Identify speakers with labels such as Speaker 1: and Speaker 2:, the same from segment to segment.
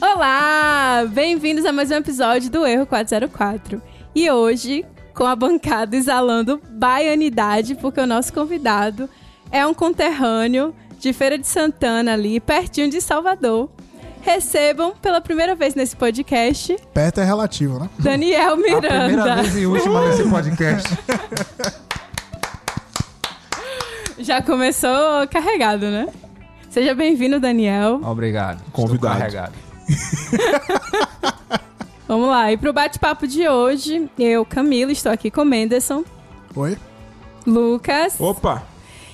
Speaker 1: Olá! Bem-vindos a mais um episódio do Erro 404. E hoje, com a bancada exalando baianidade, porque o nosso convidado é um conterrâneo de Feira de Santana, ali, pertinho de Salvador. Recebam, pela primeira vez nesse podcast,
Speaker 2: Perto é relativo, né?
Speaker 1: Daniel
Speaker 3: A primeira
Speaker 1: Miranda.
Speaker 3: vez e última desse podcast.
Speaker 1: Já começou carregado, né? Seja bem-vindo, Daniel.
Speaker 3: Obrigado.
Speaker 2: Convidado.
Speaker 3: Estou carregado.
Speaker 1: Vamos lá, e pro bate-papo de hoje, eu, Camila, estou aqui com Menderson,
Speaker 2: Oi?
Speaker 1: Lucas
Speaker 4: Opa!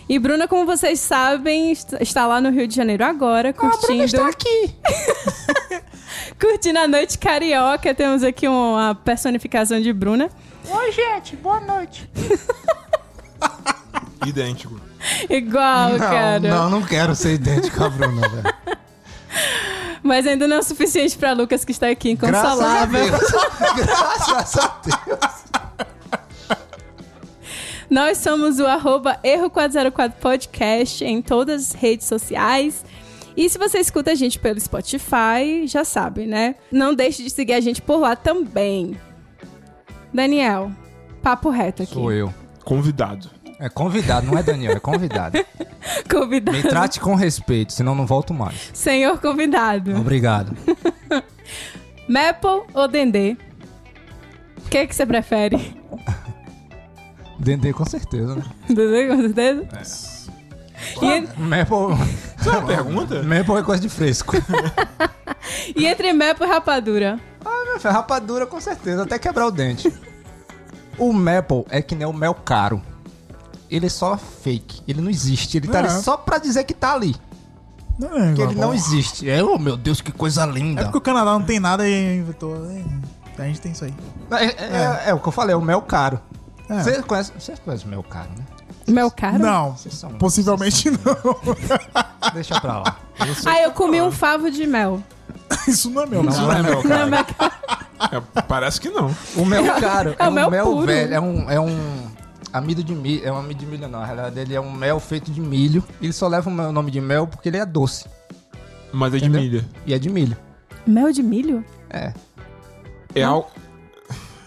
Speaker 1: e Bruna, como vocês sabem, est- está lá no Rio de Janeiro
Speaker 2: Ah,
Speaker 1: agora, curtindo,
Speaker 4: aqui!
Speaker 1: curtindo a noite carioca. Temos aqui uma personificação de Bruna.
Speaker 5: Oi, gente, boa noite.
Speaker 4: Idêntico.
Speaker 1: Igual, cara.
Speaker 2: não, não quero ser idêntico a Bruna, velho.
Speaker 1: Mas ainda não é o suficiente para Lucas, que está aqui
Speaker 2: Graças a
Speaker 1: inconsolável.
Speaker 2: Deus. Graças a Deus.
Speaker 1: Nós somos o arroba Erro404 Podcast em todas as redes sociais. E se você escuta a gente pelo Spotify, já sabe, né? Não deixe de seguir a gente por lá também. Daniel, papo reto aqui.
Speaker 3: Sou eu.
Speaker 4: Convidado.
Speaker 3: É convidado, não é Daniel, é convidado.
Speaker 1: Convidado.
Speaker 3: Me trate com respeito, senão não volto mais.
Speaker 1: Senhor convidado.
Speaker 3: Obrigado.
Speaker 1: Maple ou Dendê? O que, que você prefere?
Speaker 3: Dendê, com certeza, né?
Speaker 1: Dendê, com certeza? E-
Speaker 3: Maple,
Speaker 4: Isso é uma pergunta?
Speaker 3: Maple é coisa de fresco.
Speaker 1: E, entre Maple e Rapadura?
Speaker 3: Ah, meu filho, rapadura, com certeza, até quebrar o dente. O Maple é que nem o mel caro. Ele é só fake, ele não existe. Ele tá ali
Speaker 2: É.
Speaker 3: só pra dizer que tá ali.
Speaker 2: Não é
Speaker 3: Que ele
Speaker 2: igual.
Speaker 3: não existe. É, oh meu Deus, que coisa
Speaker 2: É
Speaker 3: linda.
Speaker 2: porque o Canadá não tem nada e inventou. é, A gente tem isso aí.
Speaker 3: É, é- é o que eu falei, é o mel caro.
Speaker 2: É.
Speaker 3: Vocês conhecem você conhece o mel caro, né?
Speaker 1: Meu caro?
Speaker 2: Não,
Speaker 3: Vocês são-
Speaker 2: possivelmente não.
Speaker 3: Deixa pra lá. Eu sou-
Speaker 1: Ah, eu comi um favo de mel.
Speaker 2: Isso não é meu.
Speaker 3: Não, não é mel
Speaker 1: Não,
Speaker 3: caro.
Speaker 1: mas-
Speaker 4: É, parece que não.
Speaker 3: O mel caro
Speaker 1: É
Speaker 3: é,
Speaker 1: o
Speaker 3: um
Speaker 1: mel
Speaker 3: mel,
Speaker 1: puro.
Speaker 3: velho. É um, é um amido de milho. É um amido de milho, não. Na realidade, ele é um mel feito de milho. Ele só leva o mel- o nome de mel porque ele é doce.
Speaker 4: Mas é de
Speaker 3: Entendeu?
Speaker 4: milha.
Speaker 3: E é de milho.
Speaker 1: Mel de milho?
Speaker 3: É.
Speaker 4: É algo.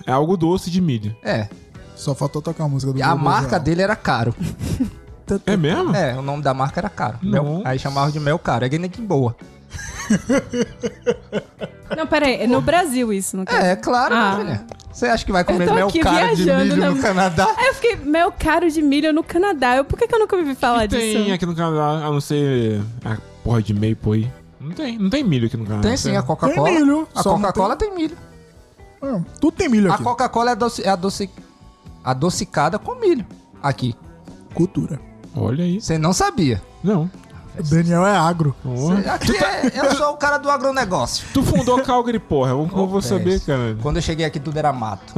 Speaker 4: É algo doce de milha.
Speaker 3: É.
Speaker 2: Só faltou tocar a música do
Speaker 3: E a
Speaker 2: Globo
Speaker 3: marca
Speaker 2: Rural.
Speaker 3: dele era caro.
Speaker 4: É mesmo?
Speaker 3: É, o nome da marca era caro. Mel-
Speaker 4: Nossa.
Speaker 3: aí chamava de mel caro. É que nem que boa.
Speaker 1: Não, peraí, é no Brasil isso, não
Speaker 3: É, é claro,
Speaker 1: Ah.
Speaker 3: né, filha? Você acha que vai comer
Speaker 1: tô
Speaker 3: mel
Speaker 1: aqui
Speaker 3: caro de
Speaker 1: viajando
Speaker 3: milho
Speaker 1: na-
Speaker 3: no Canadá?
Speaker 1: Aí eu fiquei, mel caro de milho no Canadá. Eu, por que, que eu nunca ouvi falar disso?
Speaker 4: Tem aqui no Canadá, a não ser a porra de maple aí. Não tem, não tem milho aqui no Canadá.
Speaker 3: Tem sim, a Coca-Cola.
Speaker 2: Tem milho,
Speaker 3: A
Speaker 2: só não
Speaker 3: Coca-Cola tem milho.
Speaker 2: Ah, tudo tem milho
Speaker 3: A
Speaker 2: aqui.
Speaker 3: Coca-Cola é, adoci- é adoci- adocicada com milho. Aqui.
Speaker 2: Cultura.
Speaker 3: é.
Speaker 4: Olha isso.
Speaker 3: Você não sabia.
Speaker 4: Não.
Speaker 2: Daniel é agro.
Speaker 4: Porra.
Speaker 3: Aqui é, eu sou o cara do agronegócio.
Speaker 4: Tu fundou Calgary, porra. Como eu vou
Speaker 3: Acontece.
Speaker 4: saber, cara?
Speaker 3: Quando eu cheguei aqui, tudo era mato.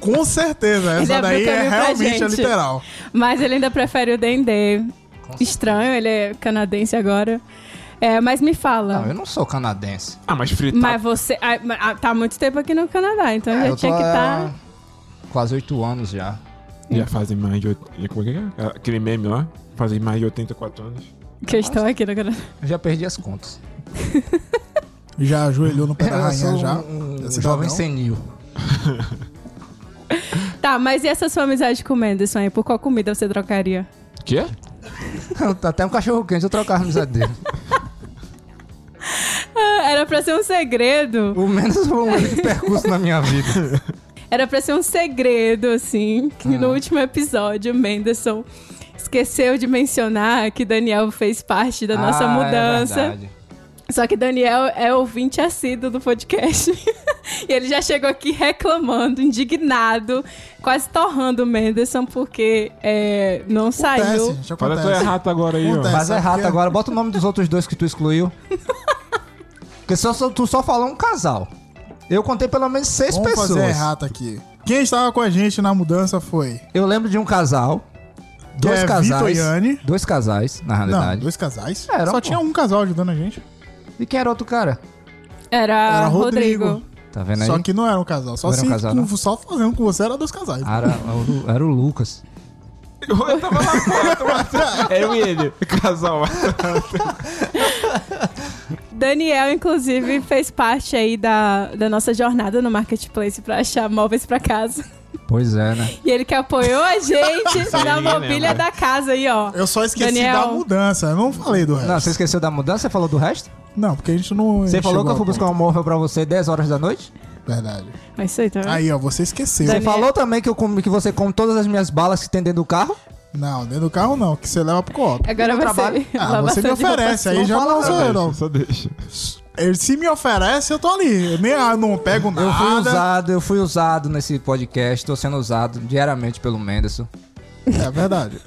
Speaker 2: Com certeza,
Speaker 1: Ele
Speaker 2: essa
Speaker 1: abriu
Speaker 2: daí é
Speaker 1: caminho pra
Speaker 2: realmente a
Speaker 1: gente.
Speaker 2: literal.
Speaker 1: Mas ele ainda prefere o Dendê.
Speaker 3: certeza.
Speaker 1: Estranho, ele é canadense agora. É, mas me fala.
Speaker 3: Não, eu não sou canadense.
Speaker 4: Ah, mas fritar.
Speaker 1: Mas você. ah, mas- ah, tá há muito tempo aqui no Canadá, então
Speaker 3: Tá. É,
Speaker 1: já
Speaker 3: eu
Speaker 1: tinha que estar.
Speaker 3: há Quase oito anos já.
Speaker 4: Já fazem mais de. oit- Como é que é? Aquele meme lá. Fazem mais de 84 anos.
Speaker 1: que eu
Speaker 3: Tá
Speaker 1: estou aqui no Canadá.
Speaker 3: Eu já perdi as contas.
Speaker 2: Já ajoelhou no pé da
Speaker 3: eu sou
Speaker 2: Tá rainha
Speaker 3: um,
Speaker 2: já.
Speaker 3: um
Speaker 2: É cidadão.
Speaker 3: jovem senil.
Speaker 1: Tá, mas e essa sua amizade com o Menderson aí? Por qual comida você trocaria?
Speaker 4: Quê?
Speaker 3: Até um cachorro quente eu trocava a amizade dele.
Speaker 1: Ah, era pra ser um segredo.
Speaker 3: O menos um ano de percurso na minha vida.
Speaker 1: Era pra ser um segredo, assim. Que
Speaker 3: Ah.
Speaker 1: no último episódio, o Menderson esqueceu de mencionar que Daniel fez parte da nossa
Speaker 3: Ah, é
Speaker 1: mudança.
Speaker 3: verdade.
Speaker 1: Só que Daniel é ouvinte assíduo do podcast. e ele já chegou aqui reclamando, indignado, quase torrando o Menderson, porque é, não
Speaker 2: Acontece,
Speaker 1: saiu.
Speaker 2: gente,
Speaker 4: Fala tu é
Speaker 2: acontece.
Speaker 4: rato agora aí, ó.
Speaker 2: Acontece.
Speaker 3: Mas é
Speaker 2: sabe
Speaker 3: rato
Speaker 2: por quê?
Speaker 3: agora. Bota o nome dos outros dois que tu excluiu. Porque só, só- tu só falou um casal. Eu contei pelo menos seis
Speaker 2: Vamos
Speaker 3: pessoas.
Speaker 2: fazer errado aqui. Quem estava com a gente na mudança foi...
Speaker 3: Eu lembro de um casal. Dois
Speaker 2: é Vitor
Speaker 3: casais.
Speaker 2: e Anne.
Speaker 3: Dois casais, na
Speaker 2: Não,
Speaker 3: realidade.
Speaker 2: dois casais.
Speaker 3: Era,
Speaker 2: Só
Speaker 3: pô.
Speaker 2: tinha um casal ajudando a gente.
Speaker 3: E quem era outro cara?
Speaker 1: Era,
Speaker 2: Era
Speaker 1: Rodrigo.
Speaker 2: Rodrigo.
Speaker 3: Tá vendo aí?
Speaker 2: Só que não era um casal. Só,
Speaker 3: Não era um
Speaker 2: se-
Speaker 3: casal,
Speaker 2: com-
Speaker 3: não? Ah.
Speaker 2: só fazendo com você era dois casais.
Speaker 3: Era, era o- era o Lucas.
Speaker 4: Eu tava lá fora, eu tava lá atrás. É eu e ele, casal.
Speaker 1: Daniel, inclusive, fez parte aí da, da nossa jornada no Marketplace pra achar móveis pra casa.
Speaker 3: Pois é, né?
Speaker 1: E ele que apoiou a gente
Speaker 4: aí
Speaker 1: na
Speaker 4: ninguém
Speaker 1: mobília
Speaker 4: lembra.
Speaker 1: da casa aí, ó.
Speaker 2: Eu só esqueci
Speaker 1: Daniel.
Speaker 2: da mudança, eu não falei do resto.
Speaker 3: Não, você esqueceu da mudança? Você falou do resto?
Speaker 2: Não, porque a gente não.
Speaker 3: Você falou que eu fui
Speaker 2: chegou
Speaker 3: buscar um móvel pra você 10 horas da noite?
Speaker 2: a- Verdade.
Speaker 1: Mas É isso aí tá também.
Speaker 2: Aí, ó, você esqueceu.
Speaker 1: Daniel.
Speaker 3: Você falou também que, eu comi, que você come todas as minhas balas que tem dentro do carro?
Speaker 2: Não, dentro do carro não, que você leva pro co-op.
Speaker 1: Agora vai
Speaker 3: trabalho.
Speaker 1: ser.
Speaker 2: Ah,
Speaker 1: lavação
Speaker 2: você me
Speaker 1: de roupa
Speaker 2: oferece, aí
Speaker 1: suja.
Speaker 2: já não sou eu, não.
Speaker 4: Só deixa.
Speaker 2: Ele se me oferece, eu tô ali. Eu nem, ah, não pego nada.
Speaker 3: Eu fui usado, eu fui usado nesse podcast, tô sendo usado diariamente pelo Menderson.
Speaker 2: É verdade.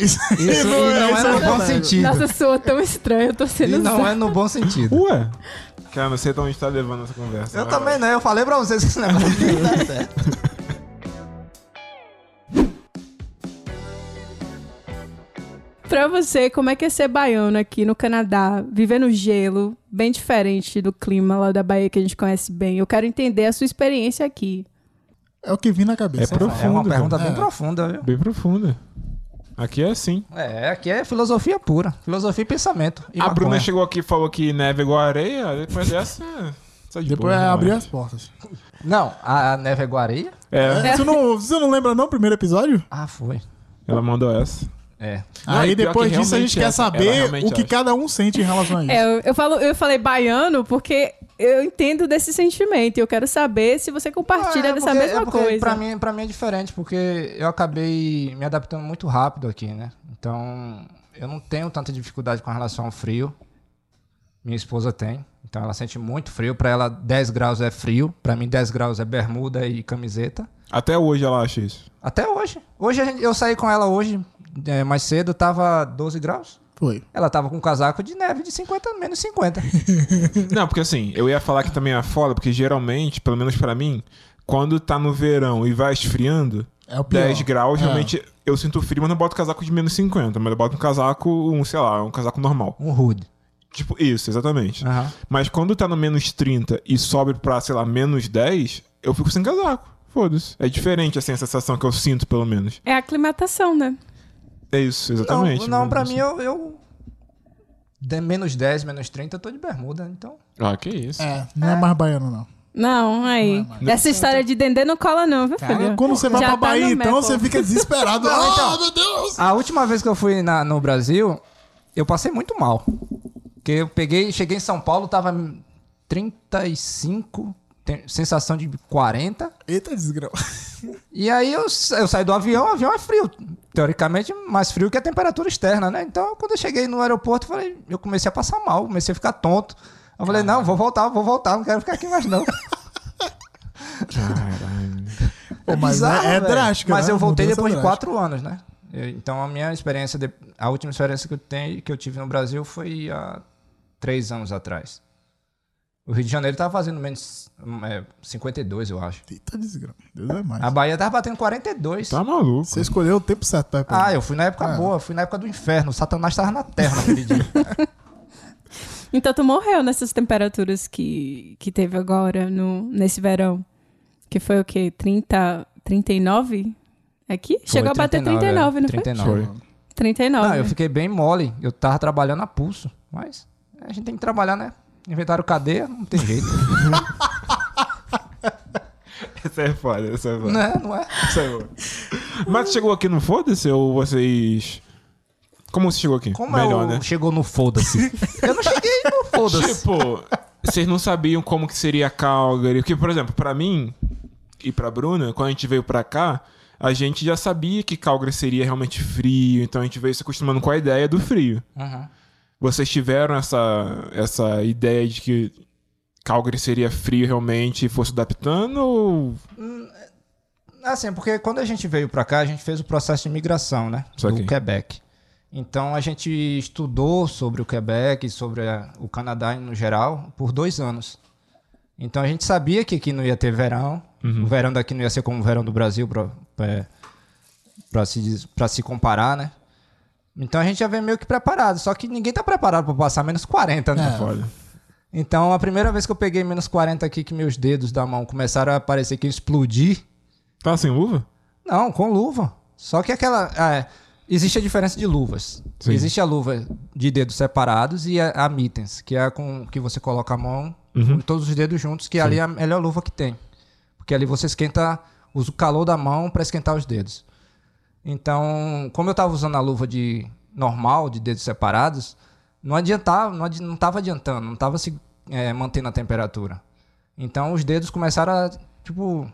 Speaker 2: Isso,
Speaker 3: Isso não, e não
Speaker 2: isso
Speaker 3: é no bom
Speaker 2: verdade.
Speaker 1: Nossa,
Speaker 3: sentido.
Speaker 1: sua tão estranha, eu tô
Speaker 3: E
Speaker 1: sendo
Speaker 3: não
Speaker 1: usada.
Speaker 3: é no bom sentido.
Speaker 4: Ué. Cara, não sei até onde tá levando essa conversa.
Speaker 3: Eu também não, eu falei pra vocês que esse negócio não é dá certo.
Speaker 1: Pra você, como é que é ser baiano aqui no Canadá, viver no gelo, bem diferente do clima lá da Bahia que a gente conhece bem. Eu quero entender a sua experiência aqui.
Speaker 2: É o que vim na
Speaker 4: É
Speaker 2: cabeça.
Speaker 4: profundo.
Speaker 3: É uma pergunta
Speaker 2: cara.
Speaker 3: bem
Speaker 2: É.
Speaker 3: profunda, viu?
Speaker 4: Bem profunda. Aqui é assim.
Speaker 3: É, aqui é filosofia pura. Filosofia e pensamento. E
Speaker 4: a
Speaker 3: maconha.
Speaker 4: Bruna chegou aqui e falou que neve é igual areia. Depois dessa. só de
Speaker 2: Depois
Speaker 4: boa, né?
Speaker 2: é
Speaker 4: relaxa.
Speaker 2: abrir as portas.
Speaker 3: Não, a, a neve é guareia?
Speaker 4: É,
Speaker 2: É, Você, não, você não lembra, não, o primeiro episódio?
Speaker 3: Ah, foi.
Speaker 4: ela mandou essa.
Speaker 3: É.
Speaker 4: Não,
Speaker 2: aí
Speaker 4: Ah, e pior
Speaker 2: depois
Speaker 4: que
Speaker 2: disso a
Speaker 4: realmente
Speaker 2: gente
Speaker 4: é,
Speaker 2: quer
Speaker 4: ela
Speaker 2: saber
Speaker 4: realmente
Speaker 2: o que
Speaker 4: acha.
Speaker 2: cada um sente em relação a isso.
Speaker 1: É, eu, eu falo, eu falei baiano porque eu entendo desse sentimento. e Eu quero saber se você compartilha
Speaker 3: É,
Speaker 1: dessa
Speaker 3: porque- é
Speaker 1: mesma
Speaker 3: porque
Speaker 1: coisa.
Speaker 3: Pra mim, pra mim é diferente, porque eu acabei me adaptando muito rápido aqui, né? Então, eu não tenho tanta dificuldade com relação ao frio. Minha esposa tem. Então, ela sente muito frio. Pra ela, 10 graus é frio. Pra mim, 10 graus é bermuda e camiseta.
Speaker 4: Até hoje ela acha isso.
Speaker 3: Até hoje. Hoje a gente- eu saí com ela hoje, é, mais cedo, tava 12 graus.
Speaker 2: Foi.
Speaker 3: Ela tava com um casaco de neve de 50, menos 50.
Speaker 4: Não, porque assim, eu ia falar que também é foda, porque geralmente, pelo menos pra mim, quando tá no verão e vai esfriando,
Speaker 2: É o pior.
Speaker 4: 10 graus,
Speaker 2: É.
Speaker 4: realmente eu sinto frio, mas não boto casaco de menos 50, mas eu boto um casaco, um, sei lá, um casaco normal.
Speaker 3: Um hood.
Speaker 4: Tipo, isso, exatamente. Mas quando tá no menos 30 e sobe pra, sei lá, menos 10, eu fico sem casaco. Foda-se. É diferente, assim, a sensação que eu sinto, pelo menos.
Speaker 1: É a aclimatação, né?
Speaker 4: É isso,
Speaker 3: Não,
Speaker 4: exatamente. né?
Speaker 3: não, pra mim, eu... eu... de menos 10, menos 30, eu tô de bermuda, então...
Speaker 4: Ah, que isso.
Speaker 2: É, não é mais baiano, não.
Speaker 1: Não, aí. Essa história de dendê não cola, não, viu,
Speaker 2: é Cara,
Speaker 1: filho?
Speaker 2: quando você vai
Speaker 1: Já
Speaker 2: pra
Speaker 1: tá
Speaker 2: Bahia,
Speaker 1: no
Speaker 2: então,
Speaker 1: Maple.
Speaker 2: você fica desesperado.
Speaker 3: Não,
Speaker 2: Ah,
Speaker 3: então.
Speaker 2: meu Deus!
Speaker 3: A última vez que eu fui na- no Brasil, eu passei muito mal. Porque eu peguei, cheguei em São Paulo, tava 35, tem- sensação de 40.
Speaker 2: Eita, desgrama.
Speaker 3: É E aí eu, sa- eu saí do avião, o avião é frio. Teoricamente, mais frio que a temperatura externa, né? Então, quando eu cheguei no aeroporto, eu falei, eu comecei a passar mal, comecei a ficar tonto. Eu falei, não, vou voltar, vou voltar, não quero ficar aqui mais não.
Speaker 4: Caralho.
Speaker 2: Pô, mas
Speaker 3: Bizarro,
Speaker 2: é, é
Speaker 3: velho.
Speaker 2: drástico,
Speaker 3: Mas
Speaker 2: né?
Speaker 3: eu voltei
Speaker 2: Mudança
Speaker 3: depois de
Speaker 2: drástica.
Speaker 3: quatro anos, né? Eu- Então a minha experiência, de- a última experiência que eu, tenho, que eu tive no Brasil foi há três anos atrás. O Rio de Janeiro tava fazendo menos hum, é, 52, eu acho.
Speaker 2: Eita, desgrama. Deus é mais.
Speaker 3: A Bahia tava batendo 42.
Speaker 4: Tá maluco.
Speaker 2: Você escolheu o tempo certo né, pra ir pra
Speaker 3: Ah,
Speaker 2: lá.
Speaker 3: eu fui na época
Speaker 2: É.
Speaker 3: boa, fui na época do inferno. O Satanás tava na terra naquele dia.
Speaker 1: Então tu morreu nessas temperaturas que, que teve agora no, nesse verão. Que foi o quê? 30, 39? É Aqui? Chegou a bater
Speaker 3: é.
Speaker 1: 39, não
Speaker 3: 39.
Speaker 4: Foi.
Speaker 1: foi? 39.
Speaker 3: Não, Ah, eu fiquei bem mole. Eu tava trabalhando a pulso. Mas a gente tem que trabalhar, né? Inventaram cadeia, não tem jeito.
Speaker 4: Essa é foda, essa é foda.
Speaker 3: não é? Não é?
Speaker 4: Essa é boa. Mas você chegou aqui no Foda-se ou vocês. Como você chegou aqui?
Speaker 3: Como é
Speaker 4: Melhor,
Speaker 3: eu
Speaker 4: né?
Speaker 3: chegou no foda-se? eu não cheguei no foda-se.
Speaker 4: Tipo, vocês não sabiam como que seria Calgary. Porque, por exemplo, pra mim e pra Bruna, quando a gente veio pra cá, a gente já sabia que Calgary seria realmente frio, então a gente veio se acostumando com a ideia do frio.
Speaker 3: Uhum.
Speaker 4: Vocês tiveram essa, essa ideia de que Calgary seria frio realmente e fosse adaptando ou.
Speaker 3: Assim, porque quando a gente veio pra cá, a gente fez o processo de imigração, né?
Speaker 4: Isso
Speaker 3: do
Speaker 4: aqui.
Speaker 3: Quebec. Então a gente estudou sobre o Quebec, e sobre a- o Canadá no geral, por dois anos. Então a gente sabia que aqui não ia ter verão.
Speaker 4: Uhum.
Speaker 3: O verão daqui não ia ser como o verão do Brasil, pra, pra, pra se, diz- pra se comparar, né? Então a gente já veio meio que preparado. Só que ninguém tá preparado pra passar menos 40, né?
Speaker 4: Foda.
Speaker 3: Então, a primeira vez que eu peguei menos 40 aqui, que meus dedos da mão começaram a parecer que ia explodir.
Speaker 4: Tá sem luva?
Speaker 3: Não, com luva. Só que aquela. é, Existe a diferença de luvas.
Speaker 4: Sim.
Speaker 3: Existe a luva de dedos separados e a, a mittens, que é a com que você coloca a mão com todos os dedos juntos, que ali é a melhor luva que tem. Porque ali você esquenta, usa o calor da mão para esquentar os dedos. Então, como eu tava usando a luva de normal, de dedos separados, não adiantava, não, adi não tava adiantando, não tava se eh, mantendo a temperatura. Então os dedos começaram a, tipo,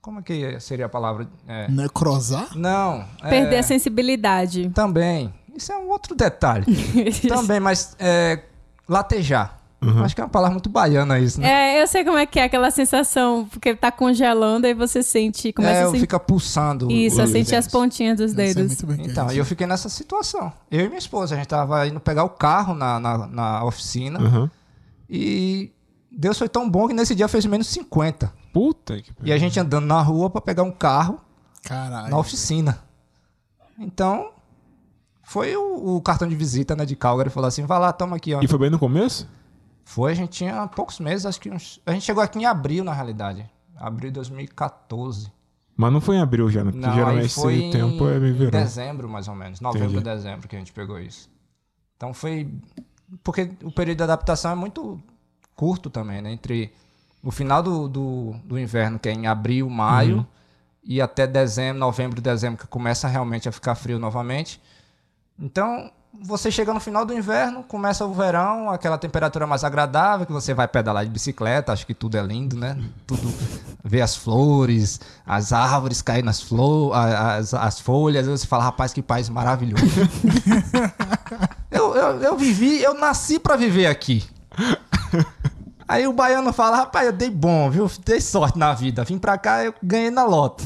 Speaker 3: como é que seria a palavra? É,
Speaker 2: Necrosar?
Speaker 3: não. é-
Speaker 1: Perder a sensibilidade.
Speaker 3: também. Isso é um outro detalhe. também, mas é, latejar. Acho que é uma palavra muito baiana isso, né?
Speaker 1: É, eu sei como é que é aquela sensação, porque tá congelando e você sente, começa
Speaker 3: É,
Speaker 1: a
Speaker 3: eu
Speaker 1: sentir.
Speaker 3: fica pulsando.
Speaker 1: Isso, assim. eu
Speaker 3: os
Speaker 1: senti as
Speaker 3: dedos.
Speaker 1: pontinhas dos
Speaker 2: Não sei
Speaker 1: dedos.
Speaker 2: muito bem o que é
Speaker 3: Então,
Speaker 2: isso.
Speaker 3: e eu fiquei nessa situação. Eu e minha esposa, a gente tava indo pegar o carro na, na, na oficina
Speaker 4: Aham.
Speaker 3: e Deus foi tão bom que nesse dia fez menos 50.
Speaker 4: Puta que
Speaker 3: E a gente andando na rua pra pegar um carro na
Speaker 2: Caralho.
Speaker 3: oficina. Então, foi o, o cartão de visita né, de Calgary. Falou assim, vai lá, toma aqui, ó.
Speaker 4: E foi bem no começo?
Speaker 3: Foi, a gente tinha poucos meses, acho que uns... A gente chegou aqui em abril, na realidade. Abril de 2014.
Speaker 4: Mas não foi em abril já, né? Porque
Speaker 3: Não, aí
Speaker 4: geralmente
Speaker 3: foi
Speaker 4: esse
Speaker 3: em
Speaker 4: tempo é bem verão.
Speaker 3: dezembro, mais ou menos. Novembro,
Speaker 4: Entendi.
Speaker 3: dezembro que a gente pegou isso. Então foi... Porque o período de adaptação é muito curto também, né? Entre o final do, do, do inverno, que é em abril, maio,
Speaker 4: Uhum.
Speaker 3: e até dezembro, novembro, dezembro, que começa realmente a ficar frio novamente. Então, você chega no final do inverno, começa o verão, aquela temperatura mais agradável, que você vai pedalar de bicicleta, acho que tudo é lindo, né? Tudo ver as flores, as árvores cair nas flores, as, as folhas, você fala, rapaz, que país maravilhoso. eu, eu, eu vivi, eu nasci pra viver aqui. Aí o baiano fala, rapaz, eu dei bom, viu? Dei sorte na vida. Vim pra cá, eu ganhei na loto.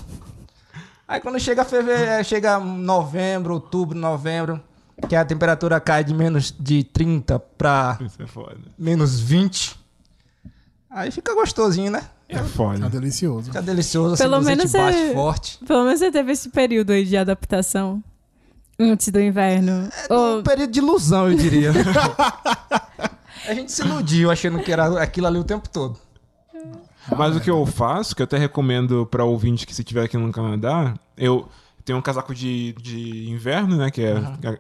Speaker 3: Aí quando chega fevereiro, eh, chega novembro, outubro, novembro, que a temperatura cai de menos de 30 pra
Speaker 4: Isso é foda.
Speaker 3: menos 20. Aí fica gostosinho, né?
Speaker 4: É
Speaker 2: Tá
Speaker 4: foda.
Speaker 2: delicioso.
Speaker 3: Fica delicioso,
Speaker 1: Pelo
Speaker 3: assim,
Speaker 1: menos
Speaker 3: você bate
Speaker 1: é-
Speaker 3: forte.
Speaker 1: Pelo menos você teve esse período aí de adaptação antes do inverno. Ou-
Speaker 3: Um período de ilusão, eu diria. a gente se iludiu achando que era aquilo ali o tempo todo. Tá,
Speaker 4: Mas
Speaker 3: né?
Speaker 4: o que eu faço, que eu até recomendo pra ouvinte que se tiver aqui no Canadá, eu tenho um casaco de, de inverno, né? Que, é,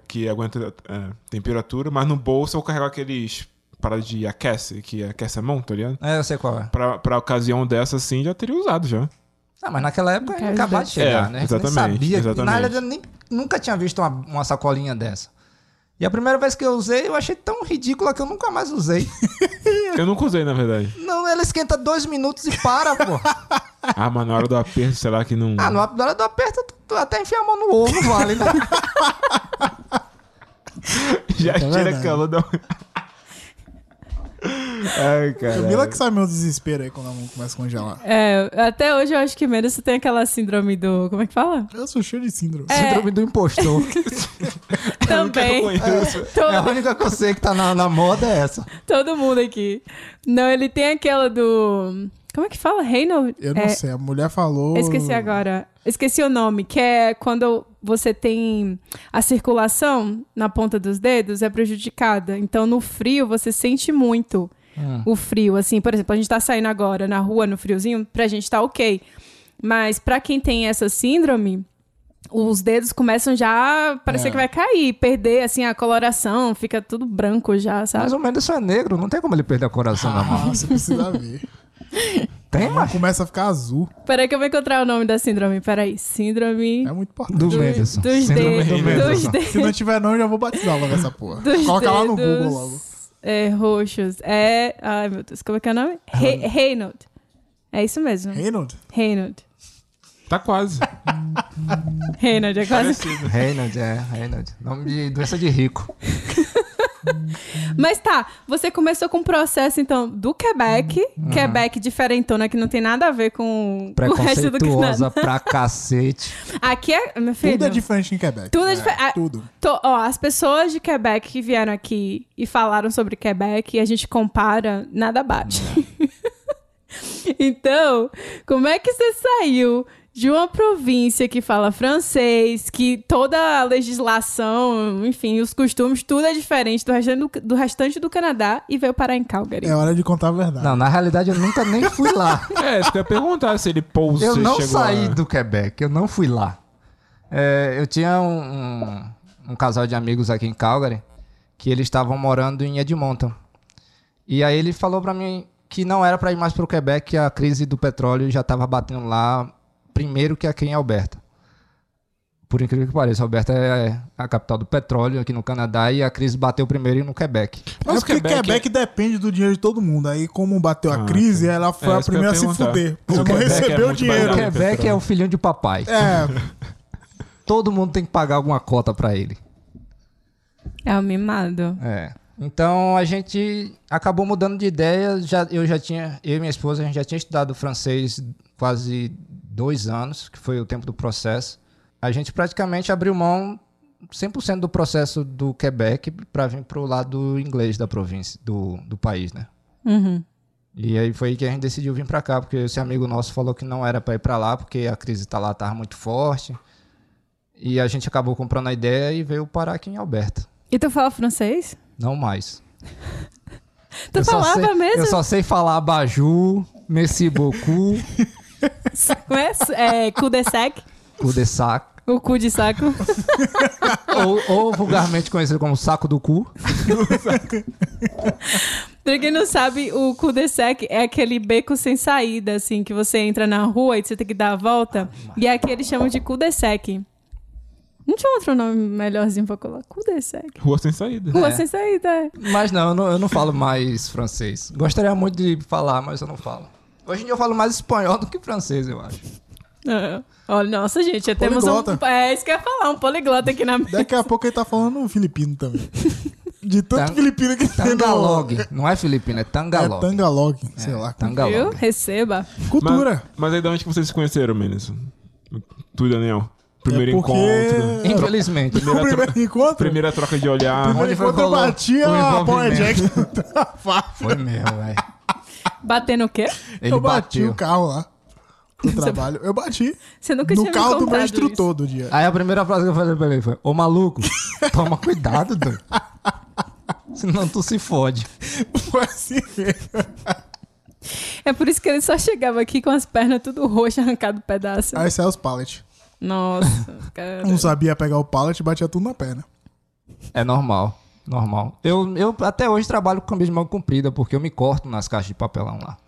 Speaker 4: que aguenta é, temperatura, mas no bolso eu carrego aqueles paradas de aquece, que aquece a mão, tá ligado?
Speaker 3: É, eu sei qual é.
Speaker 4: Pra, pra ocasião dessa, assim, já teria usado já.
Speaker 3: Ah, mas naquela época
Speaker 1: Não
Speaker 3: eu
Speaker 1: quero
Speaker 3: acabava de chegar,
Speaker 4: É,
Speaker 3: né? A gente nem
Speaker 4: exatamente,
Speaker 3: sabia.
Speaker 4: exatamente.
Speaker 3: Na realidade, eu nem, nunca tinha visto uma, uma sacolinha dessa. E a primeira vez que eu usei, eu achei tão ridícula que eu nunca mais usei.
Speaker 4: Eu nunca usei, na verdade.
Speaker 3: Não, ela esquenta dois minutos e para, pô.
Speaker 4: Ah, mas na hora do aperto, será que não.
Speaker 3: Ah, na hora do aperto, tu- tu até enfiar a mão no ovo, vale, né? é
Speaker 4: Já
Speaker 2: Tá
Speaker 4: tira a
Speaker 2: verdade.
Speaker 4: calor da. Ai,
Speaker 3: É.
Speaker 4: cara.
Speaker 2: Eu vi lá que sai meu desespero aí quando a mão começa a congelar.
Speaker 1: É, até hoje eu acho que menos você tem aquela síndrome do. Como é que fala?
Speaker 2: Eu sou cheio de síndrome.
Speaker 1: É.
Speaker 3: Síndrome do impostor.
Speaker 1: Também.
Speaker 3: É a
Speaker 1: Todo,
Speaker 3: única que eu sei que tá na, na moda é essa.
Speaker 1: todo mundo aqui. Não, ele tem aquela do. Como é que fala? Reynolds?
Speaker 2: Eu não
Speaker 1: É,
Speaker 2: sei, a mulher falou.
Speaker 1: eu Esqueci agora. Esqueci o nome, que é quando você tem a circulação na ponta dos dedos é prejudicada. Então, no frio, você sente muito o frio. Assim, por exemplo, a gente tá saindo agora na rua, no friozinho, pra gente tá ok. Mas pra quem tem essa síndrome, os dedos começam já a parecer
Speaker 2: É.
Speaker 1: que vai cair, perder, assim, a coloração, fica tudo branco já, sabe?
Speaker 3: Mais ou menos isso é negro, não tem como ele perder o coração na
Speaker 2: Ah,
Speaker 3: mão.
Speaker 2: você precisa ver.
Speaker 3: Tem,
Speaker 2: A mão
Speaker 3: mas.
Speaker 2: começa a ficar azul.
Speaker 1: Peraí que eu vou encontrar o nome da síndrome. Peraí, síndrome...
Speaker 2: É muito importante.
Speaker 3: Do
Speaker 1: Do-
Speaker 3: Menderson.
Speaker 1: Dos
Speaker 3: Síndrome do
Speaker 1: dedos. Dos
Speaker 3: Menderson.
Speaker 1: dedos.
Speaker 2: Se não tiver nome, eu já vou batizar logo essa porra.
Speaker 1: Dos
Speaker 2: Coloca lá no
Speaker 1: dedos,
Speaker 2: Google logo.
Speaker 1: É, roxos. É. Ai, meu Deus, como é que é o nome? Re Reynold. É isso mesmo.
Speaker 2: Reynold?
Speaker 1: Reynold.
Speaker 4: Tá quase.
Speaker 1: Reynold, é quase.
Speaker 3: Reynolds, é, Reynolds. Nome de doença de rico.
Speaker 1: Mas tá, você começou com um processo, então, do Quebec.
Speaker 2: Uhum.
Speaker 1: Uhum. Quebec diferentona, que não tem nada a ver com o resto do Canadá.
Speaker 3: Preconceituosa pra cacete.
Speaker 1: Aqui é. Meu filho.
Speaker 2: Tudo é diferente em Quebec.
Speaker 1: Tudo é difer- ah,
Speaker 2: Tudo.
Speaker 1: to- ó, as pessoas de Quebec que vieram aqui e falaram sobre Quebec e a gente compara, nada bate. então, como é que você saiu de uma província que fala francês, que toda a legislação, enfim, os costumes, tudo é diferente do restante do, do restante do Canadá e veio parar em Calgary?
Speaker 2: É hora de contar a verdade.
Speaker 3: Não, na realidade eu nunca nem fui lá.
Speaker 4: É, isso que eu ia perguntar se ele pousou.
Speaker 3: Eu
Speaker 4: se
Speaker 3: não
Speaker 4: chegou
Speaker 3: saí
Speaker 4: a-
Speaker 3: do Quebec, eu não fui lá. É, eu tinha um, um- um casal de amigos aqui em Calgary que eles estavam morando em Edmonton. E aí ele falou pra mim que não era pra ir mais pro Quebec, que a crise do petróleo já tava batendo lá primeiro que aqui em Alberta. Por incrível que pareça, Alberta é a capital do petróleo aqui no Canadá e a crise bateu primeiro no Quebec.
Speaker 2: Mas
Speaker 4: Mas
Speaker 2: porque Quebec,
Speaker 4: é Quebec-
Speaker 2: depende do dinheiro de todo mundo. Aí, como bateu a crise, ela foi
Speaker 4: É,
Speaker 2: a
Speaker 4: isso que eu
Speaker 2: primeira a
Speaker 4: ia
Speaker 2: se
Speaker 4: perguntar.
Speaker 2: fuder.
Speaker 4: O
Speaker 2: Porque não
Speaker 4: Quebec é
Speaker 2: recebeu o
Speaker 4: muito
Speaker 2: dinheiro.
Speaker 4: mais
Speaker 3: Quebec é o filhinho de papai.
Speaker 2: É,
Speaker 3: Todo mundo tem que pagar alguma cota pra ele.
Speaker 1: É o mimado.
Speaker 3: É. Então a gente acabou mudando de ideia. Já, eu já tinha, eu e minha esposa, a gente já tinha estudado francês quase dois anos, que foi o tempo do processo. A gente praticamente abriu mão 100% do processo do Quebec para vir pro lado inglês da província, do, do país, né?
Speaker 1: Uhum.
Speaker 3: E aí foi aí que a gente decidiu vir pra cá, porque esse amigo nosso falou que não era pra ir pra lá, porque a crise tá lá tava muito forte. E a gente acabou comprando a ideia e veio parar aqui em Alberta.
Speaker 1: E tu fala francês?
Speaker 3: Não mais.
Speaker 1: Tu
Speaker 3: só
Speaker 1: falava
Speaker 3: sei-
Speaker 1: mesmo?
Speaker 3: Eu só sei falar abajur, merci beaucoup,
Speaker 1: Como é? é cu de sac?
Speaker 3: cu de sac,
Speaker 1: O cu de saco?
Speaker 3: ou, ou vulgarmente conhecido como saco do cu.
Speaker 1: Pra quem não sabe, o cul de sac é aquele beco sem saída, assim, que você entra na rua e você tem que dar a volta. E aqui eles chamam de cul de sac. Não tinha outro nome melhorzinho pra colocar? Cul de sac.
Speaker 4: Rua sem saída.
Speaker 2: É.
Speaker 1: Rua sem saída.
Speaker 3: Mas não eu, não, eu não falo mais francês. Gostaria muito de falar, mas eu não falo. Hoje em dia eu falo mais espanhol do que francês, eu acho.
Speaker 1: Ah, Olha, nossa, gente, já temos um.
Speaker 2: Poliglota.
Speaker 1: É isso que eu ia falar, um poliglota aqui na mesa.
Speaker 2: daqui a pouco ele tá falando um filipino também. De tanto
Speaker 4: Tá.
Speaker 3: Tan-
Speaker 2: filipino que tem no-
Speaker 3: Tangalog. Não é filipino, é
Speaker 2: É
Speaker 3: Tangalog.
Speaker 2: Tangalog, sei lá.
Speaker 1: Viu?
Speaker 3: Tangalog.
Speaker 1: Receba.
Speaker 2: Cultura.
Speaker 4: É, Mas, mas aí de onde que vocês se conheceram, meninos? Tu e Daniel? Primeiro
Speaker 2: É porque-
Speaker 4: encontro.
Speaker 3: Infelizmente.
Speaker 2: O primeiro encontro?
Speaker 4: Primeira troca de olhar.
Speaker 2: primeiro
Speaker 3: Onde foi
Speaker 2: encontro eu
Speaker 3: rolou
Speaker 2: bati
Speaker 3: o
Speaker 2: a Power Jack
Speaker 3: envolvimento?
Speaker 2: da Fábio.
Speaker 3: Foi mesmo, velho.
Speaker 1: Batendo o quê?
Speaker 3: Ele
Speaker 2: eu bati
Speaker 3: bateu.
Speaker 2: o carro lá. Pro trabalho. Eu bati.
Speaker 1: Você nunca tinha me
Speaker 2: No carro do meu
Speaker 1: contado
Speaker 2: instrutor do dia.
Speaker 3: Aí a primeira frase que eu falei pra ele foi: Ô maluco, toma cuidado, doido. Senão tu se fode.
Speaker 2: Foi assim mesmo.
Speaker 1: isso. É por isso que ele só chegava aqui com as pernas tudo roxas, arrancado pedaço.
Speaker 2: Aí saiu os pallets.
Speaker 1: Nossa, cara.
Speaker 2: Não sabia pegar o pallet, batia tudo na perna.
Speaker 3: É normal, normal. Eu, eu até hoje trabalho com camisa de manga comprida, porque eu me corto nas caixas de papelão lá.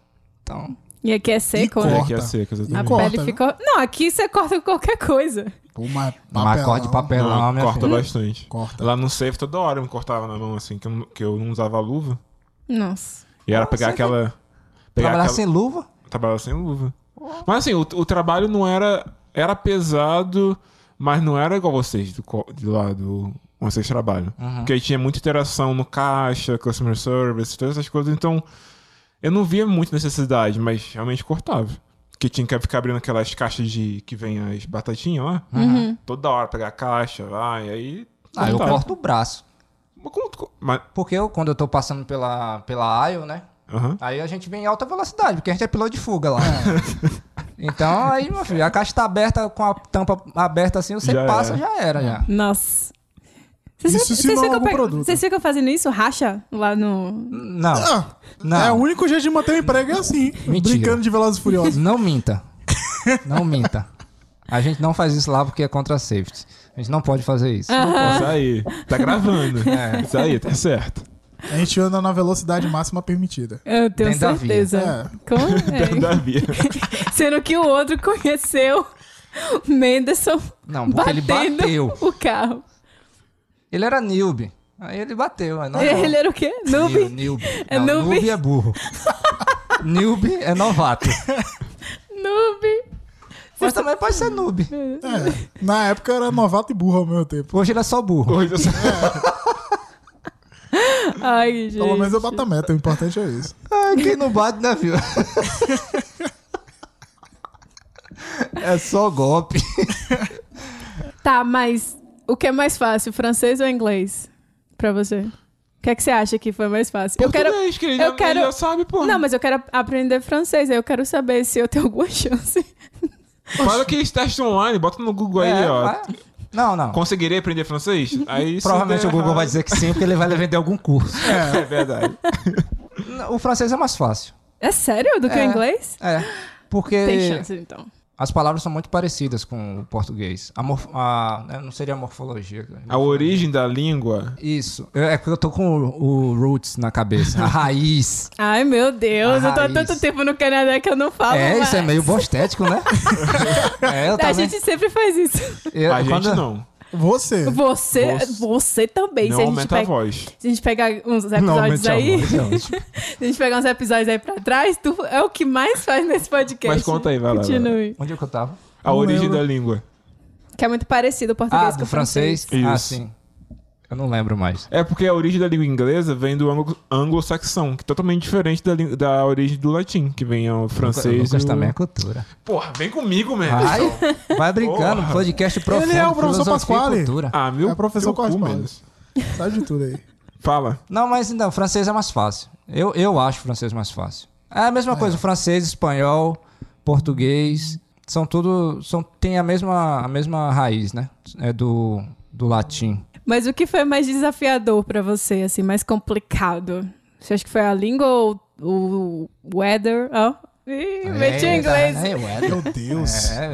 Speaker 3: Então,
Speaker 1: E aqui é seco,
Speaker 2: E
Speaker 1: né?
Speaker 4: É,
Speaker 2: corta.
Speaker 4: que é seca,
Speaker 1: A
Speaker 4: exatamente.
Speaker 2: corta,
Speaker 1: pele
Speaker 2: né?
Speaker 1: ficou. Não, aqui você corta qualquer coisa.
Speaker 2: Pô, mas
Speaker 3: mas corte de papelão,
Speaker 4: Não,
Speaker 3: minha
Speaker 4: corta
Speaker 3: filha.
Speaker 4: bastante.
Speaker 2: né, Corta.
Speaker 4: Lá no safe toda hora eu me cortava na mão, assim, que eu, não- que eu não usava luva.
Speaker 1: Nossa.
Speaker 4: E era pegar aquela.
Speaker 2: tá
Speaker 4: Pegar
Speaker 3: Trabalhar
Speaker 4: aquela...
Speaker 3: sem luva?
Speaker 4: Trabalhava sem luva. Mas assim, o, o trabalho não era. Era pesado, mas não era igual vocês do, co- de lá do. Onde vocês trabalham.
Speaker 3: Uhum.
Speaker 4: Porque aí tinha muita interação no caixa, customer service, todas essas coisas. Então, eu não via muita necessidade, mas realmente cortava. Porque tinha que ficar abrindo aquelas caixas de que vem as batatinhas lá. Toda hora pegar a caixa, vai, aí.
Speaker 3: Uhum. Ah, eu
Speaker 4: cortava.
Speaker 3: corto o braço.
Speaker 4: Mas como tu co- mas-
Speaker 3: Porque eu, quando eu tô passando pela, pela aisle, né?
Speaker 4: aham.
Speaker 3: Aí a gente vem em alta velocidade, porque a gente é piloto de fuga lá.
Speaker 4: É.
Speaker 3: então, aí, meu filho, a caixa tá aberta, com a tampa aberta assim, você
Speaker 4: Já
Speaker 3: passa,
Speaker 4: era.
Speaker 3: já era, já.
Speaker 1: Nossa.
Speaker 2: Isso se não é algum produto.
Speaker 1: Vocês ficam fazendo isso? Racha lá no.
Speaker 3: Não,
Speaker 2: Ah,
Speaker 3: Não.
Speaker 2: É o único jeito de manter o emprego é assim.
Speaker 3: Mentira.
Speaker 2: Brincando de Velozes e Furiosos.
Speaker 3: não minta. Não minta. A gente não faz isso lá porque é contra a safety. A gente não pode fazer isso.
Speaker 4: Isso aí. Tá gravando.
Speaker 3: É.
Speaker 4: Isso aí, tá certo.
Speaker 2: A gente anda na velocidade máxima permitida.
Speaker 1: Eu tenho
Speaker 3: Dentro da via.
Speaker 1: certeza.
Speaker 2: É.
Speaker 1: Como é?
Speaker 4: Davi.
Speaker 1: Sendo que o outro conheceu o Menderson
Speaker 3: Não, porque ele
Speaker 1: batendo
Speaker 3: bateu.
Speaker 1: o carro.
Speaker 3: Ele era noob. Aí ele bateu. Aí nós-
Speaker 1: Ele era o quê?
Speaker 3: New-
Speaker 1: Noob?
Speaker 3: Noob.
Speaker 1: É
Speaker 3: É noob.
Speaker 1: noob.
Speaker 3: é burro. noob é novato.
Speaker 1: Noob.
Speaker 3: Mas também pode ser noob.
Speaker 2: É. Na época era novato e burro ao mesmo tempo.
Speaker 3: Hoje ele é só burro.
Speaker 4: Coisa assim.
Speaker 1: Ai, gente.
Speaker 2: Pelo menos eu bato a meta, o importante é isso.
Speaker 3: Ah, quem não bate, né, viu? é só golpe.
Speaker 1: Tá, mas o que é mais fácil, francês ou inglês? Pra você. O que é que você acha que foi mais fácil? Eu quero.
Speaker 4: Português, que ele,
Speaker 1: eu
Speaker 4: já,
Speaker 1: quero-
Speaker 4: ele já sabe, pô.
Speaker 1: Não, mas eu quero aprender francês, aí eu quero saber se eu tenho alguma chance.
Speaker 4: Fala que teste online, bota no Google aí,
Speaker 3: É,
Speaker 4: ó.
Speaker 3: vai. Não, não.
Speaker 4: Conseguirei aprender francês? Aí né? se
Speaker 3: Provavelmente
Speaker 4: der
Speaker 3: o Google
Speaker 4: errado-
Speaker 3: vai dizer que sim, porque ele vai vender algum curso.
Speaker 4: É, é verdade.
Speaker 3: O francês é mais fácil.
Speaker 1: É sério? Do que
Speaker 3: É.
Speaker 1: o inglês?
Speaker 3: É. Porque
Speaker 1: Tem chance, então.
Speaker 3: As palavras são muito parecidas com o português. A morf- a- né, não seria a morfologia. cara.
Speaker 4: A origem da língua.
Speaker 3: Isso. É porque eu tô com o, o roots na cabeça. A raiz.
Speaker 1: Ai, meu Deus,
Speaker 3: A
Speaker 1: eu tô há
Speaker 3: raiz.
Speaker 1: tanto tempo no Canadá que eu não falo
Speaker 3: é, isso é
Speaker 1: mais.
Speaker 3: meio bostético, né? é, eu
Speaker 1: Tá, A
Speaker 3: também.
Speaker 1: gente sempre faz isso.
Speaker 3: eu-
Speaker 4: a
Speaker 3: quando-
Speaker 4: gente não.
Speaker 2: Você.
Speaker 1: Você,
Speaker 4: Você-
Speaker 1: você também.
Speaker 4: Não
Speaker 1: se, a gente
Speaker 4: aumenta a
Speaker 1: pega,
Speaker 4: voz.
Speaker 1: se a gente pegar uns
Speaker 3: Não,
Speaker 1: episódios
Speaker 3: aumente a
Speaker 1: aí,
Speaker 3: voz, é ótimo.
Speaker 1: se a gente pegar uns episódios aí pra trás, tu é o que mais faz nesse podcast.
Speaker 4: Mas conta aí, vai lá, vai lá.
Speaker 1: Continue.
Speaker 3: Onde é que eu tava?
Speaker 4: A
Speaker 2: Não
Speaker 4: origem
Speaker 2: lembro.
Speaker 4: da língua.
Speaker 1: Que é muito parecido o português
Speaker 3: Ah,
Speaker 1: com
Speaker 3: do
Speaker 1: o francês.
Speaker 3: francês?
Speaker 4: Isso.
Speaker 3: Ah, sim. Eu não lembro mais.
Speaker 4: É porque a origem da língua inglesa vem do anglo- anglo-saxão, que é totalmente diferente da, lin- da origem do latim, que vem ao francês.
Speaker 3: Lucas
Speaker 4: e o-
Speaker 3: também é cultura.
Speaker 4: Porra, vem comigo, mesmo.
Speaker 3: Ai, vai brincando,
Speaker 4: Porra.
Speaker 3: podcast profundo.
Speaker 2: Ele é o professor
Speaker 3: filosofia e
Speaker 2: Pasquale.
Speaker 3: cultura.
Speaker 4: Ah, meu.
Speaker 2: É professor
Speaker 4: teu
Speaker 2: Quase
Speaker 4: cu,
Speaker 2: Paulo.
Speaker 4: Menos.
Speaker 2: Sabe de tudo aí.
Speaker 4: Fala.
Speaker 3: Não, mas então, francês é mais fácil. Eu, eu acho o francês mais fácil. É a mesma coisa, francês, espanhol, português, são tudo, são, tem a mesma, a mesma raiz, né? É do, do latim.
Speaker 1: Mas o que foi mais desafiador pra você, assim, mais complicado? Você acha que foi a língua ou o weather? Ó, Ih, meti em inglês.
Speaker 3: É, é,
Speaker 2: Meu Deus.
Speaker 3: é,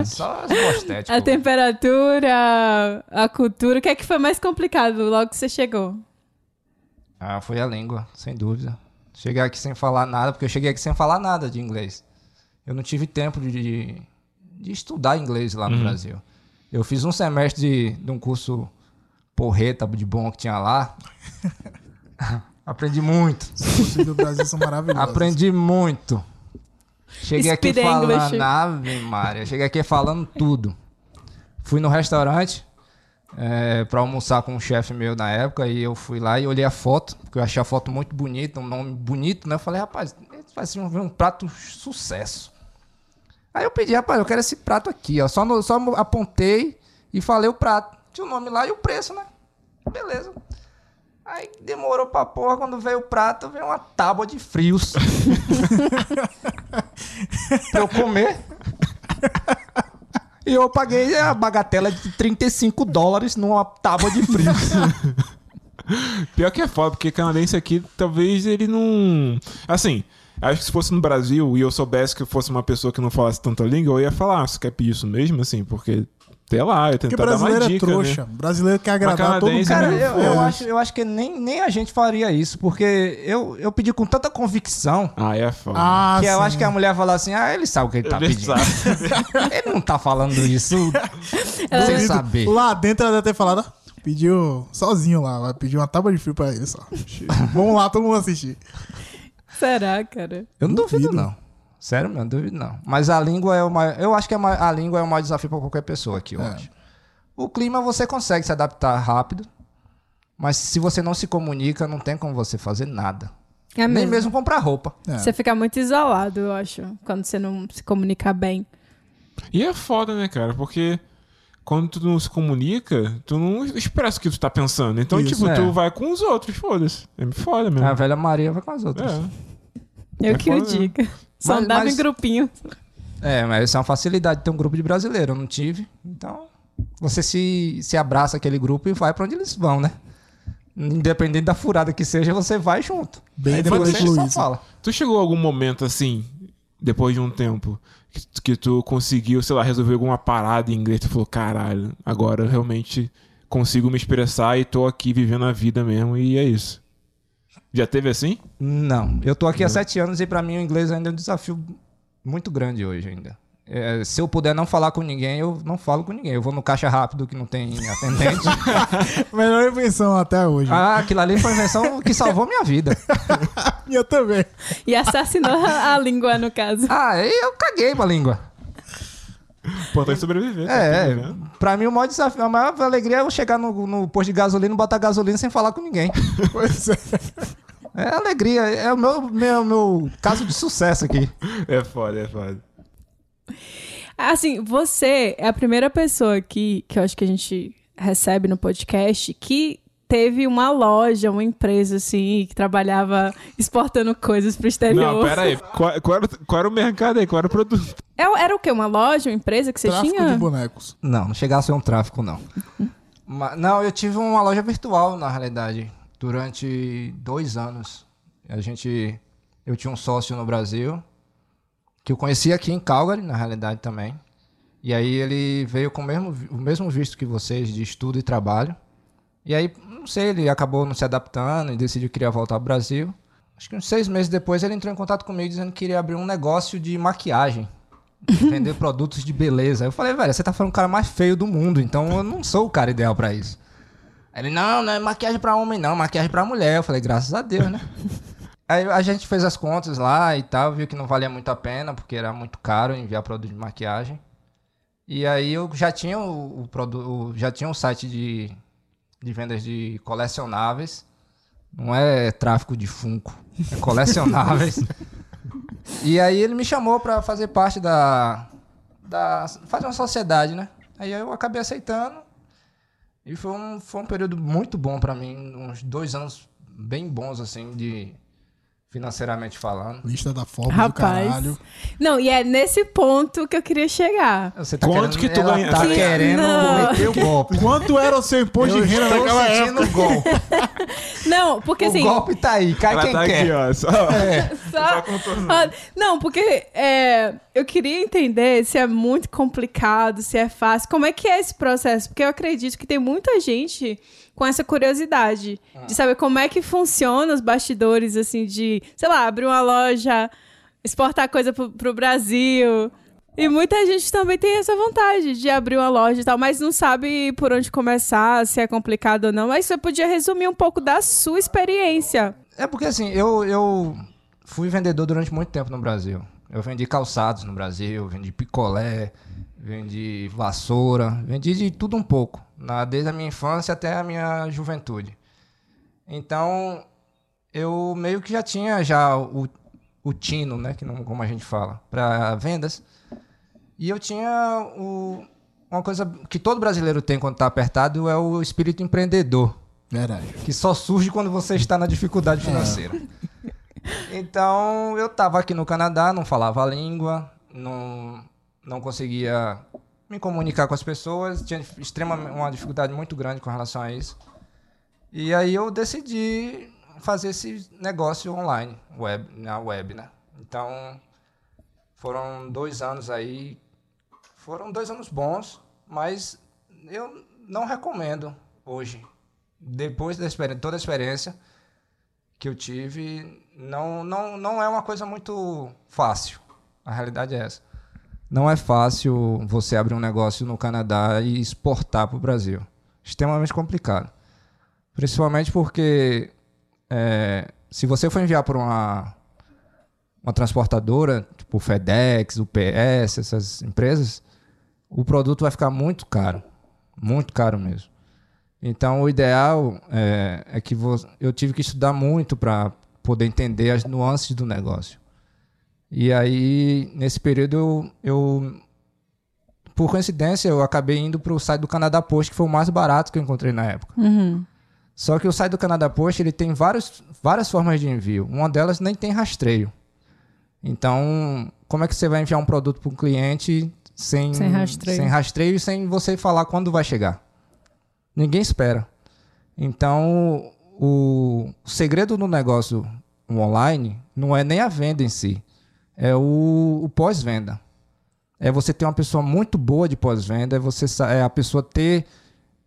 Speaker 3: é, só as bostéticas.
Speaker 1: A temperatura, a cultura, o que é que foi mais complicado logo que você chegou?
Speaker 3: Ah, foi a língua, sem dúvida. Cheguei aqui sem falar nada, porque eu cheguei aqui sem falar nada de inglês. Eu não tive tempo de, de, de estudar inglês lá no Brasil. Eu fiz um semestre de, de um curso porreta de bom que tinha lá. Aprendi muito.
Speaker 2: Os filhos do Brasil são maravilhosos.
Speaker 3: Aprendi muito. Cheguei aqui
Speaker 1: Speed English.
Speaker 3: falando, ave Maria, cheguei aqui falando tudo. Fui no restaurante é, para almoçar com um chefe meu na época e eu fui lá e olhei a foto, porque eu achei a foto muito bonita, um nome bonito, né? Eu falei, rapaz, esse vai ser um, um prato sucesso. Aí eu pedi, rapaz, eu quero esse prato aqui, ó. Só, no- só apontei e falei o prato. Tinha o nome lá e o preço, né? Beleza. Aí demorou pra porra, quando veio o prato, veio uma tábua de frios. pra eu comer. E eu paguei a bagatela de 35 dólares numa tábua de frios.
Speaker 4: Pior que é foda, porque canadense aqui, talvez ele não. Assim, acho que se fosse no Brasil e eu soubesse que eu fosse uma pessoa que não falasse tanta língua, eu ia falar, ah, você quer pedir isso mesmo, assim, porque. Sei lá, eu ia
Speaker 2: Porque
Speaker 3: tá
Speaker 4: tentar dar uma
Speaker 2: brasileiro é
Speaker 4: dica.
Speaker 2: trouxa.
Speaker 4: Né?
Speaker 2: Brasileiro quer agradar todo mundo.
Speaker 4: canadense
Speaker 3: Cara,
Speaker 4: é
Speaker 3: eu,
Speaker 4: muito
Speaker 3: eu
Speaker 4: foda.
Speaker 3: acho, eu acho que nem, nem a gente faria isso, porque eu, eu pedi com tanta convicção
Speaker 4: Ah, é foda.
Speaker 2: Ah, é
Speaker 3: que eu
Speaker 2: sim.
Speaker 3: acho que a mulher falou assim: ah, ele sabe o que ele tá pedindo. Ele não tá falando isso é sem
Speaker 2: Querido,
Speaker 3: saber.
Speaker 2: Lá dentro ela deve ter falado. ó, Pediu sozinho lá, vai pedir uma tábua de frio pra ele só. Vamos lá, todo mundo assistir.
Speaker 1: Será, cara?
Speaker 3: Eu não duvido,
Speaker 2: Duvido.
Speaker 3: não. Sério mesmo, duvido não. Mas a língua é o maior. Eu acho que a ma- a língua é o maior desafio para qualquer pessoa aqui, eu
Speaker 2: É.
Speaker 3: acho. O clima você consegue se adaptar rápido, mas se você não se comunica, não tem como você fazer nada.
Speaker 1: É
Speaker 3: Nem
Speaker 1: mesmo.
Speaker 3: mesmo comprar roupa.
Speaker 2: É.
Speaker 1: Você fica muito isolado, eu acho, quando você não se comunica bem.
Speaker 4: E é foda, né, cara? Porque quando tu não se comunica, tu não expressa o que tu tá pensando. Então,
Speaker 2: Isso, Ah,
Speaker 4: tipo,
Speaker 3: é.
Speaker 4: tu vai com os outros, foda-se. É foda mesmo.
Speaker 3: A velha Maria vai com as outras.
Speaker 4: É.
Speaker 1: Eu
Speaker 4: É
Speaker 1: que o
Speaker 4: foda, né?
Speaker 1: diga. Só
Speaker 3: Mas-
Speaker 1: andava
Speaker 3: mas-
Speaker 1: em grupinho.
Speaker 3: É, mas isso é uma facilidade de ter um grupo de brasileiro. Eu não tive. Então, você se, se abraça aquele grupo e vai pra onde eles vão, né? Independente da furada que seja, você vai junto.
Speaker 2: Bem
Speaker 3: Aí depois
Speaker 4: falante,
Speaker 3: você só
Speaker 2: Luiz.
Speaker 3: fala.
Speaker 4: Tu chegou a algum momento assim, depois de um tempo, que, tu- que tu conseguiu, sei lá, resolver alguma parada em inglês, tu falou, caralho, agora eu realmente consigo me expressar e tô aqui vivendo a vida mesmo, e é isso. Já teve assim?
Speaker 3: Não, eu tô aqui há sete anos e pra mim o inglês ainda é um desafio muito grande hoje ainda. É, se eu puder não falar com ninguém, eu não falo com ninguém. Eu vou no caixa rápido que não tem atendente.
Speaker 2: Melhor invenção até hoje.
Speaker 3: ah, aquilo ali foi uma invenção que salvou minha vida.
Speaker 2: Eu também.
Speaker 1: E assassinou a a língua, no caso.
Speaker 3: Ah, aí eu caguei pra língua.
Speaker 4: Importante sobreviver. tá
Speaker 3: É,
Speaker 4: tudo, né?
Speaker 3: pra mim o maior desafio, a maior alegria é eu chegar no, no posto de gasolina e botar gasolina sem falar com ninguém.
Speaker 2: Pois é.
Speaker 3: É alegria, é o meu, meu, meu caso de sucesso aqui.
Speaker 4: É foda, é foda.
Speaker 1: Assim, você é a primeira pessoa que, que eu acho que a gente recebe no podcast que teve uma loja, uma empresa, assim, que trabalhava exportando coisas pro
Speaker 3: É
Speaker 1: exterior.
Speaker 4: Não, pera aí. Qual, qual era, o- qual era o mercado aí? Qual era o produto?
Speaker 1: É- Era o quê? Uma loja, uma empresa que você
Speaker 2: Tráfico
Speaker 1: tinha?
Speaker 2: de bonecos.
Speaker 3: Não, não chegava a ser um tráfico, não. Ma- não, eu tive uma loja virtual, na realidade, durante dois anos. A gente. Eu tinha um sócio no Brasil. que eu conheci aqui em Calgary, na realidade também. E aí ele veio com o mesmo, vi- o mesmo visto que vocês, de estudo e trabalho. E aí, não sei, ele acabou não se adaptando e decidiu que queria voltar ao Brasil. Acho que uns seis meses depois ele entrou em contato comigo dizendo que queria abrir um negócio de maquiagem. Vender produtos de beleza. Eu falei, velho, você tá falando o cara mais feio do mundo, então eu não sou o cara ideal pra isso. Aí Ele, não, não é maquiagem pra homem, não, maquiagem pra mulher. Eu falei, graças a Deus, né? Aí a gente fez as contas lá e tal, viu que não valia muito a pena, porque era muito caro enviar produto de maquiagem. E aí eu já tinha o, o produ- o- já tinha um site de, de vendas de colecionáveis. Não é tráfico de funko, é colecionáveis. e aí ele me chamou pra fazer parte da, da fazer uma sociedade, né? Aí eu acabei aceitando. E foi um, foi um período muito bom pra mim, uns dois anos bem bons assim de financeiramente falando.
Speaker 2: Lista da fome do
Speaker 1: Rapaz.
Speaker 2: caralho.
Speaker 1: Não, e é nesse ponto que eu queria chegar.
Speaker 3: Você tá
Speaker 4: Quanto que tu
Speaker 3: ela
Speaker 4: ganha-
Speaker 3: Tá
Speaker 4: Que-
Speaker 3: querendo
Speaker 1: Não.
Speaker 3: meter o golpe.
Speaker 2: Quanto era o seu imposto
Speaker 3: Eu
Speaker 2: de renda
Speaker 3: estou
Speaker 2: naquela época?
Speaker 3: sentindo o golpe.
Speaker 1: Não, porque assim.
Speaker 3: o golpe tá aí, cai
Speaker 4: Ela
Speaker 3: quem
Speaker 4: tá
Speaker 3: quer. É.
Speaker 4: aqui, ó. só-
Speaker 1: Só- Ah, não, porque é, eu queria entender se é muito complicado, se é fácil, como é que é esse processo? Porque eu acredito que tem muita gente com essa curiosidade de saber como é que funciona os bastidores, assim, de, sei lá, abrir uma loja, exportar coisa pro, pro Brasil. E muita gente também tem essa vontade de abrir uma loja e tal, mas não sabe por onde começar, se é complicado ou não. Mas você podia resumir um pouco da sua experiência.
Speaker 3: É porque assim, eu, eu fui vendedor durante muito tempo no Brasil. Eu vendi calçados no Brasil, vendi picolé, vendi vassoura, vendi de tudo um pouco, na- desde a minha infância até a minha juventude. Então, eu meio que já tinha já o, o tino, né, que não, como a gente fala, para vendas. E eu tinha o- uma coisa que todo brasileiro tem quando está apertado é o espírito empreendedor
Speaker 2: Verdade.
Speaker 3: que só surge quando você está na dificuldade financeira. Então, eu estava aqui no Canadá, não falava a língua, não, não conseguia me comunicar com as pessoas, tinha extrema, uma dificuldade muito grande com relação a isso. E aí eu decidi fazer esse negócio online, web, na web, né? Então, foram dois anos aí, foram dois anos bons, mas eu não recomendo hoje. Depois da experi- toda a experiência que eu tive, não, não, não é uma coisa muito fácil. A realidade é essa. Não é fácil você abrir um negócio no Canadá e exportar para o Brasil. Extremamente complicado. Principalmente porque é, se você for enviar por uma, uma transportadora, tipo FedEx, UPS, essas empresas, o produto vai ficar muito caro. Muito caro mesmo. Então, o ideal é, é que vo- eu tive que estudar muito para poder entender as nuances do negócio. E aí, nesse período, eu, eu- por coincidência, eu acabei indo para o site do Canadá Post, que foi o mais barato que eu encontrei na época.
Speaker 1: Uhum.
Speaker 3: Só que o site do Canadá Post ele tem vários, várias formas de envio. Uma delas nem tem rastreio. Então, como é que você vai enviar um produto para um cliente sem,
Speaker 1: Sem rastreio.
Speaker 3: sem rastreio e sem você falar quando vai chegar? Ninguém espera. Então, o segredo do negócio online não é nem a venda em si, é o, o pós-venda. É você ter uma pessoa muito boa de pós-venda, é, você, sa- é a pessoa ter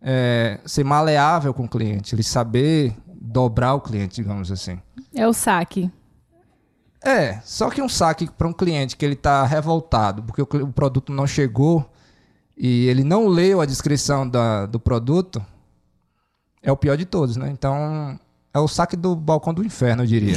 Speaker 3: é, ser maleável com o cliente, ele saber dobrar o cliente, digamos assim.
Speaker 1: É o saque.
Speaker 3: É, só que um saque para um cliente que ele tá revoltado porque o, cli- o produto não chegou e ele não leu a descrição da- do produto é o pior de todos, né? Então é o saque do balcão do inferno, eu diria.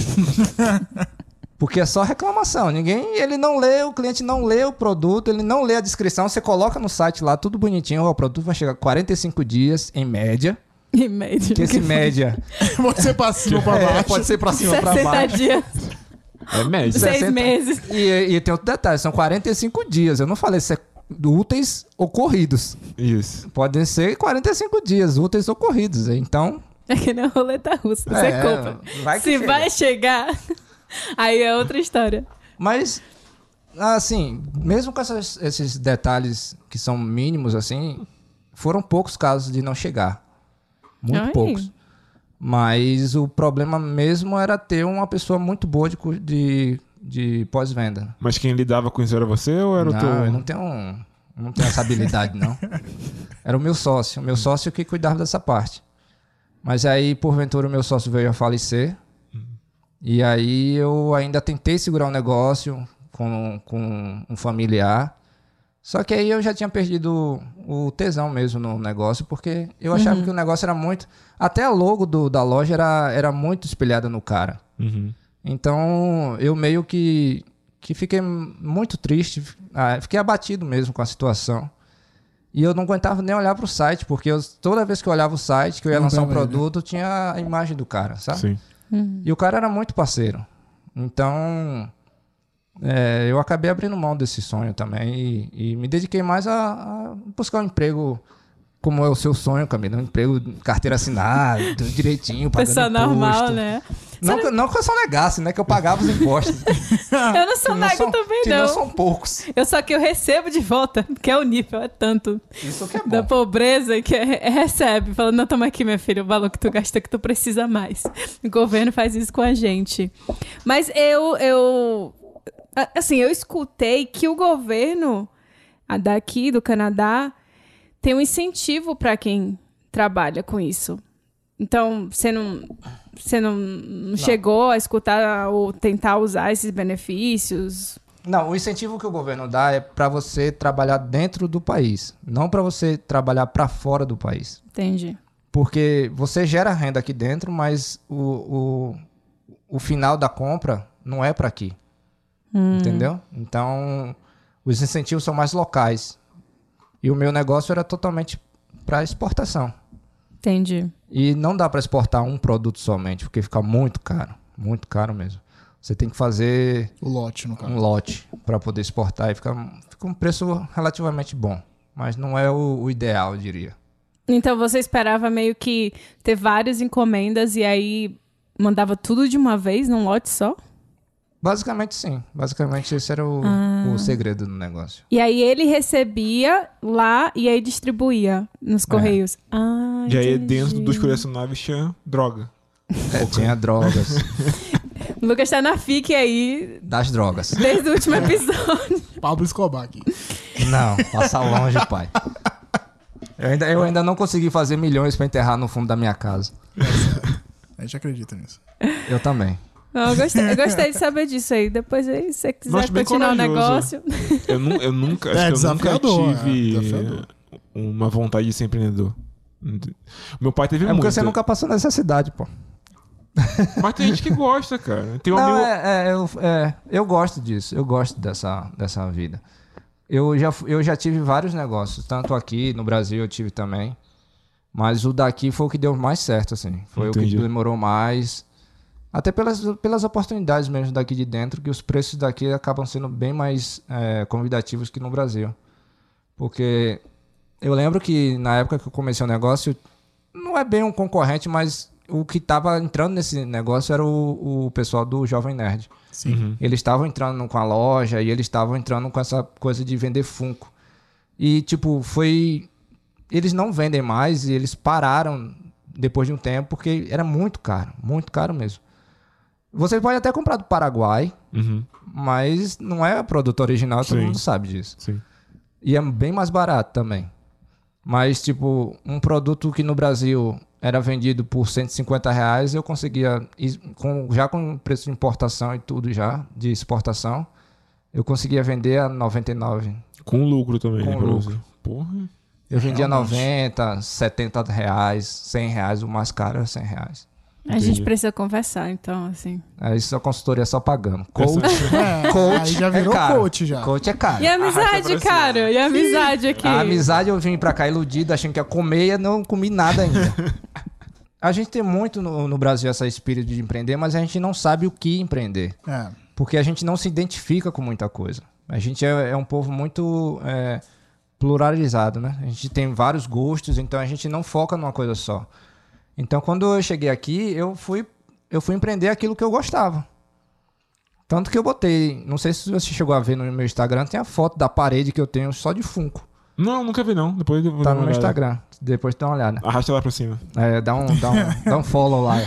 Speaker 3: Porque é só reclamação. Ninguém, ele não lê, o cliente não lê o produto, ele não lê a descrição. Você coloca no site lá, tudo bonitinho, ó, o produto vai chegar 45 dias em média.
Speaker 1: E médio.
Speaker 3: Que esse média
Speaker 2: Pode ser pra cima ou pra
Speaker 3: é,
Speaker 2: baixo.
Speaker 3: pode ser pra cima ou pra
Speaker 1: 60
Speaker 3: baixo.
Speaker 1: dias,
Speaker 4: É médio.
Speaker 1: 6
Speaker 3: 60.
Speaker 1: meses.
Speaker 3: E, e tem outro detalhe, são 45 dias. Eu não falei se é úteis ou corridos.
Speaker 4: Isso.
Speaker 3: Podem ser 45 dias, úteis ou corridos. Então,
Speaker 1: É que nem a roleta russa. Você
Speaker 3: É,
Speaker 1: compra.
Speaker 3: vai que
Speaker 1: Se
Speaker 3: chega.
Speaker 1: vai chegar, aí é outra história.
Speaker 3: mas assim, mesmo com essas- esses detalhes que são mínimos assim, foram poucos casos de não chegar. Muito
Speaker 1: Ai.
Speaker 3: poucos. Mas o problema mesmo era ter uma pessoa muito boa de, cu- de, de pós-venda.
Speaker 4: Mas quem lidava com isso era você ou era
Speaker 3: não,
Speaker 4: o teu.
Speaker 3: eu não tenho, um- não tenho essa habilidade, não. Era o meu sócio, o meu sócio que cuidava dessa parte. Mas aí, porventura, o meu sócio veio a falecer. E aí eu ainda tentei segurar o negócio com, com um familiar. Só que aí eu já tinha perdido o tesão mesmo no negócio, porque eu achava que o negócio era muito. Até a logo do- da loja era, era muito espelhada no cara.
Speaker 4: Uhum.
Speaker 3: Então, eu meio que, que fiquei muito triste, ah, fiquei abatido mesmo com a situação. E eu não aguentava nem olhar pro site, porque eu- toda vez que eu olhava o site, que eu ia
Speaker 2: Não
Speaker 3: lançar um
Speaker 2: tava aí, né?
Speaker 3: produto, tinha a imagem do cara, sabe?
Speaker 4: Sim.
Speaker 3: E o cara era muito parceiro. Então, é, eu acabei abrindo mão desse sonho também e, e me dediquei mais a, a buscar um emprego como é o seu sonho, Camila. Um emprego de carteira assinada, direitinho, pagando
Speaker 1: Pessoa normal,
Speaker 3: imposto.
Speaker 1: né?
Speaker 3: Não, que- não que eu só negasse, né? Que eu pagava os impostos.
Speaker 1: Eu não sou
Speaker 3: Que
Speaker 1: nega
Speaker 3: são-
Speaker 1: também,
Speaker 3: que
Speaker 1: não.
Speaker 3: são poucos.
Speaker 1: Eu só que eu recebo de volta, porque é o nível, é tanto
Speaker 3: Isso que é
Speaker 1: da
Speaker 3: bom.
Speaker 1: pobreza que é- é recebe. Falando, não, toma aqui, minha filha, o valor que tu gasta que tu precisa mais. O governo faz isso com a gente. Mas eu, eu a- assim, eu escutei que o governo a daqui do Canadá tem um incentivo para quem trabalha com isso. Então, você não, você não, chegou a escutar ou tentar usar esses benefícios?
Speaker 3: Não, o incentivo que o governo dá é pra você trabalhar dentro do país, não pra você trabalhar pra fora do país.
Speaker 1: Entendi.
Speaker 3: Porque você gera renda aqui dentro, mas o, o, o final da compra não é pra aqui.
Speaker 1: Hum.
Speaker 3: Entendeu? Então, os incentivos são mais locais. E o meu negócio era totalmente pra exportação.
Speaker 1: Entendi.
Speaker 3: E não dá para exportar um produto somente, porque fica muito caro, muito caro mesmo. Você tem que fazer
Speaker 2: O lote, no caso.
Speaker 3: um lote para poder exportar e fica, fica um preço relativamente bom, mas não é o, o ideal, eu diria.
Speaker 1: Então você esperava meio que ter várias encomendas e aí mandava tudo de uma vez num lote só?
Speaker 3: Basicamente sim, basicamente esse era o, o segredo do negócio.
Speaker 1: E aí ele recebia lá e aí distribuía nos correios. Ah,
Speaker 4: E aí,
Speaker 1: entendi.
Speaker 4: É. dentro dos colecionáveis tinha droga.
Speaker 3: É, tinha drogas,
Speaker 1: O Lucas tá na FIC aí
Speaker 3: das drogas.
Speaker 1: desde o último episódio.
Speaker 2: Pablo Escobar aqui.
Speaker 3: Não, passa longe, pai. Eu ainda, eu ainda não consegui fazer milhões para enterrar no fundo da minha casa.
Speaker 2: A gente acredita nisso.
Speaker 3: Eu também.
Speaker 1: Não, eu, gostei, eu gostei de saber disso aí. Depois aí, se você quiser
Speaker 4: acho bem
Speaker 1: continuar o
Speaker 4: corajoso.
Speaker 1: negócio.
Speaker 4: Eu, nu- eu nunca,
Speaker 2: É,
Speaker 4: acho que eu nunca
Speaker 2: desafiador, é,
Speaker 4: tive
Speaker 2: desafiador.
Speaker 4: uma vontade de ser empreendedor. Meu pai teve
Speaker 3: É porque
Speaker 4: muito.
Speaker 3: você nunca passou necessidade, pô.
Speaker 4: Mas tem gente que gosta, cara. Tem um
Speaker 3: Não,
Speaker 4: amigo.
Speaker 3: é, é, eu, é, eu gosto disso, eu gosto dessa, dessa vida. Eu já, fu- eu já tive vários negócios, tanto aqui no Brasil eu tive também. Mas o daqui foi o que deu mais certo, assim. Foi
Speaker 4: Entendi.
Speaker 3: o que demorou mais. Até pelas, pelas oportunidades mesmo daqui de dentro, que os preços daqui acabam sendo bem mais é, convidativos que no Brasil. Porque eu lembro que na época que eu comecei o negócio, não é bem um concorrente, mas o que estava entrando nesse negócio era o, o pessoal do Jovem Nerd.
Speaker 2: Sim.
Speaker 3: Eles estavam entrando com a loja e eles estavam entrando com essa coisa de vender Funko. E, tipo, foi. Eles não vendem mais e eles pararam depois de um tempo porque era muito caro, muito caro mesmo. Você pode até comprar do Paraguai,
Speaker 4: Uhum,
Speaker 3: mas não é produto original, todo
Speaker 4: Sim.
Speaker 3: mundo sabe disso.
Speaker 4: sim.
Speaker 3: E é bem mais barato também. Mas, tipo, um produto que no Brasil era vendido por 150 reais, eu conseguia, is- com- já com o preço de importação e tudo já, de exportação, eu conseguia vender a 99.
Speaker 4: Com lucro também.
Speaker 3: Com
Speaker 4: né, pra
Speaker 3: lucro.
Speaker 4: você. Porra.
Speaker 3: Eu vendia
Speaker 2: Realmente.
Speaker 3: 90, 70 reais, 100 reais, o mais caro era 100 reais.
Speaker 1: A gente
Speaker 4: Entendi.
Speaker 1: precisa conversar, então, assim.
Speaker 3: Aí só a consultoria só pagando. Coach,
Speaker 2: É,
Speaker 3: coach
Speaker 2: aí já
Speaker 3: é
Speaker 2: virou
Speaker 3: caro.
Speaker 2: coach já.
Speaker 3: coach é caro.
Speaker 1: E a amizade,
Speaker 4: patrocínio.
Speaker 1: cara? E a amizade aqui?
Speaker 3: A amizade eu vim pra cá iludido, achando que ia comer e não comi nada ainda. a gente tem muito no, no Brasil essa espírito de empreender, mas a gente não sabe o que empreender.
Speaker 2: É.
Speaker 3: Porque a gente não se identifica com muita coisa. A gente é, é um povo muito é, pluralizado, né? A gente tem vários gostos, então a gente não foca numa coisa só. Então quando eu cheguei aqui, eu fui, eu fui empreender aquilo que eu gostava. Tanto que eu botei, não sei se você chegou a ver no meu Instagram, tem a foto da parede que eu tenho só de Funko.
Speaker 4: Não, nunca vi, não. Depois
Speaker 2: um
Speaker 4: eu vou
Speaker 3: Tá
Speaker 4: dar
Speaker 3: no
Speaker 4: uma
Speaker 3: meu
Speaker 4: olhada.
Speaker 3: Instagram. Depois dá uma olhada.
Speaker 4: Arrasta lá pra cima.
Speaker 3: É, dá, um, dá, um, dá um follow lá.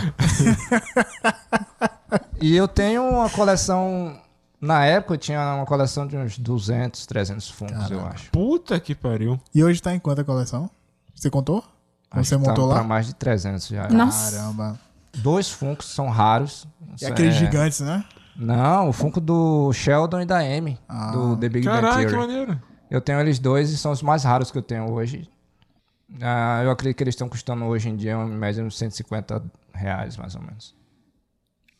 Speaker 3: e eu tenho uma coleção Na época eu tinha uma coleção de uns 200, 300 fungos, eu acho.
Speaker 4: Puta que pariu.
Speaker 2: E hoje tá em quanto a coleção? Você contou?
Speaker 3: Acho
Speaker 2: Você
Speaker 3: que tá
Speaker 2: montou
Speaker 3: Pra
Speaker 2: lá?
Speaker 3: mais de 300 já.
Speaker 1: Nossa.
Speaker 2: Caramba.
Speaker 3: Dois funcos são raros.
Speaker 2: E
Speaker 3: Isso
Speaker 2: aqueles
Speaker 3: é-
Speaker 2: gigantes, né?
Speaker 3: Não, o funko do Sheldon e da Amy,
Speaker 2: Ah.
Speaker 3: do The Big Bang
Speaker 4: Caralho, que
Speaker 3: Theory.
Speaker 4: maneiro.
Speaker 3: Eu tenho eles dois e são os mais raros que eu tenho hoje. Ah, eu acredito que eles estão custando hoje em dia em média uns 150 reais, mais ou menos.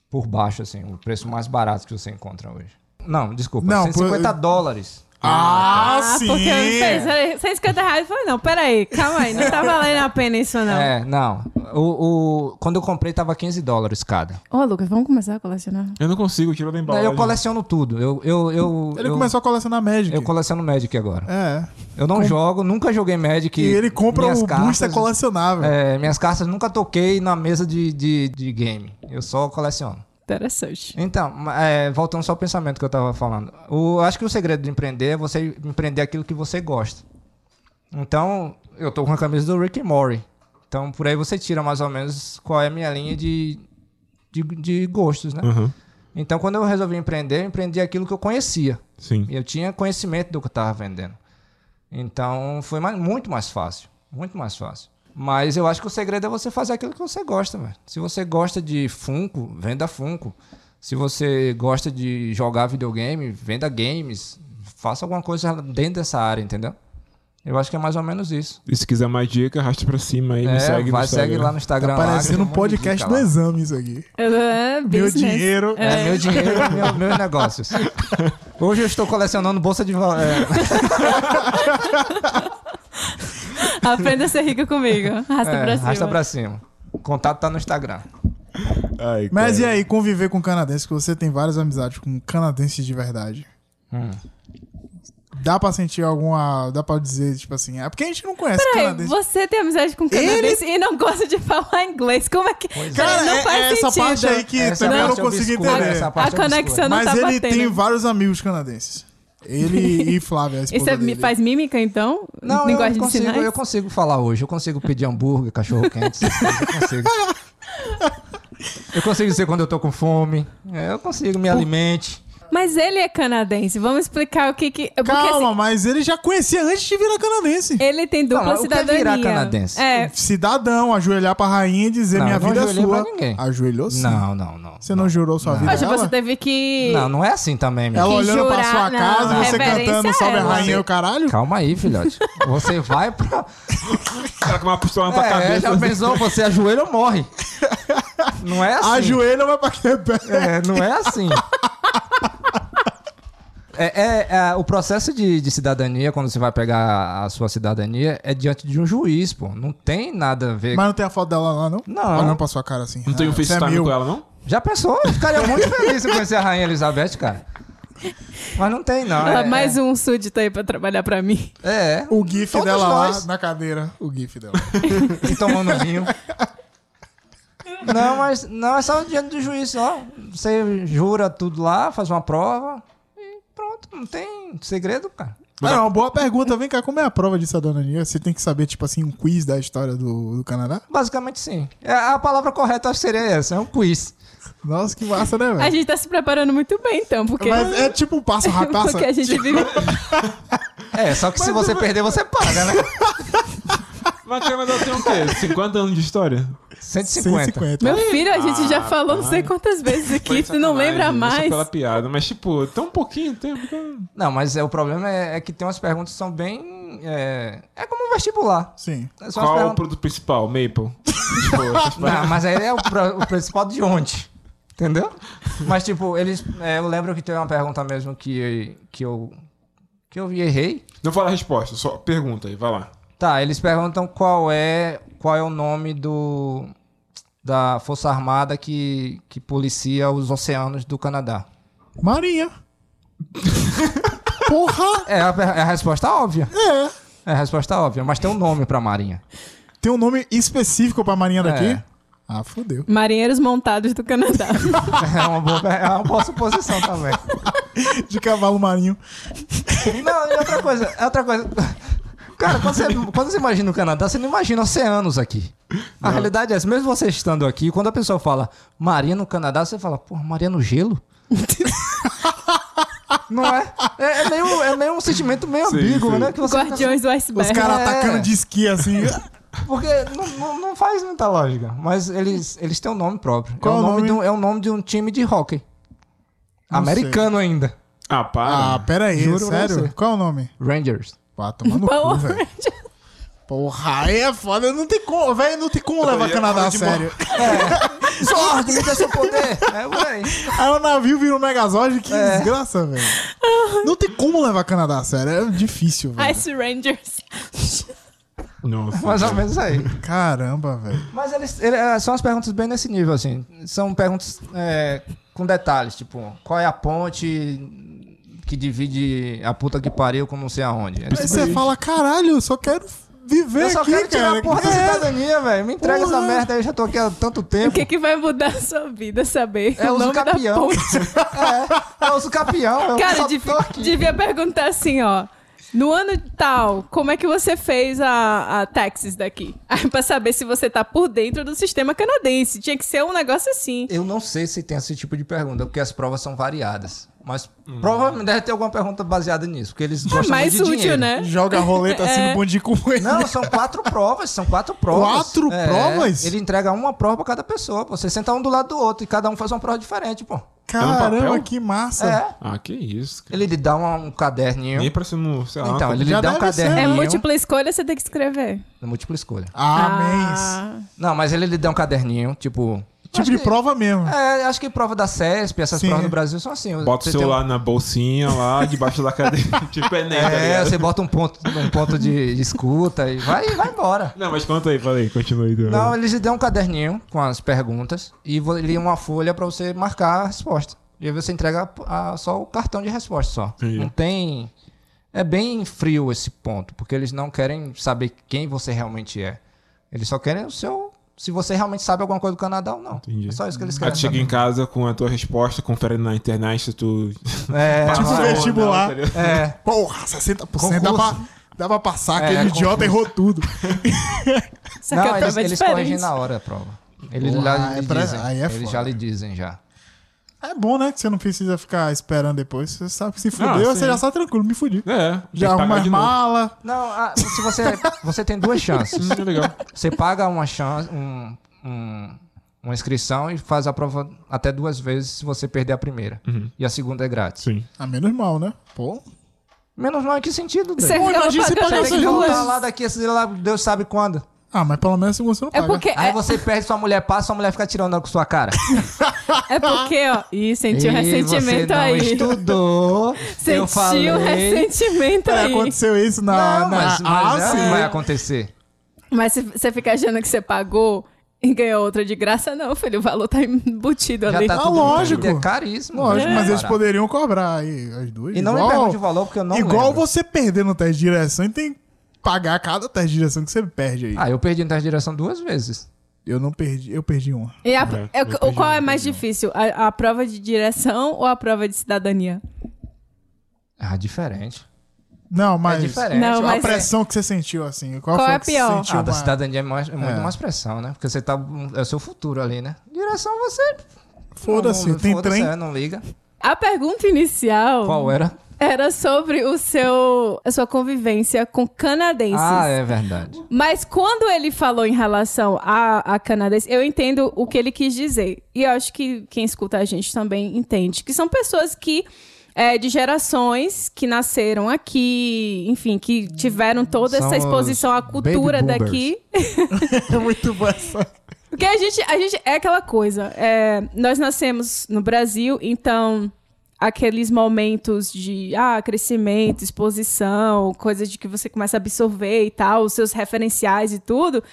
Speaker 3: Por baixo, assim, o preço mais barato que você encontra hoje. Não, desculpa,
Speaker 2: Não, por-
Speaker 3: 150 dólares.
Speaker 2: Ah, sim!
Speaker 1: tá. porque né? eu não sei. Peraí, 150 reais foi não. Peraí, calma aí. Não tá valendo a pena isso, não. Ô,
Speaker 3: É, não. O, o- quando eu comprei, tava 15 dólares cada.
Speaker 1: Lucas, vamos começar a colecionar?
Speaker 4: Eu não consigo, tira da embalagem.
Speaker 3: Eu coleciono tudo. Eu, eu, eu,
Speaker 2: Ele
Speaker 3: eu,
Speaker 2: começou a colecionar Magic.
Speaker 3: eu coleciono Magic agora.
Speaker 2: É.
Speaker 3: Eu não jogo, nunca joguei Magic.
Speaker 2: E ele compra
Speaker 3: Minhas
Speaker 2: o booster
Speaker 3: cartas-
Speaker 2: colecionável.
Speaker 3: É, minhas cartas nunca toquei na mesa de, de, de game. Eu só coleciono.
Speaker 1: Interessante.
Speaker 3: Então, ma- é, voltando só ao pensamento que eu tava falando. O, acho que o segredo de empreender é você empreender aquilo que você gosta. Então, eu tô com a camisa do Rick and Morty. Então, por aí você tira mais ou menos qual é a minha linha de, de, de gostos, né?
Speaker 4: Aham,
Speaker 3: Então, quando eu resolvi empreender, eu empreendi aquilo que eu conhecia.
Speaker 4: sim.
Speaker 3: Eu tinha conhecimento do que eu estava vendendo. Então foi mais- muito mais fácil. Muito mais fácil. Mas eu acho que o segredo é você fazer aquilo que você gosta, velho. Se você gosta de Funko, venda Funko. Se você gosta de jogar videogame, venda games. Faça alguma coisa dentro dessa área, entendeu? Eu acho que é mais ou menos isso.
Speaker 4: E se quiser mais dica, arrasta pra cima aí,
Speaker 3: É,
Speaker 4: me segue
Speaker 3: vai,
Speaker 4: no
Speaker 3: segue
Speaker 4: Instagram.
Speaker 3: lá no Instagram.
Speaker 2: Tá
Speaker 3: lá, que
Speaker 2: parecendo
Speaker 3: tem
Speaker 2: um
Speaker 3: monte de
Speaker 2: podcast
Speaker 3: dica
Speaker 2: do
Speaker 3: lá.
Speaker 2: exame isso aqui.
Speaker 1: É,
Speaker 2: Meu
Speaker 1: business.
Speaker 2: dinheiro.
Speaker 3: É, meu dinheiro, meu, meus negócios. Hoje eu estou colecionando bolsa de é, valor.
Speaker 1: Aprenda a ser rico comigo. Arrasta pra cima.
Speaker 3: É, Arrasta pra cima. O contato tá no Instagram.
Speaker 4: Ai,
Speaker 2: Mas
Speaker 3: É.
Speaker 4: cara.
Speaker 2: e aí, conviver com canadense, que você tem várias amizades com canadenses de verdade.
Speaker 3: Hum.
Speaker 2: Dá pra sentir alguma. Dá pra dizer, tipo assim. É porque a gente não conhece
Speaker 1: Peraí,
Speaker 2: canadense.
Speaker 1: você tem amizade com canadense e não gosta de falar inglês. Como é que.
Speaker 2: Cara,
Speaker 1: não
Speaker 2: é,
Speaker 1: faz
Speaker 2: é essa
Speaker 1: sentido.
Speaker 2: parte aí que
Speaker 3: Essa é
Speaker 2: também eu não
Speaker 3: parte
Speaker 2: consigo
Speaker 3: obscura,
Speaker 2: entender.
Speaker 3: essa parte
Speaker 1: A
Speaker 3: obscura.
Speaker 1: conexão não
Speaker 2: Mas
Speaker 1: tá
Speaker 2: ele
Speaker 1: batendo.
Speaker 2: tem vários amigos canadenses. Ele e Flávia, a esposa
Speaker 1: Isso é- me
Speaker 2: dele.
Speaker 1: faz mímica, então?
Speaker 3: Não,
Speaker 1: Linguagem
Speaker 3: eu consigo,
Speaker 1: de sinais?
Speaker 3: eu consigo falar hoje. Eu consigo pedir hambúrguer, cachorro quente, essas coisas, eu consigo. Eu consigo dizer quando eu tô com fome. É, Eu consigo, me alimente.
Speaker 1: Mas ele é canadense. Vamos explicar o que que. Porque,
Speaker 2: Calma,
Speaker 1: assim,
Speaker 2: mas ele já conhecia antes de virar canadense.
Speaker 1: ele tem dupla
Speaker 3: Não, mas o que é
Speaker 1: cidadania.
Speaker 3: virar canadense?
Speaker 1: É,
Speaker 2: Cidadão, ajoelhar pra rainha e dizer
Speaker 3: Não,
Speaker 2: minha
Speaker 3: eu não
Speaker 2: vida é
Speaker 3: ajoelhei
Speaker 2: sua.
Speaker 3: pra ninguém.
Speaker 2: Ajoelhou sim.
Speaker 3: Não, não, não.
Speaker 2: Você não jurou sua vida. a
Speaker 1: Poxa,
Speaker 2: ela?
Speaker 1: você teve que.
Speaker 3: Não, não é assim também, minha.
Speaker 2: Ela
Speaker 1: Que
Speaker 2: olhando pra
Speaker 1: jurar,
Speaker 2: sua
Speaker 1: não.
Speaker 2: casa e você
Speaker 1: Reverência
Speaker 2: cantando
Speaker 1: a
Speaker 2: Salve a
Speaker 1: ela.
Speaker 2: Rainha e o caralho.
Speaker 3: Calma aí, filhote. Você vai pra.
Speaker 4: Cara, com uma pistola na tua
Speaker 3: É,
Speaker 4: cabeça. assim.
Speaker 3: já pensou? Você ajoelha ou morre. Não é assim.
Speaker 2: Ajoelha vai pra Quebec.
Speaker 3: É, não é assim. É, é, é, o processo de, de cidadania, quando você vai pegar a sua cidadania, é diante de um juiz, pô. Não tem nada a ver.
Speaker 2: Mas não tem a foto dela lá, não?
Speaker 3: É. Não.
Speaker 2: Olhando pra sua cara assim.
Speaker 4: Não tem um
Speaker 2: Ah, você é
Speaker 4: FaceTime
Speaker 2: meu.
Speaker 4: com ela, não?
Speaker 3: Já pensou? Eu ficaria muito feliz se eu conhecer a Rainha Elizabeth, cara. Mas não tem, não.
Speaker 1: Ah,
Speaker 3: É,
Speaker 1: mais um súdito aí pra trabalhar pra mim.
Speaker 3: É. é.
Speaker 2: O gif
Speaker 3: Todos
Speaker 2: dela
Speaker 3: nós.
Speaker 2: lá na cadeira. O gif dela.
Speaker 3: E um, tomando vinho. Não, mas não é só diante do juiz, ó. Você jura tudo lá, faz uma prova e pronto. Não tem segredo, cara.
Speaker 2: Ah, não, boa pergunta. Vem cá, como é a prova de cidadania? Você tem que saber, tipo assim, um quiz da história do, do Canadá?
Speaker 3: Basicamente sim. É, a palavra correta acho que seria essa, é um quiz.
Speaker 2: Nossa, que massa, né,
Speaker 1: A
Speaker 2: velho?
Speaker 1: gente tá se preparando muito bem, então, porque.
Speaker 2: Mas é tipo um passo rataça.
Speaker 1: porque a gente vive.
Speaker 3: É, só que se você perder, você paga, né?
Speaker 4: Mas Canadá tem o quê? 50 anos de história?
Speaker 3: 150.
Speaker 2: 150.
Speaker 1: Meu filho, a gente já
Speaker 4: Ah,
Speaker 1: falou não sei
Speaker 4: pai.
Speaker 1: quantas vezes aqui,
Speaker 4: Foi
Speaker 1: tu não
Speaker 4: sacanagem,
Speaker 1: lembra
Speaker 4: foi Só
Speaker 1: mais.
Speaker 4: pela piada, mas tipo, tão pouquinho tempo. Então...
Speaker 3: Não, mas é, o problema é, é que tem umas perguntas que são bem. É, é como um vestibular.
Speaker 2: Sim.
Speaker 3: São
Speaker 4: Qual
Speaker 3: as
Speaker 4: é o
Speaker 3: perguntas-
Speaker 4: produto principal? Maple. tipo, essas
Speaker 3: Não,
Speaker 4: paradas.
Speaker 3: mas aí é o, pro- o principal de onde. Entendeu? Mas, tipo, eles. é, eu lembro que teve uma pergunta mesmo que, que eu. que eu errei.
Speaker 4: Não fala a resposta, só pergunta aí, vai lá.
Speaker 3: Tá, eles perguntam qual é qual é o nome do da Força Armada que, que policia os oceanos do Canadá.
Speaker 2: Maria. Porra!
Speaker 3: É a, é a resposta óbvia.
Speaker 2: É.
Speaker 3: É a resposta óbvia, mas tem um nome pra Marinha.
Speaker 2: Tem um nome específico pra Marinha daqui?
Speaker 3: É.
Speaker 2: Ah, fodeu.
Speaker 1: Marinheiros montados do Canadá.
Speaker 3: É uma boa, é uma boa suposição também.
Speaker 2: De cavalo marinho.
Speaker 3: Não, e outra coisa, é outra coisa. Cara, quando você, quando você imagina o Canadá, você não imagina oceanos aqui. A realidade é essa, mesmo você estando aqui, quando a pessoa fala Maria no Canadá, você fala, porra, Maria no gelo? Não é? É, é meio, é meio um sentimento meio
Speaker 4: Sim,
Speaker 3: ambíguo,
Speaker 4: sim.
Speaker 3: né? Que você fica assim,
Speaker 1: Guardiões do
Speaker 2: Os
Speaker 1: Iceberg.
Speaker 2: caras
Speaker 3: É.
Speaker 2: atacando de esqui assim.
Speaker 3: porque não, não, não faz muita lógica. Mas eles, eles têm um nome próprio.
Speaker 2: Qual
Speaker 3: é, o
Speaker 2: o
Speaker 3: nome
Speaker 2: nome?
Speaker 3: de um- é o nome de um time de hockey.
Speaker 2: Não
Speaker 3: Americano ainda.
Speaker 4: Ah, para.
Speaker 2: Ah, pera aí,
Speaker 3: Juro pra você.
Speaker 2: sério? Qual é o nome?
Speaker 3: Rangers.
Speaker 2: Pá, tomar no
Speaker 1: Power
Speaker 2: cu, velho. Porra, aí é foda. Não tem como, velho. Não tem como levar
Speaker 4: ia
Speaker 2: Canadá
Speaker 4: falar
Speaker 2: a
Speaker 4: de
Speaker 2: sério.
Speaker 3: Sorte, me dá seu poder. É, ué.
Speaker 2: Aí o navio vira um Megazord, que
Speaker 3: É.
Speaker 2: desgraça, velho. Não tem como levar Canadá a sério. É difícil, velho.
Speaker 1: Ice Rangers.
Speaker 4: Nossa.
Speaker 3: Mais ou menos aí.
Speaker 2: Caramba, velho.
Speaker 3: Mas eles, ele- eh, são as perguntas bem nesse nível, assim. São perguntas eh, com detalhes, tipo, qual é a ponte que divide a puta que pariu com não sei aonde?
Speaker 2: Aí você fala, caralho, eu só quero viver
Speaker 3: eu só
Speaker 2: aqui,
Speaker 3: quero tirar
Speaker 2: cara.
Speaker 3: a porra da
Speaker 2: É.
Speaker 3: cidadania, velho. Me entrega essa
Speaker 2: Porra.
Speaker 3: merda aí, eu já tô aqui há tanto tempo.
Speaker 1: O que, que vai mudar a sua vida saber
Speaker 3: É
Speaker 1: o
Speaker 3: uso
Speaker 1: nome da
Speaker 3: capião.
Speaker 1: ponte?
Speaker 3: É, eu uso capião. Eu
Speaker 1: Cara, é
Speaker 3: só
Speaker 1: devi-
Speaker 3: tô aqui.
Speaker 1: devia perguntar assim, ó. No ano tal, como é que você fez a, a taxes daqui? Aí, pra saber se você tá por dentro do sistema canadense. Tinha que ser um negócio assim.
Speaker 3: Eu não sei se tem esse tipo de pergunta, porque as provas são variadas. Mas provavelmente deve ter alguma pergunta baseada nisso, porque eles
Speaker 1: É
Speaker 3: gostam
Speaker 1: mais
Speaker 3: muito de
Speaker 1: útil,
Speaker 3: dinheiro.
Speaker 1: né?
Speaker 2: Joga a roleta assim
Speaker 3: É.
Speaker 2: no bondinho com ele.
Speaker 3: Não, são quatro provas, são quatro provas. É,
Speaker 2: Quatro provas?
Speaker 3: Ele entrega uma prova pra cada pessoa, pô. Você senta um do lado do outro e cada um faz uma prova diferente, pô.
Speaker 4: É um
Speaker 2: Caramba,
Speaker 4: papel?
Speaker 2: que massa.
Speaker 3: É.
Speaker 4: Ah, que isso. Cara.
Speaker 3: Ele lhe dá uma- um caderninho.
Speaker 4: Nem parecendo, sei lá. uma
Speaker 3: então,
Speaker 4: coisa-
Speaker 3: ele lhe
Speaker 2: Já
Speaker 3: dá um
Speaker 2: deve ser.
Speaker 1: É
Speaker 3: caderninho. É
Speaker 1: múltipla escolha, você tem que escrever. Ah,
Speaker 3: Múltipla escolha.
Speaker 2: Ah, Amém.
Speaker 3: Não, mas ele lhe dá um caderninho, tipo.
Speaker 2: Tipo de prova mesmo.
Speaker 3: É, acho que prova da CESP, essas
Speaker 2: Sim.
Speaker 3: provas do Brasil são assim.
Speaker 4: Bota o
Speaker 3: Você tem
Speaker 4: celular na bolsinha lá, debaixo da cadeira. tipo Enem,
Speaker 3: Um...
Speaker 4: tá
Speaker 3: É,
Speaker 4: ligado?
Speaker 3: você bota um ponto, um ponto de, de escuta e vai, vai embora.
Speaker 4: Não, mas conta aí, falei, continua aí. Eduardo.
Speaker 3: Não, eles lhe dão um caderninho com as perguntas e vo- lhe uma folha pra você marcar a resposta. E aí você entrega a- a- só o cartão de resposta só.
Speaker 4: Entendi.
Speaker 3: Não tem. É bem frio esse ponto, porque eles não querem saber quem você realmente é. Eles só querem o seu. Se você realmente sabe alguma coisa do Canadá ou não.
Speaker 4: Entendi.
Speaker 3: É só isso que eles
Speaker 4: Aí
Speaker 3: querem.
Speaker 4: tu chega
Speaker 3: saber.
Speaker 4: em casa com a tua resposta, confere na internet se tu. Tipo,
Speaker 3: É,
Speaker 4: passou ou não,
Speaker 2: vestibular.
Speaker 4: tá ligado?
Speaker 3: é.
Speaker 2: Porra, 60% dá
Speaker 3: Concurso.
Speaker 2: pra, dá pra passar.
Speaker 3: É,
Speaker 2: Aquele
Speaker 3: concurso.
Speaker 2: idiota errou tudo.
Speaker 1: Só que
Speaker 3: Não,
Speaker 1: a
Speaker 3: eles,
Speaker 1: prova é
Speaker 3: eles corrigem
Speaker 1: diferente.
Speaker 3: na hora a prova. Eles,
Speaker 2: Porra,
Speaker 3: lá, lhe
Speaker 2: é pra-
Speaker 3: dizem.
Speaker 2: aí é
Speaker 3: eles já
Speaker 2: foda.
Speaker 3: lhe dizem já.
Speaker 2: É bom, né? Que você não precisa ficar esperando depois. Você sabe que se fudeu,
Speaker 4: sim.
Speaker 2: você já sai tranquilo. Me fudi.
Speaker 4: É, tem que
Speaker 2: Já arruma
Speaker 4: pagar
Speaker 2: as
Speaker 4: de novo.
Speaker 2: malas.
Speaker 3: Não, ah, se você. Você tem duas chances.
Speaker 4: Hum, legal.
Speaker 3: Você paga uma chance, um- um- uma inscrição e faz a prova até duas vezes se você perder a primeira. E a segunda é grátis.
Speaker 4: Sim.
Speaker 2: Ah, menos mal, né? Pô.
Speaker 3: Menos mal em que sentido, Deus?
Speaker 1: Você
Speaker 2: Pô,
Speaker 1: acaba
Speaker 2: imagina se
Speaker 1: pagando
Speaker 2: pagar
Speaker 1: as
Speaker 2: essas
Speaker 1: duas.
Speaker 3: voltar tá lá daqui, sei lá, Deus sabe quando.
Speaker 2: Ah, mas pelo menos você não
Speaker 1: É
Speaker 2: paga.
Speaker 1: porque,
Speaker 3: Aí
Speaker 1: é,
Speaker 3: você perde, sua mulher passa, sua mulher fica tirando com sua cara.
Speaker 1: é porque, ó. Ih, senti um
Speaker 3: tá. Ih, você
Speaker 1: ressentimento
Speaker 3: não
Speaker 1: aí.
Speaker 3: estudou. eu
Speaker 1: Senti
Speaker 3: falei.
Speaker 1: um ressentimento
Speaker 2: Pera,
Speaker 1: aí.
Speaker 2: É, aconteceu isso na.
Speaker 3: Não,
Speaker 2: na
Speaker 3: mas, mas
Speaker 2: Ah,
Speaker 3: é,
Speaker 2: sim.
Speaker 3: vai acontecer.
Speaker 1: Mas se você fica achando que você pagou e ganhou outra de graça, não, filho. O valor tá embutido ali.
Speaker 4: tá
Speaker 2: Ah, lógico.
Speaker 3: É caríssimo.
Speaker 2: Lógico,
Speaker 3: É.
Speaker 2: mas eles
Speaker 3: Barato.
Speaker 2: poderiam cobrar aí as duas.
Speaker 3: E não me
Speaker 2: igual-
Speaker 3: pergunte o valor, porque eu não
Speaker 2: Igual
Speaker 3: lembro.
Speaker 2: você perder no teste de direção e tem que pagar cada teste de direção que você perde aí.
Speaker 3: Ah, eu perdi no teste de direção duas vezes.
Speaker 2: Eu não perdi, eu perdi uma.
Speaker 1: E a-
Speaker 4: É,
Speaker 1: é,
Speaker 4: eu
Speaker 1: o- qual
Speaker 4: entendi,
Speaker 1: é mais
Speaker 4: entendi.
Speaker 1: difícil? A, a prova de direção ou a prova de cidadania?
Speaker 3: Ah, diferente.
Speaker 2: Não, mas.
Speaker 3: É diferente.
Speaker 1: Não,
Speaker 2: a
Speaker 1: mas-
Speaker 2: pressão que você sentiu, assim. Qual,
Speaker 1: Qual
Speaker 2: foi
Speaker 1: é a
Speaker 2: que você
Speaker 1: pior?
Speaker 2: sentiu
Speaker 3: Ah, da
Speaker 2: mais?
Speaker 3: cidadania é, mais, é muito
Speaker 2: É.
Speaker 3: mais pressão, né? Porque você tá. É o seu futuro ali, né? Direção você.
Speaker 2: Foda-se,
Speaker 3: não-
Speaker 2: tem
Speaker 3: foda-se,
Speaker 2: trem.
Speaker 3: é, não liga.
Speaker 1: A pergunta inicial
Speaker 3: Qual
Speaker 4: é?
Speaker 3: era?
Speaker 1: era sobre o seu, a sua convivência com canadenses.
Speaker 3: Ah, é verdade.
Speaker 1: Mas quando ele falou em relação a, a canadense, eu entendo o que ele quis dizer. E eu acho que quem escuta a gente também entende. Que são pessoas que. é, de gerações que nasceram aqui, enfim, que tiveram toda
Speaker 3: São
Speaker 1: essa exposição à
Speaker 3: os baby
Speaker 1: cultura
Speaker 3: boomers.
Speaker 1: daqui.
Speaker 2: É muito bom essa.
Speaker 1: Porque a gente, a gente é aquela coisa. é, nós nascemos no Brasil, então aqueles momentos de ah, crescimento, exposição, coisas de que você começa a absorver e tal, os seus referenciais e tudo,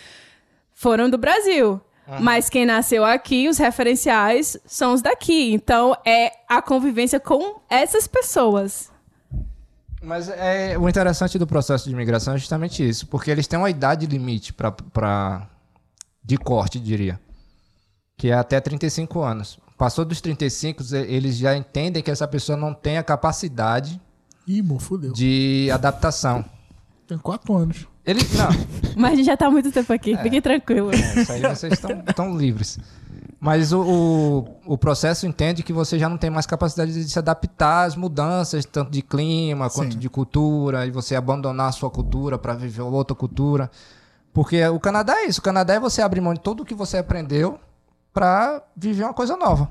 Speaker 1: foram do Brasil. Mas quem nasceu aqui, os referenciais são os daqui. Então é a convivência com essas pessoas.
Speaker 3: Mas é, o interessante do processo de imigração é justamente isso, porque eles têm uma idade limite pra, pra, de corte, diria, que é até 35 anos. Passou dos 35, ze- eles já entendem que essa pessoa não tem a capacidade
Speaker 2: Ih, mo, fudeu.
Speaker 3: de adaptação.
Speaker 2: Tenho quatro anos.
Speaker 3: Ele, não,
Speaker 1: Mas a gente já tá há muito tempo aqui, fiquem tranquilos.
Speaker 3: Isso aí vocês estão tão livres. Mas o, o, o processo entende que você já não tem mais capacidade de se adaptar às mudanças, tanto de clima quanto
Speaker 2: Sim.
Speaker 3: de cultura, e você abandonar a sua cultura para viver outra cultura. Porque o Canadá é isso. O Canadá é você abrir mão de tudo que você aprendeu para viver uma coisa nova.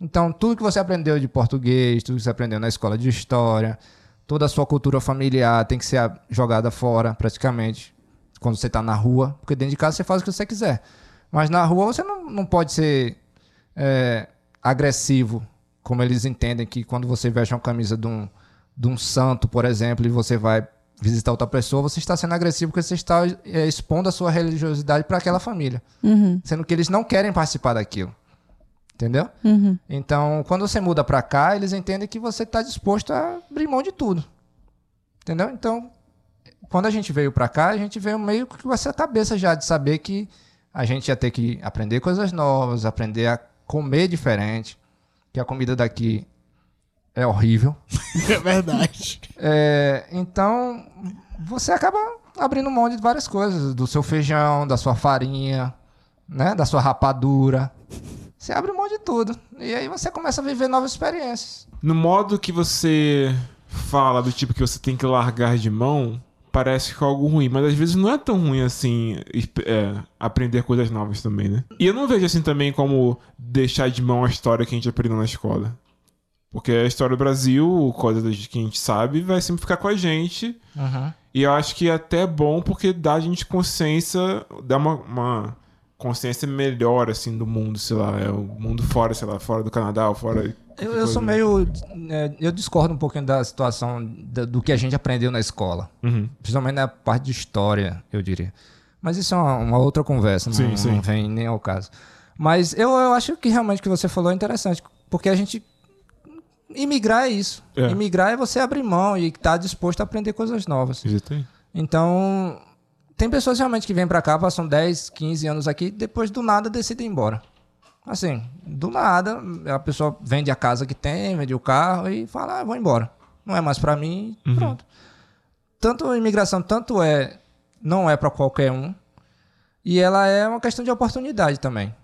Speaker 3: Então, tudo que você aprendeu de português, tudo que você aprendeu na escola de história, toda a sua cultura familiar tem que ser a- jogada fora, praticamente, quando você está na rua. Porque dentro de casa você faz o que você quiser. Mas na rua você não, não pode ser é, agressivo, como eles entendem que quando você veste uma camisa de um, de um santo, por exemplo, e você vai visitar outra pessoa, você está sendo agressivo porque você está é, expondo a sua religiosidade para aquela família. Sendo que eles não querem participar daquilo. Entendeu? Então, quando você muda pra cá, eles entendem que você tá disposto a abrir mão de tudo. Entendeu? Então, quando a gente veio pra cá, a gente veio meio que com essa cabeça já de saber que a gente ia ter que aprender coisas novas, aprender a comer diferente, que a comida daqui é horrível.
Speaker 2: É verdade.
Speaker 3: É, então, você acaba abrindo mão de várias coisas, do seu feijão, da sua farinha, né, da sua rapadura. Você abre mão de tudo. E aí você começa a viver novas experiências.
Speaker 4: No modo que você fala do tipo que você tem que largar de mão, parece que é algo ruim, mas às vezes não é tão ruim assim esp- é, aprender coisas novas também, né? E eu não vejo assim também como deixar de mão a história que a gente aprendeu na escola. Porque a história do Brasil, coisas que a gente sabe, vai sempre ficar com a gente. E eu acho que é até bom porque dá a gente consciência, dá uma, uma consciência melhor, assim, do mundo, sei lá. É o mundo fora, sei lá, fora do Canadá, ou fora.
Speaker 3: Eu, eu sou meio. é, eu discordo um pouquinho da situação da- do que a gente aprendeu na escola.
Speaker 4: Uhum.
Speaker 3: Principalmente na parte de história, eu diria. Mas isso é uma, uma outra conversa, não,
Speaker 4: Sim, sim.
Speaker 3: não vem nem ao caso. Mas eu, eu acho que realmente o que você falou é interessante, porque a gente. Imigrar é isso.
Speaker 4: É.
Speaker 3: Imigrar é você abrir mão e estar disposto a aprender coisas novas.
Speaker 4: Exatamente.
Speaker 3: Então, tem pessoas realmente que vêm pra cá, passam 10, 15 anos aqui, depois do nada decidem ir embora. Assim, do nada, a pessoa vende a casa que tem, vende o carro e fala, ah, vou embora. Não é mais pra mim, pronto. Tanto a imigração, tanto é, não é pra qualquer um. E ela é uma questão de oportunidade também.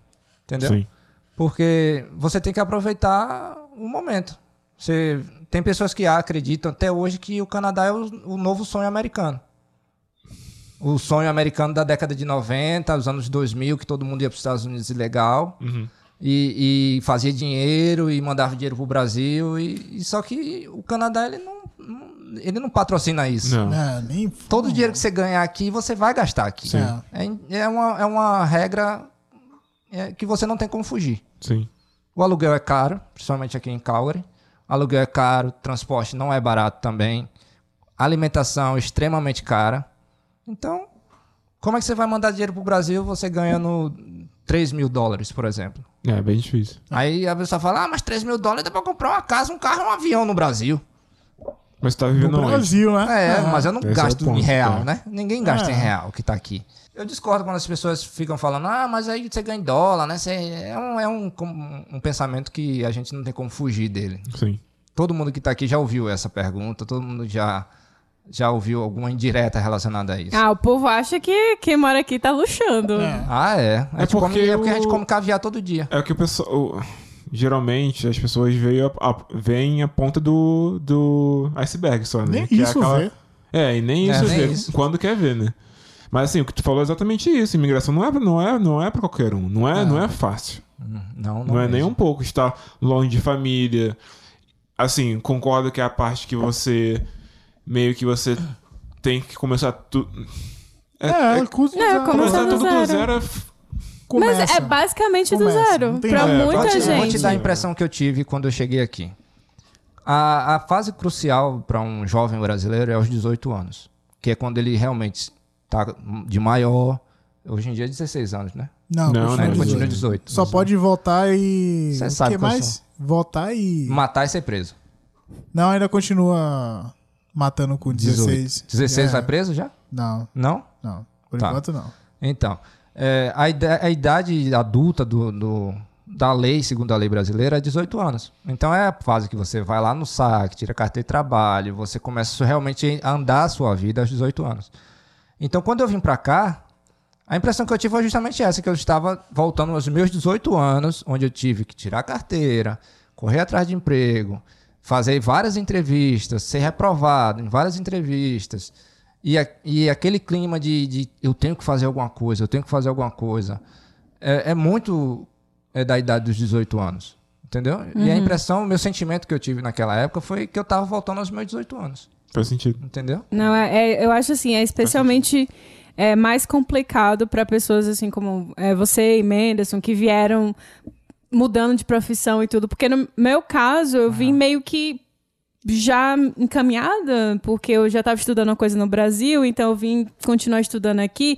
Speaker 3: Entendeu?
Speaker 4: Sim.
Speaker 3: Porque você tem que aproveitar o momento. Você, tem pessoas que acreditam até hoje que o Canadá é o, o novo sonho americano. O sonho americano da década de 90, os anos 2000, que todo mundo ia para os Estados Unidos ilegal
Speaker 4: Uhum.
Speaker 3: e, e fazia dinheiro e mandava dinheiro para o Brasil. E, e só que o Canadá ele não, não- ele não patrocina isso.
Speaker 4: Não.
Speaker 2: É, nem f-
Speaker 3: Todo o dinheiro que você ganhar aqui, você vai gastar aqui.
Speaker 2: Sim.
Speaker 3: É, é uma, é uma regra é, que você não tem como fugir.
Speaker 4: Sim.
Speaker 3: O aluguel é caro, principalmente aqui em Calgary. Aluguel é caro, transporte não é barato também. Alimentação extremamente cara. Então, como é que você vai mandar dinheiro pro Brasil você ganhando 3 mil dólares, por exemplo?
Speaker 4: É bem difícil.
Speaker 3: Aí a pessoa fala, ah, mas 3 mil dólares dá pra comprar uma casa, um carro e um avião no Brasil.
Speaker 4: Mas você tá
Speaker 2: no
Speaker 4: vivendo onde?
Speaker 2: Brasil, né?
Speaker 3: É, mas eu não
Speaker 4: Esse é o
Speaker 3: gasto em
Speaker 4: ponto,
Speaker 3: real,
Speaker 4: é.
Speaker 3: né? Ninguém gasta em
Speaker 2: É.
Speaker 3: real que tá aqui. Eu discordo quando as pessoas ficam falando, ah, mas aí você ganha em dólar, né? Você- É, um, é um, com- um pensamento que a gente não tem como fugir dele.
Speaker 4: Sim.
Speaker 3: Todo mundo que tá aqui já ouviu essa pergunta, todo mundo já, já ouviu alguma indireta relacionada a isso.
Speaker 1: Ah, o povo acha que quem mora aqui tá luxando.
Speaker 2: É.
Speaker 3: Ah, é. A
Speaker 4: É
Speaker 3: gente come-
Speaker 4: porque
Speaker 3: é porque a gente
Speaker 4: o-
Speaker 3: come caviar todo dia.
Speaker 4: É o que o pessoal. o- Geralmente as pessoas veem a, a- veem a ponta do, do iceberg só, né?
Speaker 2: Nem
Speaker 4: Que é
Speaker 2: isso
Speaker 4: aquela-
Speaker 2: vê.
Speaker 4: É, e nem
Speaker 3: É,
Speaker 4: isso
Speaker 3: nem
Speaker 4: vê
Speaker 3: isso.
Speaker 4: quando quer ver, né? Mas assim, o que tu falou é exatamente isso. Imigração não é, não é, não é pra qualquer um. Não é, não é fácil.
Speaker 3: Não, não,
Speaker 4: Não é
Speaker 3: mesmo.
Speaker 4: nem um pouco estar longe de família. Assim, concordo que é a parte que você. Meio que você tem que começar tudo.
Speaker 2: É, é, custo
Speaker 1: É,
Speaker 2: zero.
Speaker 1: começa
Speaker 4: Começar
Speaker 1: do
Speaker 4: tudo do
Speaker 1: zero.
Speaker 4: zero é
Speaker 2: Começa.
Speaker 1: Mas é basicamente do
Speaker 2: Começa,
Speaker 1: zero.
Speaker 2: não tem
Speaker 1: Pra
Speaker 2: nada.
Speaker 4: É,
Speaker 1: muita
Speaker 3: Vou te-
Speaker 4: basicamente.
Speaker 3: Vou te
Speaker 1: gente.
Speaker 3: dar a impressão que eu tive quando eu cheguei aqui. A, a fase crucial para um jovem brasileiro é aos 18 anos, que é quando ele realmente tá de maior. Hoje em dia é 16 anos, né?
Speaker 2: Não,
Speaker 4: Não,
Speaker 2: continua
Speaker 4: não,
Speaker 3: Ainda continua
Speaker 2: 18.
Speaker 3: 18.
Speaker 2: Só pode votar e.
Speaker 3: Cê
Speaker 2: o
Speaker 3: sabe
Speaker 2: que
Speaker 3: qual
Speaker 2: mais? Votar e.
Speaker 3: matar e ser preso.
Speaker 2: Não, ainda continua matando com 16.
Speaker 3: 16
Speaker 2: É,
Speaker 3: vai preso já?
Speaker 2: Não,
Speaker 3: Não?
Speaker 2: não. Por
Speaker 3: Tá.
Speaker 2: enquanto não.
Speaker 3: Então, é, a, ida- a idade adulta do, do- da lei, segundo a lei brasileira, é 18 anos. Então é a fase que você vai lá no saque, tira carteira de trabalho, você começa realmente a andar a sua vida aos 18 anos. Então, quando eu vim pra cá, A impressão que eu tive foi justamente essa, que eu estava voltando aos meus 18 anos, onde eu tive que tirar a carteira, correr atrás de emprego, fazer várias entrevistas, ser reprovado em várias entrevistas. E, a- e aquele clima de, de eu tenho que fazer alguma coisa, eu tenho que fazer alguma coisa. É, é muito é, da idade dos 18 anos. Entendeu? E a impressão, o meu sentimento que eu tive naquela época foi que eu estava voltando aos meus 18 anos.
Speaker 4: Faz sentido.
Speaker 3: Entendeu?
Speaker 1: Não, é, é- eu acho assim, é especialmente é, mais complicado para pessoas assim como é, você e Menderson, que vieram mudando de profissão e tudo. Porque no meu caso, eu
Speaker 2: Ah.
Speaker 1: vim meio que já encaminhada, porque eu já estava estudando uma coisa no Brasil, então eu vim continuar estudando aqui.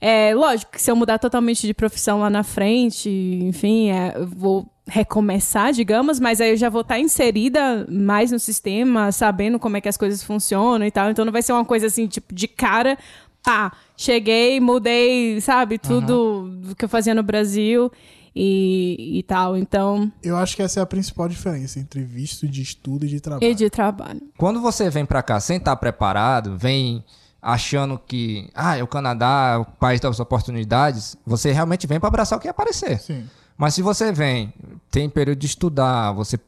Speaker 1: É, lógico que se eu mudar totalmente de profissão lá na frente, enfim, é, eu vou recomeçar, digamos, mas aí eu já vou estar inserida mais no sistema, sabendo como é que as coisas funcionam e tal. Então não vai ser uma coisa assim, tipo, de cara, pá, cheguei, mudei, sabe, tudo do que eu fazia no Brasil e, e tal. Então,
Speaker 2: Eu acho que essa é a principal diferença entre visto de estudo e de trabalho.
Speaker 1: e de trabalho.
Speaker 3: Quando você vem pra cá sem estar preparado, vem achando que ah, é o Canadá, é o país das oportunidades, você realmente vem pra abraçar o que aparecer.
Speaker 2: Sim.
Speaker 3: Mas se você vem, tem período de estudar, você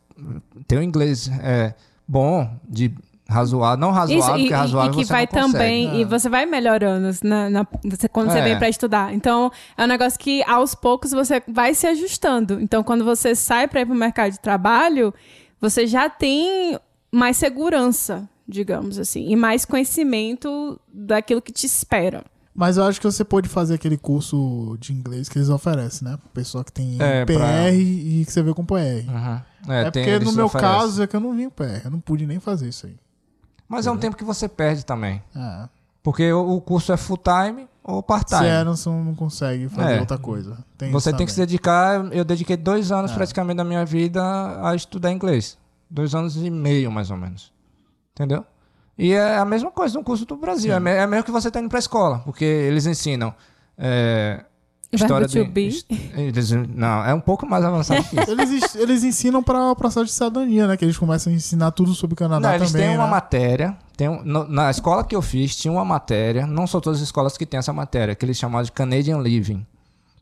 Speaker 3: tem um inglês é, bom, de razoável, não razoável,
Speaker 1: e,
Speaker 3: porque razoável
Speaker 1: e que
Speaker 3: você
Speaker 1: vai
Speaker 3: não consegue.
Speaker 1: também, e você vai melhorando na- na- você- quando você
Speaker 3: É.
Speaker 1: vem pra estudar. Então, é um negócio que aos poucos você vai se ajustando. Então, quando você sai pra ir pro mercado de trabalho, você já tem mais segurança, digamos assim, e mais conhecimento daquilo que te espera.
Speaker 2: Mas eu acho que você pode fazer aquele curso de inglês que eles oferecem, né? Pro pessoal que tem
Speaker 3: É,
Speaker 2: PR
Speaker 3: pra-
Speaker 2: e que você vê com PR.
Speaker 3: Uhum.
Speaker 2: É,
Speaker 3: tem-
Speaker 2: porque
Speaker 3: eles
Speaker 2: no meu
Speaker 3: oferecem.
Speaker 2: caso é que eu não vim PR, eu não pude nem fazer isso aí.
Speaker 3: Mas é um tempo que você perde também.
Speaker 2: Ah,
Speaker 3: Porque o o curso é full time ou part time.
Speaker 2: se é, não, são- não consegue fazer
Speaker 3: Tá É.
Speaker 2: outra coisa. Tem
Speaker 3: Você
Speaker 2: isso
Speaker 3: tem que se
Speaker 2: também.
Speaker 3: dedicar. Eu dediquei dois anos praticamente da minha vida a estudar inglês. Dois anos e meio, mais ou menos. Entendeu? E é a mesma coisa no curso do Brasil. É, me- é mesmo que você tá indo pra escola, porque eles ensinam. é,
Speaker 1: Verbo
Speaker 3: história
Speaker 1: to
Speaker 3: de.
Speaker 1: be.
Speaker 3: his- eles- não, é um pouco mais avançado que isso.
Speaker 2: Eles, ens- eles ensinam para o processo de cidadania, né? Que eles começam a ensinar tudo sobre o Canadá
Speaker 3: Não, eles
Speaker 2: também.
Speaker 3: têm uma
Speaker 2: né?
Speaker 3: matéria. Tem um- no- na escola que eu fiz, tinha uma matéria. Não são todas as escolas que têm essa matéria, que eles chamavam de Canadian Living.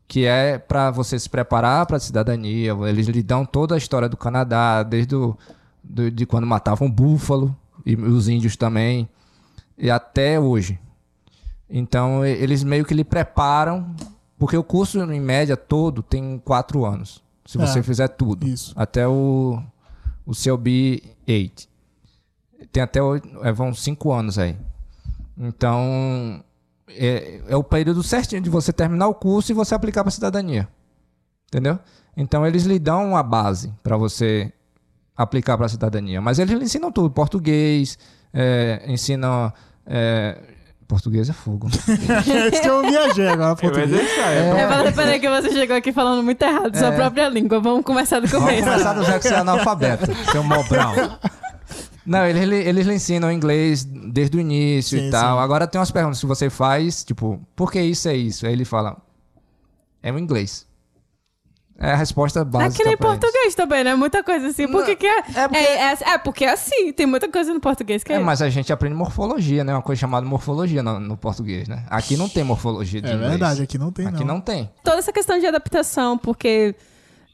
Speaker 3: Que é para você se preparar para a cidadania. Eles lhe dão toda a história do Canadá, desde o, do- de quando matavam búfalo, e os índios também, e até hoje. Então, e- eles meio que lhe preparam, porque o curso, em média, todo tem quatro anos. Se
Speaker 2: É.
Speaker 3: você fizer tudo.
Speaker 2: Isso.
Speaker 3: Até o, o seu B8. Tem até oito, é, vão cinco anos aí. Então, é, é o período certinho de você terminar o curso e você aplicar para cidadania. Entendeu? Então, eles lhe dão uma base para você aplicar para a cidadania. Mas eles lhe ensinam tudo: português, é, ensinam. é, português é fogo.
Speaker 2: É isso que eu viajei agora.
Speaker 4: Eu ia
Speaker 2: português.
Speaker 4: deixar, é.
Speaker 1: É, peraí, peraí, que você chegou aqui falando muito errado sua própria língua. Vamos começar do
Speaker 3: É. Vamos
Speaker 1: começo.
Speaker 3: começar do Zé que você é analfabeto, seu Mobral. Não, eles, lhe- eles lhe ensinam inglês desde o início
Speaker 2: Sim,
Speaker 3: e tal.
Speaker 2: sim.
Speaker 3: Agora tem umas perguntas que você faz, tipo, por que isso é isso? Aí ele fala, é o inglês. É a resposta
Speaker 1: É
Speaker 3: básica.
Speaker 1: que nem
Speaker 3: pra eles.
Speaker 1: português também, né? Muita coisa assim. Por que que é? É porque... É, porque é assim. Tem muita coisa no português que é.
Speaker 3: É, mas a gente aprende morfologia, né? Uma coisa chamada morfologia no, no português, né? Aqui não tem morfologia de
Speaker 2: É
Speaker 3: inglês.
Speaker 2: verdade, aqui não tem,
Speaker 3: Aqui não tem.
Speaker 1: Toda essa questão de adaptação, porque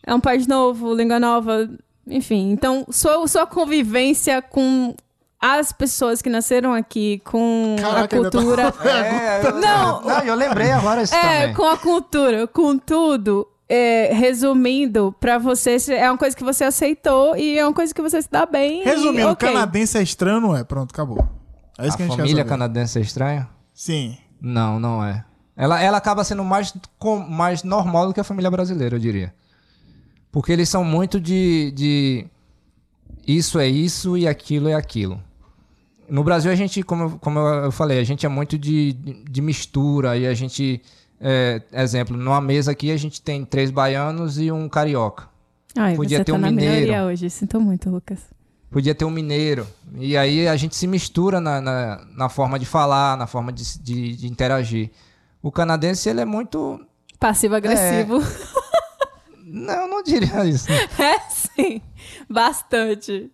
Speaker 1: é um país novo, língua nova, enfim. Então, sua, sua convivência com as pessoas que nasceram aqui, com
Speaker 2: Caraca,
Speaker 1: a
Speaker 2: ainda tá-
Speaker 1: cultura.
Speaker 3: É, eu,
Speaker 1: Não.
Speaker 3: não, eu lembrei agora isso
Speaker 1: É,
Speaker 3: também.
Speaker 1: com a cultura, com tudo. É, resumindo, pra você, se- é uma coisa que você aceitou e é uma coisa que você se dá bem. e
Speaker 2: Resumindo,
Speaker 1: ok.
Speaker 2: canadense é estranho, não é? Pronto, acabou. É isso
Speaker 3: A
Speaker 2: que a gente
Speaker 3: família
Speaker 2: quer saber.
Speaker 3: canadense é estranha?
Speaker 2: Sim.
Speaker 3: Não, não é. Ela, ela acaba sendo mais, com, mais normal do que a família brasileira, eu diria. Porque eles são muito de, de isso é isso e aquilo é aquilo. No Brasil, a gente, como, eu- como eu falei, a gente é muito de, de mistura e a gente, é, exemplo, numa mesa aqui a gente tem três baianos e um carioca.
Speaker 1: Ai,
Speaker 3: Podia
Speaker 1: você
Speaker 3: ter
Speaker 1: tá
Speaker 3: um
Speaker 1: na minoria
Speaker 3: mineiro.
Speaker 1: hoje. Sinto muito, Lucas.
Speaker 3: Podia ter um mineiro. E aí a gente se mistura na, na, na forma de falar, na forma de, se- de, de interagir. O canadense, ele é muito
Speaker 1: Passivo-agressivo.
Speaker 3: Não, eu não diria isso.
Speaker 1: É, sim. Bastante.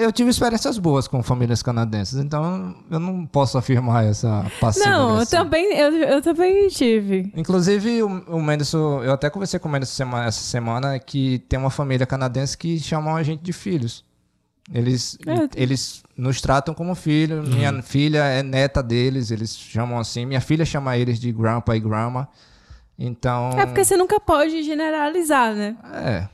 Speaker 3: eu tive experiências boas com famílias canadenses, então eu não posso afirmar essa passiva
Speaker 1: Não, eu
Speaker 3: agressiva.
Speaker 1: também, eu, eu também tive.
Speaker 3: Inclusive, o, o Menderson, eu até conversei com o Menderson sema- essa semana que tem uma família canadense que chamam a gente de filhos. Eles,
Speaker 1: É.
Speaker 3: eles nos tratam como filho, minha filha é neta deles, eles chamam assim, minha filha chama eles de grandpa e grandma. Então.
Speaker 1: É porque você nunca pode generalizar, né?
Speaker 3: É.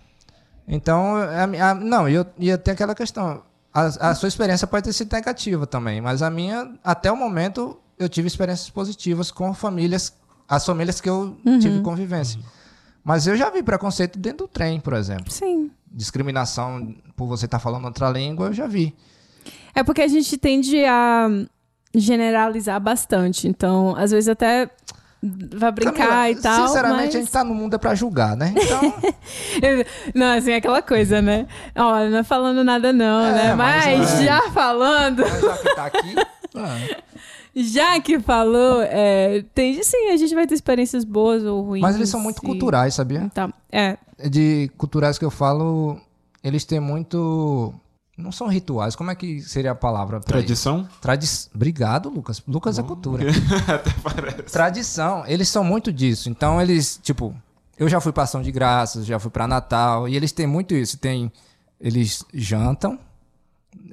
Speaker 3: Então, a mi- a- não, e eu, e eu tenho aquela questão. A, a sua experiência pode ter sido negativa também, mas a minha, até o momento, eu tive experiências positivas com famílias, as famílias que eu
Speaker 1: Uhum.
Speaker 3: tive convivência. Mas eu já vi preconceito dentro do trem, por exemplo.
Speaker 1: Sim.
Speaker 3: Discriminação por você estar falando outra língua, eu já vi.
Speaker 1: É porque a gente tende a generalizar bastante. Então, às vezes até vai brincar
Speaker 3: Camila,
Speaker 1: e tal.
Speaker 3: Sinceramente,
Speaker 1: mas...
Speaker 3: a gente tá no mundo é pra julgar, né? Então,
Speaker 1: Não, assim, é aquela coisa, né? Ó, não é falando nada não,
Speaker 3: É,
Speaker 1: né?
Speaker 3: mas-
Speaker 1: Mas, já falando,
Speaker 3: já que tá aqui,
Speaker 1: já que falou, é, tem sim, a gente vai ter experiências boas ou ruins.
Speaker 3: mas eles são muito
Speaker 1: e-
Speaker 3: culturais, né? sabia?
Speaker 1: Então, é,
Speaker 3: de culturais que eu falo, eles têm muito. Não são rituais, como é que seria a palavra? pra isso?
Speaker 4: Tradição?
Speaker 3: Tradi... Obrigado, Lucas. Lucas é cultura.
Speaker 4: Até parece.
Speaker 3: Tradição, eles são muito disso. Então, eles, tipo, eu já fui pra ação de graças, já fui pra Natal, e eles têm muito isso. Tem. Eles jantam.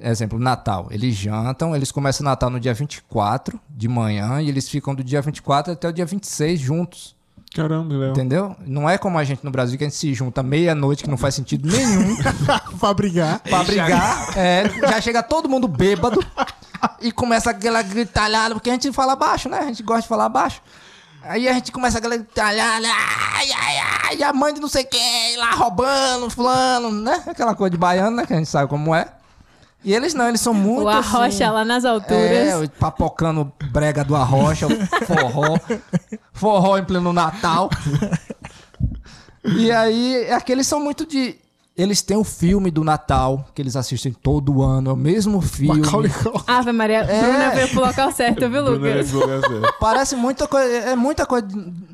Speaker 3: Exemplo, Natal. Eles jantam, eles começam o Natal no dia 24 de manhã e eles ficam do dia 24 até o dia 26 juntos.
Speaker 4: Caramba, Léo.
Speaker 3: Entendeu? Não é como a gente no Brasil que a gente se junta meia-noite, que não faz sentido nenhum,
Speaker 2: pra brigar.
Speaker 3: pra brigar. É, já chega todo mundo bêbado e começa aquela gritalhada, porque a gente fala baixo, né? A gente gosta de falar baixo. Aí a gente começa aquela gritalhada, ai, ai, ai, e a mãe de não sei quem lá roubando, fulano, né? Aquela coisa de baiano, né? Que a gente sabe como é. E eles não, eles são muito.
Speaker 1: o arrocha
Speaker 3: assim,
Speaker 1: lá nas
Speaker 3: é,
Speaker 1: alturas.
Speaker 3: o papocando brega do arrocha, o forró. forró em pleno Natal. E aí, é que eles são muito de. Eles têm o filme do Natal, que eles assistem todo ano, é o mesmo filme.
Speaker 2: Macaulay Culkin.
Speaker 1: Ave Maria,
Speaker 3: É.
Speaker 1: Bruna veio pro local certo, viu,
Speaker 4: Bruna
Speaker 1: Lucas?
Speaker 4: é Lucas, é.
Speaker 3: Parece muita coisa. É muita coisa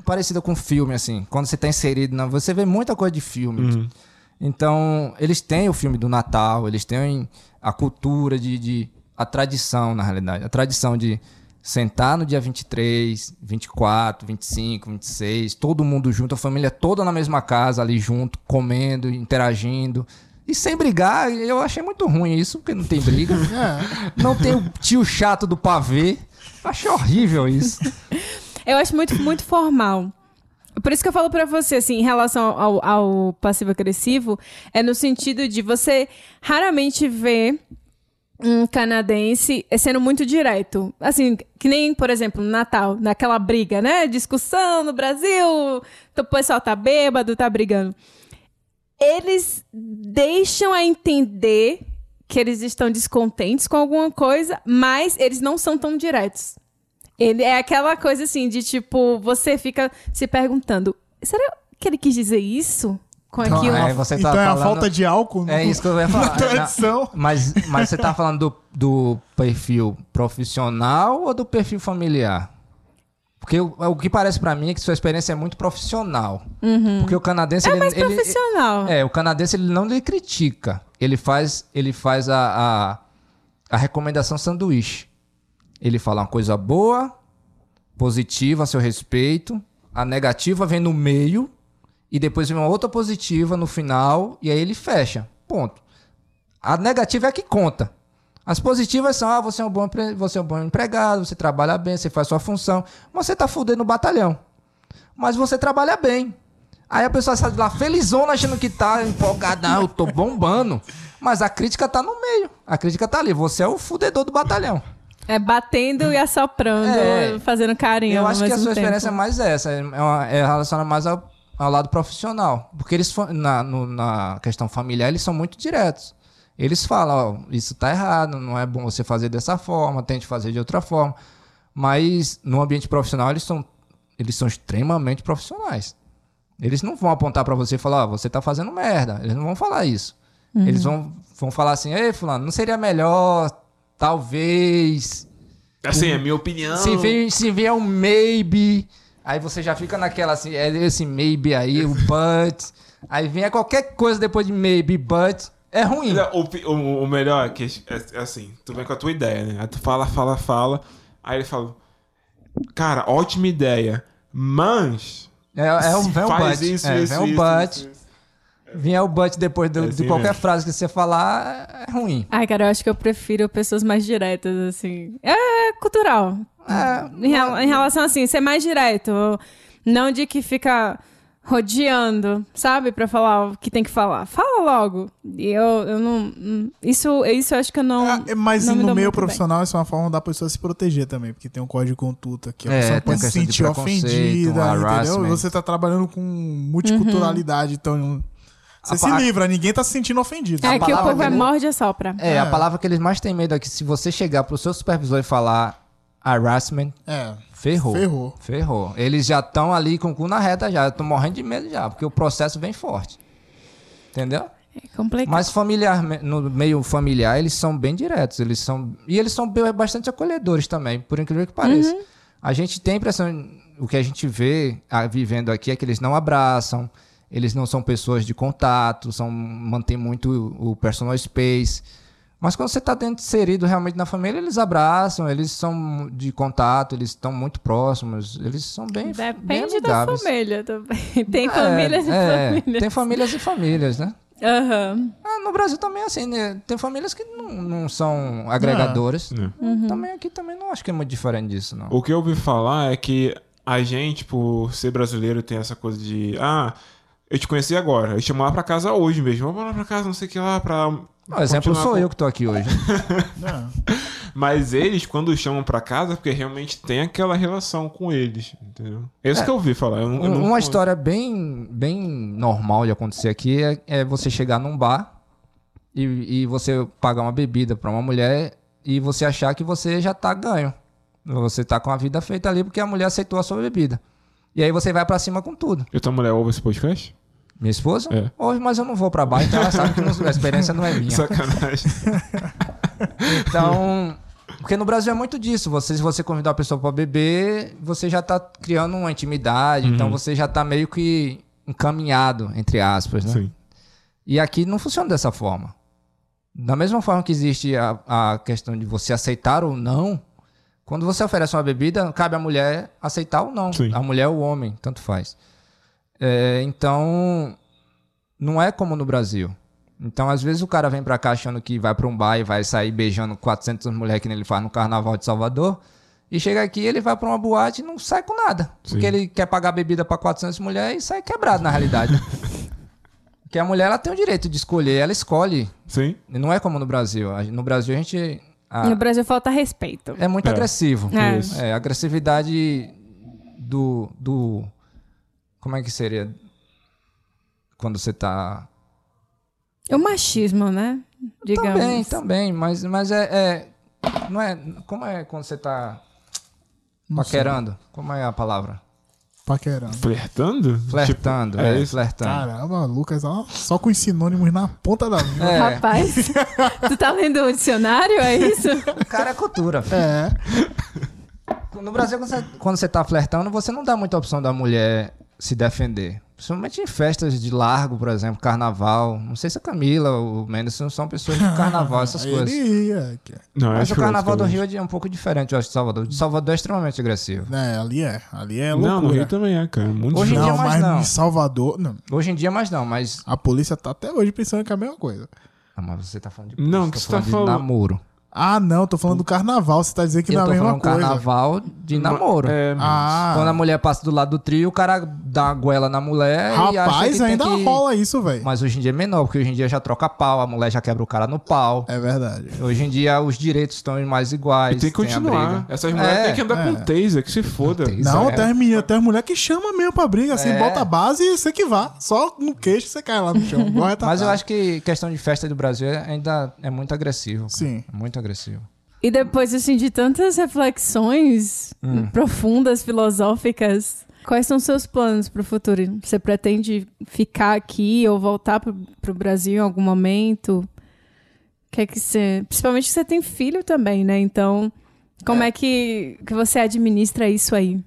Speaker 3: parecida com filme, assim. Quando você tá inserido, na, você vê muita coisa de filme. Então, eles têm o filme do Natal, eles têm a cultura de, de- a tradição, na realidade, a tradição de sentar no dia 23, 24, 25, 26, todo mundo junto, a família toda na mesma casa ali junto, comendo, interagindo. E sem brigar, eu achei muito ruim isso, porque não tem briga.
Speaker 1: É.
Speaker 3: Não tem o tio chato do pavê. Achei horrível isso.
Speaker 1: Eu acho muito, muito formal. Por isso que eu falo pra você, assim, em relação ao, ao passivo-agressivo, é no sentido de você raramente vê um canadense sendo muito direto. Assim, que nem, por exemplo, no Natal, naquela briga, né? Discussão no Brasil, o pessoal tá bêbado, tá brigando. Eles deixam a entender que eles estão descontentes com alguma coisa, mas eles não são tão diretos. Ele é aquela coisa assim de tipo, você fica se perguntando: será que ele quis dizer isso com
Speaker 3: Então,
Speaker 1: aquilo?
Speaker 3: é, você
Speaker 2: então
Speaker 3: tá
Speaker 2: é a
Speaker 3: falando-
Speaker 2: falta de álcool no-
Speaker 3: É isso que eu ia falar.
Speaker 2: na tradição.
Speaker 3: Mas, mas você tá falando do, do perfil profissional ou do perfil familiar? Porque o, o que parece pra mim é que sua experiência é muito profissional. Porque o canadense. É ele, ele-
Speaker 1: Profissional.
Speaker 3: é, o canadense ele não lhe critica. Ele faz, ele faz a, a, a recomendação sanduíche. Ele fala uma coisa boa, positiva a seu respeito. A negativa vem no meio. E depois vem uma outra positiva no final. E aí ele fecha. Ponto. A negativa é a que conta. As positivas são: ah, você é um bom, empre- você é um bom empregado, você trabalha bem, você faz sua função. Mas você tá fudendo o batalhão. Mas você trabalha bem. Aí a pessoa sai de lá felizona achando que tá empolgadão, eu tô bombando. Mas a crítica tá no meio. A crítica tá ali. Você é o fudedor do batalhão.
Speaker 1: É batendo e assoprando,
Speaker 3: É.
Speaker 1: fazendo carinho.
Speaker 3: Eu
Speaker 1: ao
Speaker 3: acho que a
Speaker 1: mesmo
Speaker 3: sua
Speaker 1: tempo.
Speaker 3: experiência é mais essa, é, uma, é relacionada mais ao, ao lado profissional. Porque eles, fa- na, no- na questão familiar, eles são muito diretos. Eles falam, ó, isso tá errado, não é bom você fazer dessa forma, tente fazer de outra forma. Mas no ambiente profissional, eles são, eles são extremamente profissionais. Eles não vão apontar pra você e falar, ó, você tá fazendo merda. Eles não vão falar isso.
Speaker 1: Uhum.
Speaker 3: Eles vão, vão falar assim, ei, fulano, não seria melhor, talvez,
Speaker 4: Assim, é minha opinião.
Speaker 3: se vier, se vier um maybe, aí você já fica naquela assim, é esse maybe aí, o but. Aí vem qualquer coisa depois de maybe, but. É ruim.
Speaker 4: O, pi- o- o melhor é que é, é assim, tu vem com a tua ideia, né? Aí tu fala, fala, fala. Aí ele fala, cara, ótima ideia, mas
Speaker 3: É, é um,
Speaker 4: se
Speaker 3: vem um
Speaker 4: faz
Speaker 3: but.
Speaker 4: isso,
Speaker 3: é,
Speaker 4: isso,
Speaker 3: vem um
Speaker 4: isso,
Speaker 3: but.
Speaker 4: isso, isso.
Speaker 3: Vier o but depois do-
Speaker 4: É
Speaker 3: de
Speaker 4: assim
Speaker 3: qualquer
Speaker 4: mesmo.
Speaker 3: frase que você falar, é ruim.
Speaker 1: Ai, cara, eu acho que eu prefiro pessoas mais diretas, assim. É cultural.
Speaker 3: É,
Speaker 1: em, rel- em relação, assim, ser mais direto. Não de que fica rodeando, sabe? Pra falar o que tem que falar. Fala logo. E Eu, eu não... Isso, isso eu acho que eu não...
Speaker 2: É, mas
Speaker 1: não me
Speaker 2: no
Speaker 1: dou
Speaker 2: meio
Speaker 1: muito bem.
Speaker 2: profissional, isso é uma forma da pessoa se proteger também, porque tem um código de conduta que a
Speaker 3: É,
Speaker 2: pessoa pode
Speaker 3: tem a
Speaker 2: se
Speaker 3: questão de
Speaker 2: sentir
Speaker 3: preconceito,
Speaker 2: ofendida, entendeu?
Speaker 3: harassment.
Speaker 2: E você tá trabalhando com multiculturalidade, então você
Speaker 3: Uhum. A
Speaker 2: se
Speaker 3: pa-
Speaker 2: livra, ninguém tá se sentindo ofendido.
Speaker 1: É
Speaker 3: A
Speaker 1: que o
Speaker 3: palavra
Speaker 1: povo é
Speaker 3: que-
Speaker 1: morde e assopra.
Speaker 3: É, a palavra que eles mais têm medo é que se você chegar pro seu supervisor e falar harassment,
Speaker 2: É,
Speaker 3: ferrou.
Speaker 2: ferrou.
Speaker 3: Ferrou. Eles já estão ali com o cu na reta já. Estão morrendo de medo já, porque o processo vem forte. Entendeu?
Speaker 1: É complicado.
Speaker 3: Mas familiar, no meio familiar, eles são bem diretos. Eles são. E eles são bem- bastante acolhedores também, por incrível que pareça.
Speaker 1: Uhum.
Speaker 3: A gente tem a impressão. O que a gente vê ah, vivendo aqui é que eles não abraçam, eles não são pessoas de contato, são, mantêm muito o, o personal space. Mas quando você está dentro inserido realmente na família, eles abraçam, eles são de contato, eles estão muito próximos, eles são bem. bem
Speaker 1: Depende da
Speaker 3: amigáveis.
Speaker 1: família também. Tem
Speaker 3: É,
Speaker 1: famílias e
Speaker 3: é,
Speaker 1: famílias.
Speaker 3: Tem famílias e famílias, né?
Speaker 1: Aham.
Speaker 3: Ah, no Brasil também é assim, né? Tem famílias que não, não são agregadoras.
Speaker 4: Não.
Speaker 3: Também aqui também não acho que é muito diferente disso, não.
Speaker 4: Né? O que eu ouvi falar é que a gente, por ser brasileiro, tem essa coisa de. Ah, eu te conheci agora, eu te chamo lá pra casa hoje mesmo. Vamos lá pra casa, não sei o que lá, pra. um"
Speaker 3: Não, exemplo
Speaker 4: continuar
Speaker 3: sou
Speaker 4: com-
Speaker 3: eu que tô aqui hoje.
Speaker 2: É.
Speaker 4: Mas eles, quando chamam pra casa, é porque realmente tem aquela relação com eles, entendeu? É isso que eu ouvi falar. Eu, não- eu
Speaker 3: Um-
Speaker 4: não-
Speaker 3: Uma história bem, bem normal de acontecer aqui é, é você chegar num bar e, e você pagar uma bebida pra uma mulher e você achar que você já tá ganho. Você tá com a vida feita ali porque a mulher aceitou a sua bebida. E aí você vai pra cima com tudo.
Speaker 4: Eu tua mulher ouve esse podcast?
Speaker 3: Minha esposa?
Speaker 4: É.
Speaker 3: Hoje, mas eu não vou pra bar, então ela sabe que não- a experiência não é minha.
Speaker 4: Sacanagem.
Speaker 3: Então, porque no Brasil é muito disso. Você, se você convidar a pessoa pra beber, você já tá criando uma intimidade,
Speaker 4: Uhum.
Speaker 3: então você já tá meio que encaminhado, entre aspas, né?
Speaker 4: Sim.
Speaker 3: E aqui não funciona dessa forma. Da mesma forma que existe a, a questão de você aceitar ou não, quando você oferece uma bebida, cabe à mulher aceitar ou não.
Speaker 4: Sim.
Speaker 3: A mulher ou o homem, tanto faz. É, então, não é como no Brasil. Então, às vezes, o cara vem pra cá achando que vai pra um bar e vai sair beijando 400 mulheres que nem ele faz no Carnaval de Salvador. E chega aqui, ele vai pra uma boate e não sai com nada. Porque ele quer pagar bebida pra 400 mulheres e sai quebrado, na realidade. Porque a mulher ela tem o direito de escolher, ela escolhe.
Speaker 4: Sim.
Speaker 3: Não é como no Brasil. A- No Brasil a gente a-
Speaker 1: No Brasil falta respeito.
Speaker 3: é muito
Speaker 4: É.
Speaker 3: agressivo.
Speaker 1: É.
Speaker 4: Isso.
Speaker 3: É, a agressividade do, do. Como é que seria? Quando você tá.
Speaker 1: É o machismo, né? Digamos.
Speaker 3: Também, também, mas, mas é, é- Não é. Como é quando você tá paquerando? Como é a palavra?
Speaker 2: Paquerando.
Speaker 4: Flertando?
Speaker 3: Flertando.
Speaker 4: Tipo, é
Speaker 3: é,
Speaker 4: isso.
Speaker 3: flertando.
Speaker 2: Caramba, Lucas, ó, só com os sinônimos na ponta da língua.
Speaker 3: É,
Speaker 1: Rapaz, tu tá lendo o dicionário? É isso?
Speaker 3: o cara é cultura. filho.
Speaker 2: É,
Speaker 3: No Brasil, quando você, quando você tá flertando, você não dá muita opção da mulher se defender. Principalmente em festas de largo, por exemplo, carnaval. Não sei se a Camila ou o Mendes não são pessoas de carnaval, essas coisas.
Speaker 2: ele ia. que-
Speaker 4: Não, é
Speaker 3: Mas o
Speaker 4: escroto,
Speaker 3: carnaval do
Speaker 4: talvez.
Speaker 3: Rio é um pouco diferente, eu acho, de Salvador. De Salvador é extremamente agressivo.
Speaker 2: Né, ali é, ali é loucura.
Speaker 4: Não, no Rio também é, cara. Muito
Speaker 3: Hoje em
Speaker 4: escroto.
Speaker 3: dia
Speaker 2: Não,
Speaker 3: mais
Speaker 2: mas
Speaker 3: não.
Speaker 2: em Salvador, não.
Speaker 3: Hoje em dia, mais não, mas.
Speaker 2: A polícia tá até hoje pensando que é a mesma coisa.
Speaker 3: Ah, mas você tá falando de.
Speaker 4: Não,
Speaker 3: eu
Speaker 4: que
Speaker 3: tô
Speaker 4: você tá
Speaker 3: de
Speaker 4: falando-
Speaker 3: namoro.
Speaker 2: Ah, não, tô falando do carnaval, você tá dizendo que
Speaker 3: eu
Speaker 2: não é
Speaker 3: tô
Speaker 2: a mesma
Speaker 3: falando
Speaker 2: coisa.
Speaker 3: carnaval de namoro.
Speaker 4: É,
Speaker 2: Ah,
Speaker 3: Quando a mulher passa do lado do trio, o cara dá uma goela na mulher e acha que
Speaker 2: rapaz,
Speaker 3: tem
Speaker 2: ainda
Speaker 3: que...
Speaker 2: rola isso, velho.
Speaker 3: Mas hoje em dia é menor, porque hoje em dia já troca pau, a mulher já quebra o cara no pau.
Speaker 2: É verdade.
Speaker 3: Hoje em dia os direitos estão mais iguais.
Speaker 4: E tem que
Speaker 3: a briga.
Speaker 4: continuar. né? Essas mulheres
Speaker 3: É,
Speaker 4: têm que andar com taser, que se foda.
Speaker 3: Taser. Isso
Speaker 2: não,
Speaker 3: é-
Speaker 2: tem as meninas, tem as mulheres que chama mesmo pra briga, assim,
Speaker 3: É.
Speaker 2: bota a base e você que vá. Só no queixo você cai lá no chão. igual
Speaker 3: Mas eu
Speaker 2: retardado.
Speaker 3: acho que questão de festa do Brasil é- ainda é muito agressivo. cara.
Speaker 2: Sim.
Speaker 3: É Muito agressivo.
Speaker 1: E depois, assim, de tantas reflexões profundas, filosóficas, quais são seus planos pro futuro? Você pretende ficar aqui ou voltar pro, pro Brasil em algum momento? Quer que você... Principalmente que você tem filho também, né? Então, como é, que, que você administra isso aí?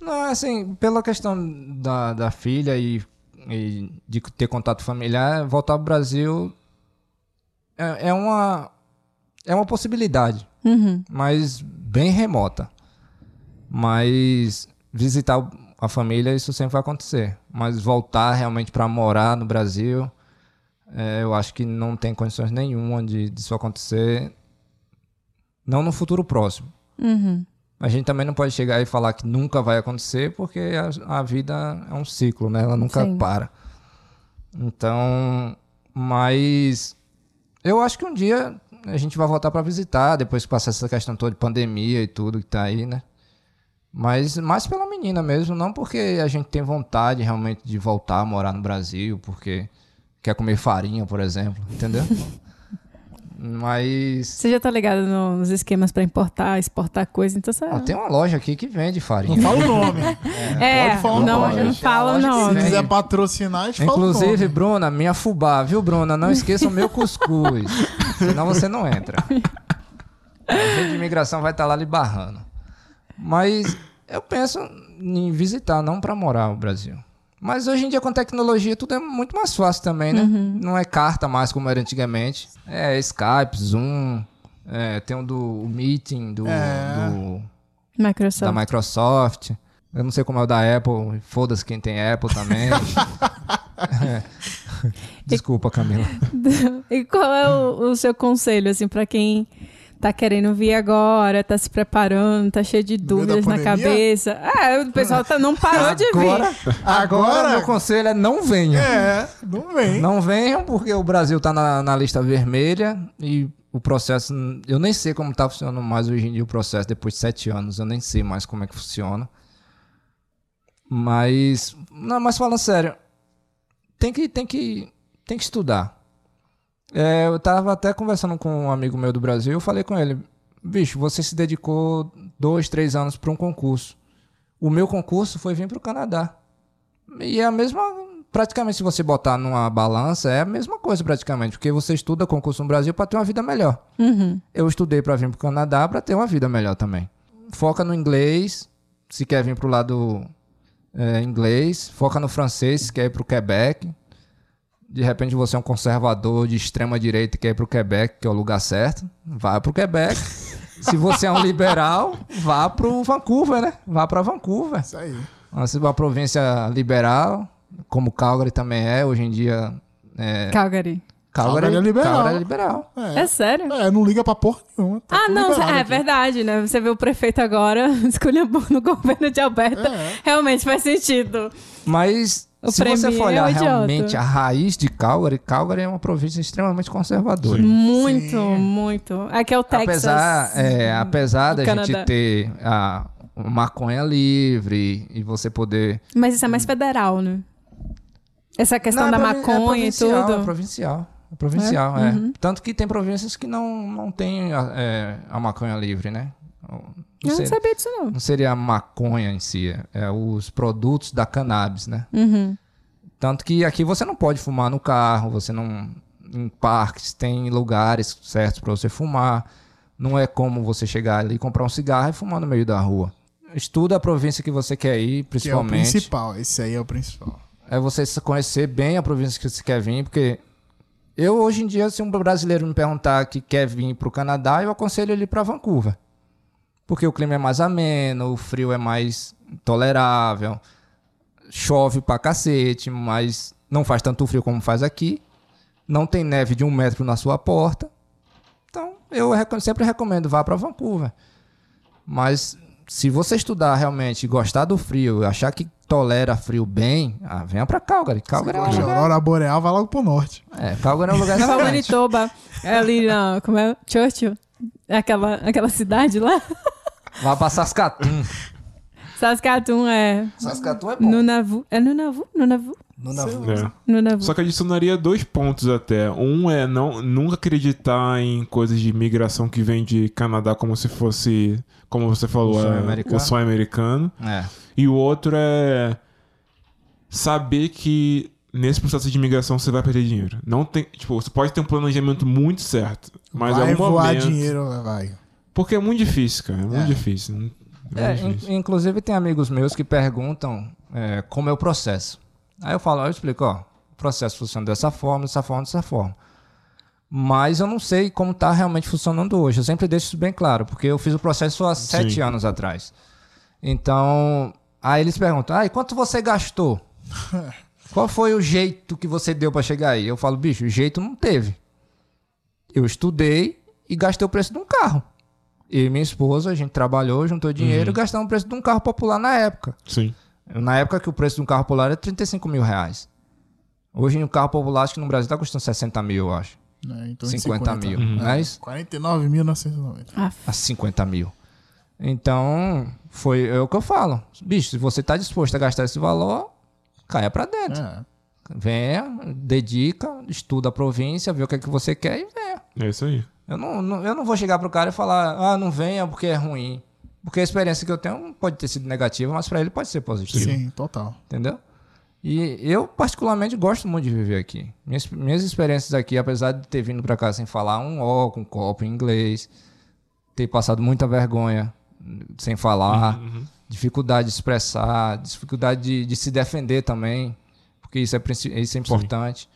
Speaker 3: Não, assim, pela questão da, da filha e, e de ter contato familiar, voltar pro Brasil é, é uma é uma possibilidade, mas bem remota. Mas visitar o- a família isso sempre vai acontecer, mas voltar realmente para morar no Brasil, é, eu acho que não tem condições nenhuma de disso acontecer, não no futuro próximo. A gente também não pode chegar e falar que nunca vai acontecer, porque a, a vida é um ciclo, né? Ela nunca
Speaker 1: Sim.
Speaker 3: para. Então, mas eu acho que um dia a gente vai voltar para visitar, depois que passar essa questão toda de pandemia e tudo que tá aí, né? Mas mais pela menina mesmo, não porque a gente tem vontade realmente de voltar a morar no Brasil, porque quer comer farinha, por exemplo, entendeu? Mas
Speaker 1: Você já tá ligado no- nos esquemas pra importar, exportar coisa, então você...
Speaker 3: ó, tem uma loja aqui que vende farinha.
Speaker 2: Não fala o nome.
Speaker 1: é,
Speaker 2: um pode falar o
Speaker 1: não,
Speaker 2: nome.
Speaker 1: não fala não.
Speaker 2: Se
Speaker 3: Sim.
Speaker 2: quiser patrocinar, a gente fala o
Speaker 3: Inclusive,
Speaker 2: nome.
Speaker 3: Bruna, minha fubá, viu, Bruna? Não esqueça o meu cuscuz. senão você não entra. A gente de imigração vai estar lá lhe barrando. Mas eu penso em visitar, não para morar o Brasil. Mas hoje em dia, com tecnologia, tudo é muito mais fácil também, né? Não é carta mais como era antigamente. É Skype, Zoom. é, tem o do o meeting do-
Speaker 2: É.
Speaker 3: do da
Speaker 1: Microsoft.
Speaker 3: Microsoft. Eu não sei como é o da Apple. Foda-se quem tem Apple também. É. Desculpa, Camila.
Speaker 1: e qual é o, o seu conselho, assim, pra quem tá querendo vir agora, tá se preparando, tá cheio de
Speaker 2: meio da
Speaker 1: dúvidas na
Speaker 2: pandemia?
Speaker 1: cabeça? É, o pessoal tá, não parou de vir.
Speaker 3: Agora, agora, meu conselho é não venham.
Speaker 2: É, não vem.
Speaker 3: Não venham porque o Brasil tá na, na lista vermelha e o processo... Eu nem sei como tá funcionando mais hoje em dia o processo depois de sete anos. Eu nem sei mais como é que funciona. Mas... Não, mas falando sério. Tem que, tem que, tem que estudar. É, eu tava até conversando com um amigo meu do Brasil, eu falei com ele, bicho, você se dedicou dois, três anos para um concurso. O meu concurso foi vir para o Canadá. E é a mesma, praticamente, se você botar numa balança, é a mesma coisa praticamente, porque você estuda concurso no Brasil para ter uma vida melhor. Eu estudei para vir para o Canadá para ter uma vida melhor também. Foca no inglês, se quer vir para o lado é, inglês, foca no francês, se quer ir para o Quebec, de repente você é um conservador de extrema direita que quer ir pro Quebec, que é o lugar certo, vá pro Quebec. Se você é um liberal, vá pro Vancouver, né? Vá pra Vancouver.
Speaker 2: Isso aí.
Speaker 3: Ah, Se uma província liberal, como Calgary também é, hoje em dia É.
Speaker 1: Calgary.
Speaker 3: Calgary,
Speaker 2: Calgary é liberal.
Speaker 3: Calgary é liberal.
Speaker 1: É, sério?
Speaker 2: É, não liga pra porra nenhuma. tá
Speaker 1: Ah,
Speaker 2: tudo
Speaker 1: não,
Speaker 2: liberado
Speaker 1: é
Speaker 2: aqui.
Speaker 1: verdade, né? Você vê o prefeito agora escolhendo no governo de Alberta.
Speaker 2: É.
Speaker 1: Realmente faz sentido.
Speaker 3: Mas
Speaker 1: O
Speaker 3: se você
Speaker 1: Premier é
Speaker 3: for olhar
Speaker 1: um idiota.
Speaker 3: realmente a raiz de Calgary, Calgary é uma província extremamente conservadora.
Speaker 1: Hum. Muito, muito. Aqui é o Texas.
Speaker 3: Apesar, é, apesar
Speaker 1: do
Speaker 3: da
Speaker 1: Canadá.
Speaker 3: gente ter a maconha livre e você poder
Speaker 1: Mas isso é mais federal, né? Essa questão
Speaker 3: Hum. Não,
Speaker 1: da
Speaker 3: é provi- é
Speaker 1: maconha e
Speaker 3: provincial, É
Speaker 1: tudo. Uhum.
Speaker 3: provincial. É provincial, é. Tanto que tem províncias que não, não tem a, é, a maconha livre, né?
Speaker 1: Eu
Speaker 3: sei-
Speaker 1: não é sabia disso, não.
Speaker 3: não seria a maconha em si, é- é os produtos da cannabis, né? Tanto que aqui você não pode fumar no carro, você não. Em parques tem lugares certos para você fumar. Não é como você chegar ali, comprar um cigarro e fumar no meio da rua. Estuda a província que você quer ir,
Speaker 2: Que é o
Speaker 3: principalmente.
Speaker 2: principal. Esse aí é o principal.
Speaker 3: É você se conhecer bem a província que você quer vir, porque eu hoje em dia, se um brasileiro me perguntar que quer vir para o Canadá, eu aconselho ele para Vancouver. Porque o clima é mais ameno, o frio é mais tolerável, chove pra cacete, mas não faz tanto frio como faz aqui, não tem neve de um metro na sua porta. Então, eu reco- sempre recomendo vá para Vancouver. Mas se você estudar realmente, e gostar do frio, achar que tolera frio bem, ah, venha pra Calgary. Calgary é, um
Speaker 2: Poxa, a
Speaker 3: lugar-
Speaker 2: Aurora Boreal vai logo pro norte.
Speaker 3: é, Calgary é um lugar
Speaker 1: Nova
Speaker 3: excelente.
Speaker 1: Manitoba, é ali na. Como é? Churchill? É Aquela, aquela cidade lá?
Speaker 3: Vá pra Saskatoon.
Speaker 1: Saskatoon é.
Speaker 3: Hum. Saskatoon é bom.
Speaker 1: Nunavu. É Nunavu? Nunavu?
Speaker 4: É.
Speaker 1: Nunavu.
Speaker 4: Só que adicionaria dois pontos até. Um é não, nunca acreditar em coisas de imigração que vem de Canadá como se fosse, como você falou,
Speaker 3: O sonho
Speaker 4: é,
Speaker 3: americano.
Speaker 4: o sonho americano.
Speaker 3: É.
Speaker 4: E o outro é saber que nesse processo de imigração você vai perder dinheiro. Não tem, tipo, você pode ter um planejamento muito certo, mas é um
Speaker 2: vai
Speaker 4: algum
Speaker 2: voar
Speaker 4: momento,
Speaker 2: dinheiro, vai.
Speaker 4: porque é muito difícil, cara, é muito
Speaker 2: É.
Speaker 4: difícil. muito
Speaker 3: É, in-
Speaker 4: difícil.
Speaker 3: inclusive tem amigos meus que perguntam é, como é o processo. Aí eu falo, eu explico, ó, o processo funciona dessa forma, dessa forma, dessa forma. Mas eu não sei como tá realmente funcionando hoje. Eu sempre deixo isso bem claro, porque eu fiz o processo há sete anos atrás. Então, aí eles perguntam: ah, e quanto você gastou? Qual foi o jeito que você deu para chegar aí? Eu falo: bicho, o jeito não teve. Eu estudei e gastei o preço de um carro. Eu e minha esposa, a gente trabalhou, juntou dinheiro e gastamos o preço de um carro popular na época.
Speaker 4: Sim.
Speaker 3: Na época que o preço de um carro popular era 35 mil reais. Hoje um carro popular, acho que no Brasil tá custando 60 mil, eu acho.
Speaker 2: Né? Então, Uhum. em
Speaker 3: 50, mil. Não é isso?
Speaker 2: 49.990.
Speaker 1: Aff.
Speaker 3: A 50 mil. Então, foi é o que eu falo. Bicho, se você tá disposto a gastar esse valor, caia pra dentro.
Speaker 2: É.
Speaker 3: Venha, dedica, estuda a província, vê o que é que você quer e venha.
Speaker 4: É isso aí.
Speaker 3: Eu não, não- eu não vou chegar pro cara e falar, ah, não venha porque é ruim. Porque a experiência que eu tenho pode ter sido negativa, mas pra ele pode ser positiva.
Speaker 2: Sim, total.
Speaker 3: Entendeu? E eu, particularmente, gosto muito de viver aqui. Minhas, minhas experiências aqui, apesar de ter vindo pra cá sem falar um ó, com um copo em inglês, ter passado muita vergonha hum, sem
Speaker 4: Uhum.
Speaker 3: falar, dificuldade de expressar, dificuldade de, de se defender também, porque isso é, princi- isso é importante.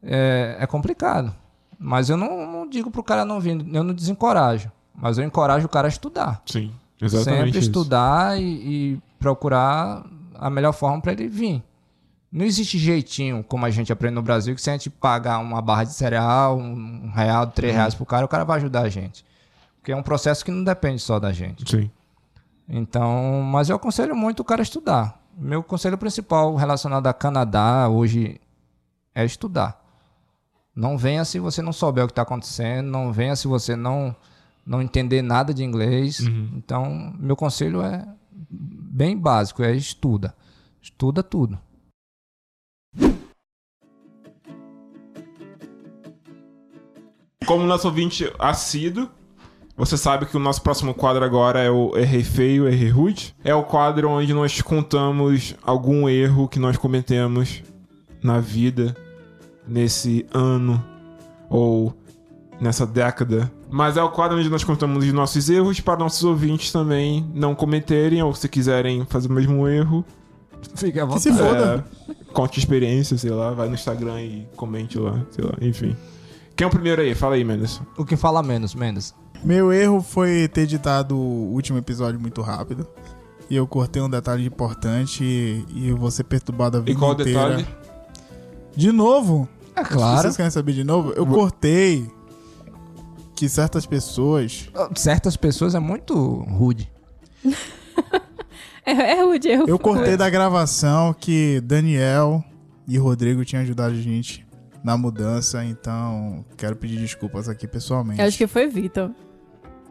Speaker 3: É, é complicado. Mas eu não, não digo pro cara não vir, eu não desencorajo. Mas eu encorajo o cara a estudar
Speaker 4: Sim. Exatamente.
Speaker 3: sempre
Speaker 4: isso.
Speaker 3: estudar e, e procurar a melhor forma para ele vir. Não existe jeitinho, como a gente aprende no Brasil, que se a gente pagar uma barra de cereal, um um real, três
Speaker 4: Uhum.
Speaker 3: reais pro cara, o cara vai ajudar a gente. Porque é um processo que não depende só da gente.
Speaker 4: Sim.
Speaker 3: Então, mas eu aconselho muito o cara a estudar. Meu conselho principal relacionado a Canadá hoje é estudar. Não venha se você não souber o que está acontecendo, não venha se você não não entender nada de
Speaker 4: Uhum.
Speaker 3: inglês. Então, meu conselho é bem básico, é estuda. Estuda tudo.
Speaker 4: Como nosso ouvinte assíduo, você sabe que o nosso próximo quadro agora é o Errei Feio, Errei Rude. É o quadro onde nós contamos algum erro que nós cometemos na vida, nesse ano ou nessa década. Mas é o quadro onde nós contamos os nossos erros para nossos ouvintes também não cometerem, ou se quiserem fazer o mesmo erro,
Speaker 3: Fica à
Speaker 2: Que se foda.
Speaker 4: é, conte experiência, sei lá, vai no Instagram e comente lá, sei lá, enfim. Quem é o primeiro aí? Fala aí, Mendes.
Speaker 3: O que fala menos, Mendes?
Speaker 2: Meu erro foi ter editado o último episódio muito rápido. E eu cortei um detalhe importante e, e eu vou ser perturbado a vida
Speaker 4: E qual o
Speaker 2: inteira.
Speaker 4: detalhe?
Speaker 2: De novo?
Speaker 3: É
Speaker 2: Se
Speaker 3: claro.
Speaker 2: Vocês querem saber de novo? Eu cortei que certas pessoas...
Speaker 3: Certas pessoas é muito rude.
Speaker 1: É, é rude, erro.
Speaker 2: Eu cortei da gravação que Daniel e Rodrigo tinham ajudado a gente na mudança, então quero pedir desculpas aqui pessoalmente.
Speaker 1: Eu acho que foi Vitor.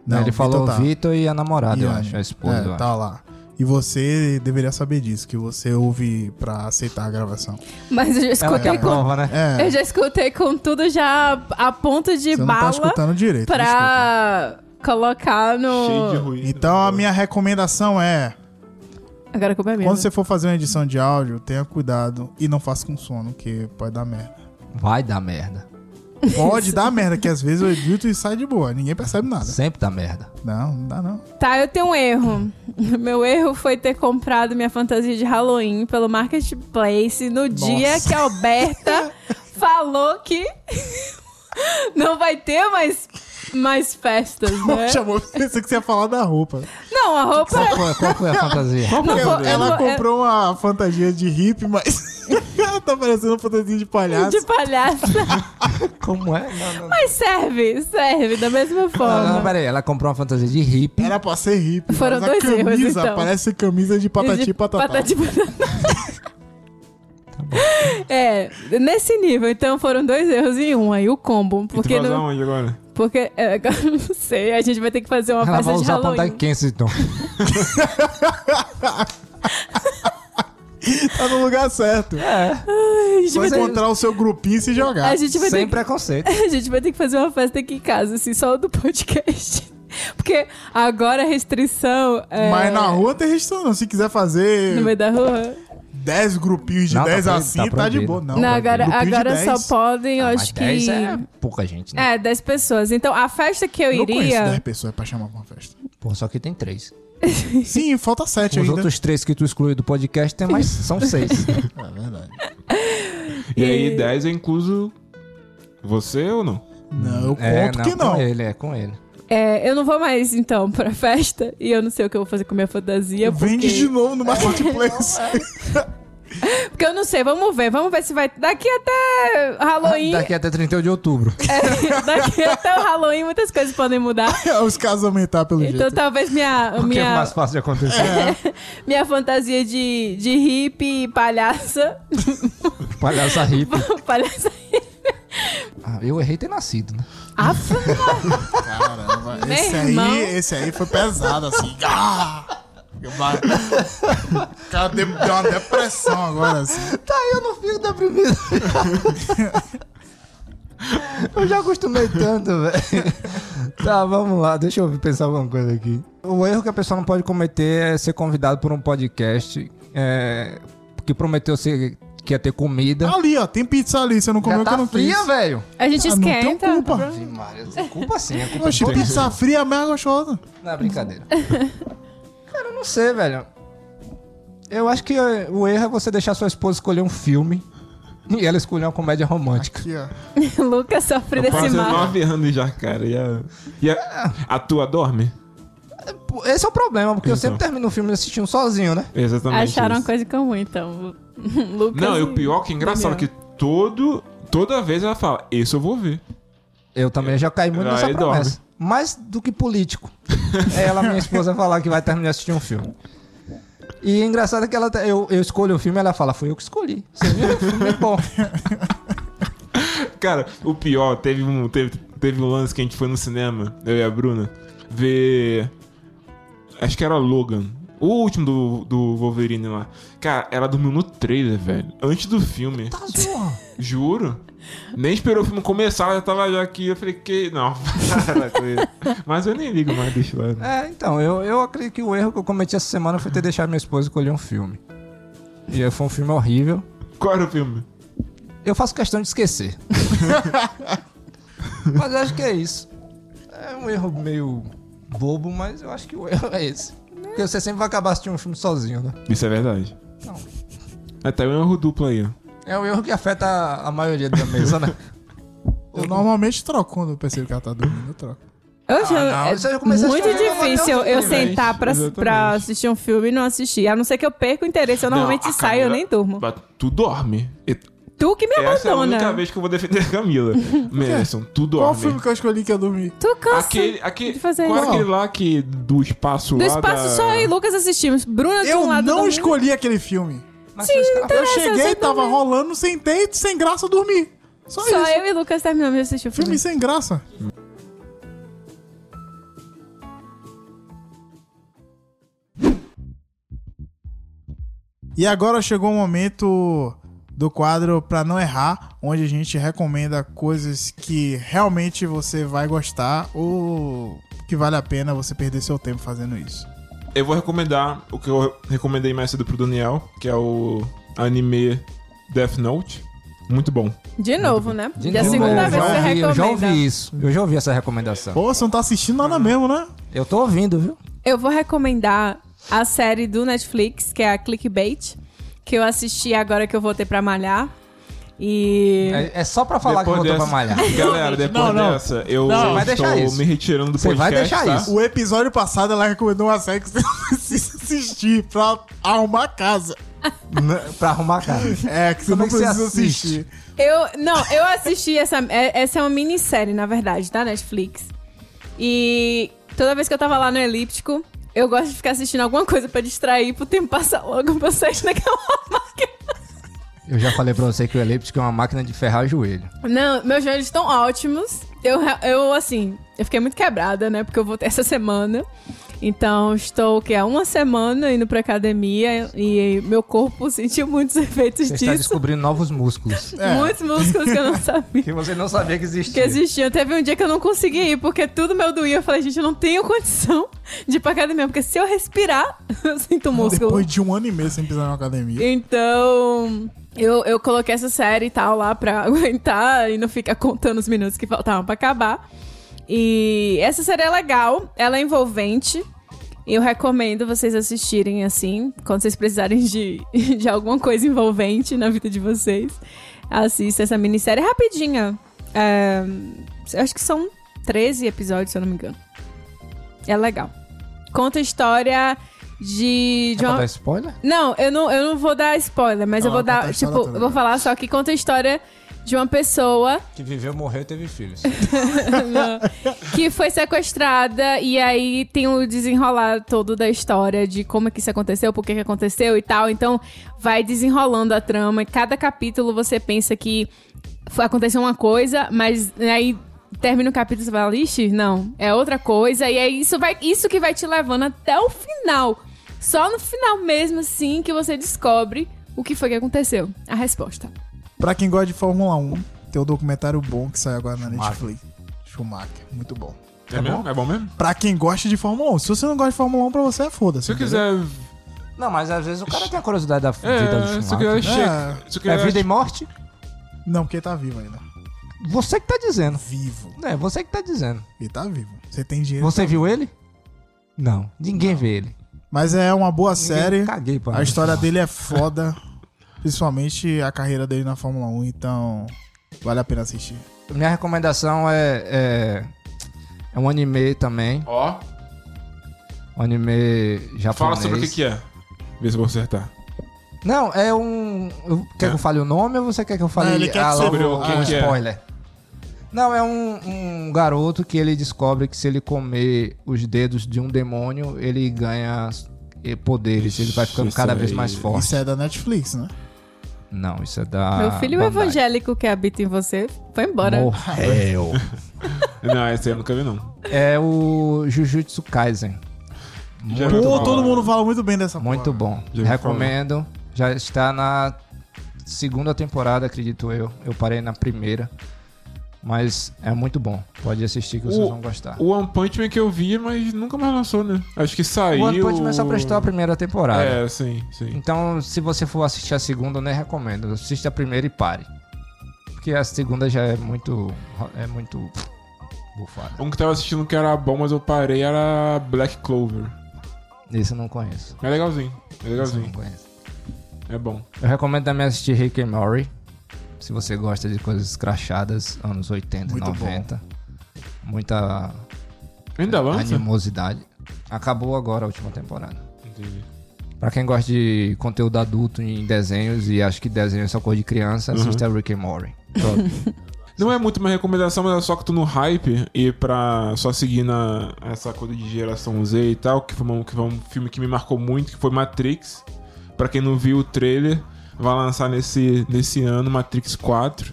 Speaker 2: Não,
Speaker 3: Ele falou
Speaker 2: Vitor tá.
Speaker 3: Vitor e a namorada, eu
Speaker 2: Iane.
Speaker 3: acho, a esposa.
Speaker 2: É,
Speaker 3: eu acho.
Speaker 2: tá lá. E você deveria saber disso, que você ouve pra aceitar a gravação.
Speaker 1: Mas eu já
Speaker 3: Ela
Speaker 1: escutei
Speaker 3: quer a
Speaker 1: com.
Speaker 3: prova, né?
Speaker 2: É,
Speaker 1: Eu já escutei com tudo já a ponto de
Speaker 2: você não tá
Speaker 1: bala
Speaker 2: escutando direito. desculpa.
Speaker 1: pra colocar
Speaker 4: Cheio de
Speaker 1: no.
Speaker 4: ruído.
Speaker 2: Então a minha recomendação é,
Speaker 1: Agora a culpa é minha.
Speaker 2: quando você for fazer uma edição de áudio, tenha cuidado e não faça com sono, que pode dar merda.
Speaker 3: Vai dar merda.
Speaker 2: Pode dar merda, que às vezes eu edito e sai de boa, ninguém percebe nada.
Speaker 3: Sempre dá merda.
Speaker 2: Não, não dá não.
Speaker 1: Tá, eu tenho um erro. Meu erro foi ter comprado minha fantasia de Halloween pelo Marketplace no dia que a Alberta falou que não vai ter mais, mais festas, né?
Speaker 2: Chamou, pensei que você ia falar da roupa.
Speaker 1: Não, a roupa
Speaker 3: Qual foi, qual foi a fantasia?
Speaker 1: Não, é-
Speaker 2: ela
Speaker 1: eu-
Speaker 2: ela
Speaker 1: eu-
Speaker 2: comprou uma fantasia de hippie, mas ela tá parecendo uma fantasia de
Speaker 1: é
Speaker 2: palhaço.
Speaker 1: de palhaça.
Speaker 3: Como é? Não, não, não.
Speaker 1: Mas serve, serve da mesma
Speaker 3: Não, não,
Speaker 1: forma.
Speaker 3: peraí, ela comprou uma fantasia de hippie.
Speaker 2: Era pra ser hippie.
Speaker 1: Foram
Speaker 2: mas a
Speaker 1: dois erros,
Speaker 2: camisa
Speaker 1: então.
Speaker 2: parece camisa de
Speaker 1: E
Speaker 2: patati
Speaker 1: de
Speaker 2: e patatá.
Speaker 1: patati patatá. É, nesse nível, então foram dois erros em um aí, o combo.
Speaker 4: E tu
Speaker 1: Porque
Speaker 4: vai usar
Speaker 1: não,
Speaker 4: onde agora?
Speaker 1: Porque, é, agora eu não sei, a gente vai ter que fazer uma
Speaker 3: Ela
Speaker 1: festa
Speaker 3: vai
Speaker 1: de
Speaker 3: usar pra andar
Speaker 1: Halloween.
Speaker 3: em Kensington.
Speaker 2: Tá no lugar certo.
Speaker 1: A gente
Speaker 2: Só
Speaker 1: vai ter-
Speaker 2: encontrar o seu grupinho e se jogar.
Speaker 1: a É, tipo, gente vai ter
Speaker 3: Sem
Speaker 1: que-
Speaker 3: preconceito.
Speaker 1: a gente vai ter que fazer uma festa aqui em casa, assim, só do podcast. Porque agora a restrição é...
Speaker 2: Mas na rua tem restrição, não. Se quiser
Speaker 1: No
Speaker 2: fazer
Speaker 1: meio da rua?
Speaker 2: 10 grupinhos de
Speaker 3: Não, tá
Speaker 2: 10
Speaker 3: proibido,
Speaker 2: assim,
Speaker 3: tá
Speaker 2: tá, de
Speaker 3: proibido.
Speaker 2: boa. Não,
Speaker 1: Não, agora
Speaker 2: grupinho de
Speaker 1: agora
Speaker 2: 10.
Speaker 1: só podem, eu
Speaker 3: Ah, Mas
Speaker 1: acho que...
Speaker 3: 10 é pouca gente, né?
Speaker 1: É, 10 pessoas. Então, a festa que eu
Speaker 2: Eu conheço 10
Speaker 1: iria...
Speaker 2: pessoas pra chamar pra uma festa.
Speaker 3: Pô, só que tem três.
Speaker 2: Sim, falta 7
Speaker 3: Os
Speaker 2: ainda.
Speaker 3: outros três que tu exclui do podcast tem mais, são seis.
Speaker 2: É verdade.
Speaker 4: E aí, 10 é incluso você ou não?
Speaker 2: Não, eu conto
Speaker 3: É,
Speaker 2: que não.
Speaker 3: Com ele, é com ele.
Speaker 1: É, eu não vou mais, então, pra festa. E eu não sei o que eu vou fazer com minha fantasia. porque...
Speaker 2: Vende de novo no Marketplace.
Speaker 1: Porque eu não sei, vamos ver. Vamos ver se vai. Daqui até Halloween.
Speaker 3: Ah, Daqui até 31 de outubro.
Speaker 1: é, daqui até o Halloween muitas coisas podem mudar.
Speaker 2: É, Os casos aumentar pelo
Speaker 1: Então
Speaker 2: jeito.
Speaker 1: talvez minha,
Speaker 3: O que é
Speaker 1: minha,
Speaker 3: mais fácil de acontecer?
Speaker 2: É.
Speaker 1: minha fantasia de, de hippie e palhaça.
Speaker 3: Palhaça hippie.
Speaker 1: palhaça.
Speaker 3: Ah, eu errei ter nascido, né?
Speaker 1: Aff,
Speaker 2: Caramba,
Speaker 1: Meu
Speaker 2: esse aí,
Speaker 1: irmão.
Speaker 2: esse aí foi pesado, assim. Ah! Eu ba- O cara deu deu uma depressão agora, assim.
Speaker 3: Tá, eu não fico deprimido. eu já acostumei tanto, velho. Tá, vamos lá, deixa eu pensar alguma coisa aqui. O erro que a pessoa não pode cometer é ser convidado por um podcast é, que prometeu ser, que ia ter comida.
Speaker 2: Tá Ali, ó, tem pizza ali, você não comeu
Speaker 3: já
Speaker 2: que eu
Speaker 3: tá
Speaker 2: não
Speaker 3: fria,
Speaker 2: quis.
Speaker 3: velho.
Speaker 1: a gente
Speaker 2: Ah, não tem
Speaker 1: esquenta.
Speaker 2: culpa.
Speaker 3: Sim, Mário, culpa sim, é culpa
Speaker 2: Oxe,
Speaker 3: tua.
Speaker 2: pizza fria é mais gostosa.
Speaker 3: Não, é brincadeira. Cara, eu não sei, velho. Eu acho que eh, o erro é você deixar sua esposa escolher um filme e ela escolher uma comédia romântica.
Speaker 2: Aqui, ó.
Speaker 1: Lucas sofre desse
Speaker 4: Quase
Speaker 1: mal.
Speaker 4: nove anos já, cara. E a, e a, a tua dorme?
Speaker 3: Pô, Esse é o problema, porque eu
Speaker 4: Então.
Speaker 3: sempre termino o filme assistindo sozinho, né?
Speaker 4: Exatamente.
Speaker 1: Acharam
Speaker 4: isso.
Speaker 1: uma coisa em comum, então. Lucas.
Speaker 4: Não, e o pior que é engraçado
Speaker 1: Daniel.
Speaker 4: que todo, toda vez ela fala, esse eu vou ver.
Speaker 3: Eu também já caí muito
Speaker 4: Aí
Speaker 3: nessa
Speaker 4: dorme.
Speaker 3: promessa. Mais do que político. é ela, minha esposa, falar que vai terminar de assistir um filme. E engraçado é que ela, eu, eu escolho o filme e ela fala, foi eu que escolhi. Você viu? O filme é bom.
Speaker 4: Cara, o pior, teve um, teve, teve um lance que a gente foi no cinema, eu e a Bruna, ver. Acho que era Logan. O último do, do Wolverine lá. Cara, ela dormiu no trailer, velho. Antes do filme.
Speaker 3: Tá zoando.
Speaker 4: Juro. Nem esperou o filme começar, ela já tava já aqui. Eu falei, que. Não, para com isso. Mas eu nem ligo mais, deixa lá.
Speaker 3: É, então, eu, eu acredito que o erro que eu cometi essa semana foi ter deixado minha esposa escolher um filme. E aí foi um filme horrível.
Speaker 4: Qual era o filme?
Speaker 3: Eu faço questão de esquecer. mas eu acho que é isso. É um erro meio bobo, mas eu acho que o erro é esse. Porque você sempre vai acabar assistindo um filme sozinho, né?
Speaker 4: Isso é verdade.
Speaker 3: Não.
Speaker 4: Até um erro duplo aí, ó.
Speaker 3: É um erro que afeta a a maioria da mesa, né?
Speaker 2: Eu normalmente troco quando eu percebo que ela tá dormindo, eu troco.
Speaker 1: Hoje eu-
Speaker 3: Ah, não,
Speaker 1: é
Speaker 3: isso aí eu comecei a
Speaker 1: muito
Speaker 3: chorar, mas
Speaker 1: difícil
Speaker 3: não,
Speaker 1: eu, eu
Speaker 4: exatamente,
Speaker 1: sentar pra, pra
Speaker 4: exatamente.
Speaker 1: assistir um filme e não assistir. A não ser que eu perca o interesse, eu normalmente
Speaker 4: Não, a
Speaker 1: saio, eu
Speaker 4: Camila-
Speaker 1: nem durmo.
Speaker 4: Mas Tu dorme. E-
Speaker 1: Tu que me
Speaker 4: Essa é a única
Speaker 1: abandona.
Speaker 4: vez que eu vou defender a Camila. Merson, tu
Speaker 2: Qual o
Speaker 4: dorme.
Speaker 2: filme que eu escolhi que eu dormi?
Speaker 1: tu cansa
Speaker 4: Aquele, aquele,
Speaker 1: de fazer
Speaker 4: qual é
Speaker 1: isso.
Speaker 4: aquele lá que do espaço
Speaker 1: Do
Speaker 4: lá
Speaker 1: espaço
Speaker 4: da...
Speaker 1: só eu e Lucas assistimos. Bruna de
Speaker 2: Eu
Speaker 1: um lado do
Speaker 2: não
Speaker 1: mundo.
Speaker 2: escolhi aquele filme.
Speaker 1: então
Speaker 3: Mas
Speaker 1: é
Speaker 3: foi escravo.
Speaker 2: Eu
Speaker 1: Interessa,
Speaker 2: cheguei,
Speaker 1: você
Speaker 2: tava
Speaker 1: dormiu.
Speaker 2: rolando, sentei, sem graça, eu dormi. Só,
Speaker 1: Só
Speaker 2: isso.
Speaker 1: eu e Lucas terminamos de assistir o filme.
Speaker 2: Filme sem graça. E agora chegou o momento do quadro Pra Não Errar, onde a gente recomenda coisas que realmente você vai gostar ou que vale a pena você perder seu tempo fazendo isso.
Speaker 4: Eu vou recomendar o que eu recomendei mais cedo pro Daniel, que é o anime Death Note. Muito bom.
Speaker 1: De novo, né?
Speaker 3: De
Speaker 1: Já é a
Speaker 3: novo,
Speaker 1: segunda
Speaker 3: eu
Speaker 1: vez
Speaker 3: já
Speaker 1: que você
Speaker 3: ouvi, Eu já
Speaker 1: recomenda.
Speaker 3: ouvi isso. Eu já ouvi essa recomendação.
Speaker 2: Pô, você não tá assistindo nada mesmo, né?
Speaker 3: Eu tô ouvindo, viu?
Speaker 1: Eu vou recomendar a série do Netflix, que é a Clickbait, que eu assisti agora que eu voltei pra malhar. E.
Speaker 3: É, é só pra falar
Speaker 4: Depois
Speaker 3: que eu voltou
Speaker 4: dessa-
Speaker 3: pra malhar.
Speaker 4: Galera, depois
Speaker 2: Não, não.
Speaker 4: dessa, eu
Speaker 3: Não, vai
Speaker 4: estou
Speaker 3: deixar isso.
Speaker 4: me retirando do
Speaker 3: Você
Speaker 4: podcast,
Speaker 3: vai deixar
Speaker 4: tá?
Speaker 3: isso.
Speaker 2: O episódio passado ela recomendou uma série que você precisa assistir pra arrumar a casa.
Speaker 3: Né? pra arrumar a cara.
Speaker 2: É, que você
Speaker 3: Como
Speaker 2: não
Speaker 3: é que você
Speaker 2: precisa
Speaker 3: assiste?
Speaker 2: assistir.
Speaker 1: Eu. Não, eu assisti essa. é- Essa é uma minissérie, na verdade, da Netflix. E toda vez que eu tava lá no elíptico, eu gosto de ficar assistindo alguma coisa pra distrair, pro tempo passar logo pra eu sair daquela máquina.
Speaker 3: Eu já falei pra você que o elíptico é uma máquina de ferrar o joelho.
Speaker 1: Não, meus joelhos estão ótimos. Eu, eu, assim, eu fiquei muito quebrada, né? Porque eu voltei essa semana. Então, estou, o que há uma semana indo pra academia e meu corpo sentiu muitos efeitos
Speaker 3: Você está
Speaker 1: disso.
Speaker 3: descobrindo novos músculos.
Speaker 1: Muitos músculos que eu não sabia
Speaker 3: Que você não sabia que
Speaker 1: que
Speaker 3: existia.
Speaker 1: existiam. Teve um dia que eu não consegui ir, porque tudo meu doía. Eu falei, gente, eu não tenho condição de ir pra academia, porque se eu respirar, eu
Speaker 3: Ah,
Speaker 1: sinto músculo.
Speaker 2: Depois de um ano e meio sem pisar na academia.
Speaker 1: Então, eu, eu coloquei essa série e tal lá pra aguentar e não ficar contando os minutos que faltavam pra acabar. E essa série é legal, ela é envolvente. E eu recomendo vocês assistirem assim, quando vocês precisarem de, de alguma coisa envolvente na vida de vocês. Assista essa minissérie É rapidinha. é, acho que são 13 episódios, se eu não me engano. É legal. Conta a história de. de
Speaker 3: Quer
Speaker 1: uma-
Speaker 3: botar spoiler?
Speaker 1: Não, eu não, eu não vou dar spoiler, mas
Speaker 2: Não,
Speaker 1: eu vou
Speaker 2: vai contar
Speaker 1: dar.
Speaker 2: a
Speaker 1: Tipo,
Speaker 2: história
Speaker 1: eu
Speaker 2: toda.
Speaker 1: vou falar só que conta a história de uma pessoa
Speaker 3: Que viveu, morreu e teve filhos.
Speaker 1: que foi sequestrada e aí tem o desenrolar todo da história de como é que isso aconteceu, por que que aconteceu e tal. Então vai desenrolando a trama e cada capítulo você pensa que f- aconteceu uma coisa, mas né, aí termina o capítulo e você fala, ixi, não, é outra coisa. E é isso, vai, isso que vai te levando até o final. Só no final mesmo, assim, que você descobre o que foi que aconteceu. A resposta.
Speaker 2: Pra quem gosta de Fórmula 1, tem um documentário bom que sai agora na Netflix. Schumacher, muito bom.
Speaker 3: tá
Speaker 4: É mesmo? É bom mesmo?
Speaker 2: Pra quem gosta de Fórmula 1. Se você não gosta de Fórmula 1, pra você é foda-se.
Speaker 4: Se eu
Speaker 2: entendeu?
Speaker 4: quiser.
Speaker 3: Não, mas às vezes o cara tem a curiosidade da vida
Speaker 4: É,
Speaker 3: do
Speaker 4: se eu quiser.
Speaker 3: Schumacher.
Speaker 4: che- Se eu
Speaker 3: É
Speaker 4: quiser.
Speaker 3: vida e morte?
Speaker 2: Não, porque ele tá vivo ainda.
Speaker 3: Você que tá dizendo.
Speaker 2: Vivo.
Speaker 3: É, você que tá dizendo.
Speaker 2: Ele tá vivo. Você tem dinheiro.
Speaker 3: Você viu ele? Não. Ninguém vê ele.
Speaker 2: Mas é uma boa série.
Speaker 3: Caguei, pô.
Speaker 2: A história dele é foda. Principalmente a carreira dele na Fórmula 1. Então, vale a pena assistir.
Speaker 3: Minha recomendação é, é. é um anime também.
Speaker 4: Ó,
Speaker 3: Um anime japonês.
Speaker 4: fala sobre o que, que é. Vê se eu vou acertar.
Speaker 3: Não, é um. eu- Quer que
Speaker 4: É.
Speaker 3: eu fale o nome ou você quer que eu fale
Speaker 2: Não, ele quer
Speaker 3: ah,
Speaker 2: sobre
Speaker 3: logo
Speaker 4: o que
Speaker 3: um
Speaker 4: que é.
Speaker 3: spoiler? Não, é um, um garoto que ele descobre que se ele comer os dedos de um demônio, ele ganha eh, poderes. Ele vai ficando
Speaker 4: Isso
Speaker 3: cada vez
Speaker 4: aí.
Speaker 3: mais forte.
Speaker 2: Isso é da Netflix, né?
Speaker 3: Não, isso é da.
Speaker 1: Meu filho
Speaker 3: Bandai.
Speaker 1: evangélico que habita em você foi embora.
Speaker 4: É,
Speaker 3: Morreu.
Speaker 4: Não, esse aí eu nunca vi, não.
Speaker 3: é o Jujutsu Kaisen.
Speaker 4: Já
Speaker 2: Pô,
Speaker 4: vi falar.
Speaker 2: todo mundo fala muito bem dessa
Speaker 3: Muito
Speaker 2: porra.
Speaker 3: bom.
Speaker 4: Já ouvi
Speaker 3: Recomendo. Já está na segunda temporada, acredito eu. Eu parei na primeira. Mas é muito bom. Pode assistir que vocês
Speaker 4: O-
Speaker 3: vão gostar. O,
Speaker 4: O One Punch Man que eu vi, mas nunca mais lançou, né? Acho que saiu.
Speaker 3: One Punch Man é só prestou a primeira temporada.
Speaker 4: É, sim, sim.
Speaker 3: Então, se você for assistir a segunda, eu nem recomendo. Assista a primeira e pare. Porque a segunda já é muito. É muito. Bufada.
Speaker 4: Um que tava assistindo que era bom, mas eu parei, era Black Clover.
Speaker 3: Esse eu não conheço.
Speaker 4: É legalzinho, é
Speaker 3: Esse eu não
Speaker 4: legalzinho,
Speaker 3: conheço.
Speaker 4: é bom.
Speaker 3: Eu recomendo também assistir Rick and Morty. Se você gosta de coisas crachadas, anos 80 e
Speaker 2: Muito
Speaker 3: 90. Muita
Speaker 4: Ainda lança?
Speaker 3: animosidade. Acabou agora a última temporada.
Speaker 4: Entendi.
Speaker 3: Pra quem gosta de conteúdo adulto em desenhos e acha que desenho é só coisa de criança,
Speaker 4: Uhum.
Speaker 3: assista Rick and Morty. Pronto.
Speaker 4: Não é muito uma recomendação, mas é só que tô no hype e pra só seguir na essa coisa de geração Z e tal, que foi, um, que foi um filme que me marcou muito, que foi Matrix. Pra quem não viu o trailer, vai lançar nesse, nesse ano Matrix 4.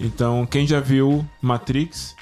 Speaker 4: Então, quem já viu Matrix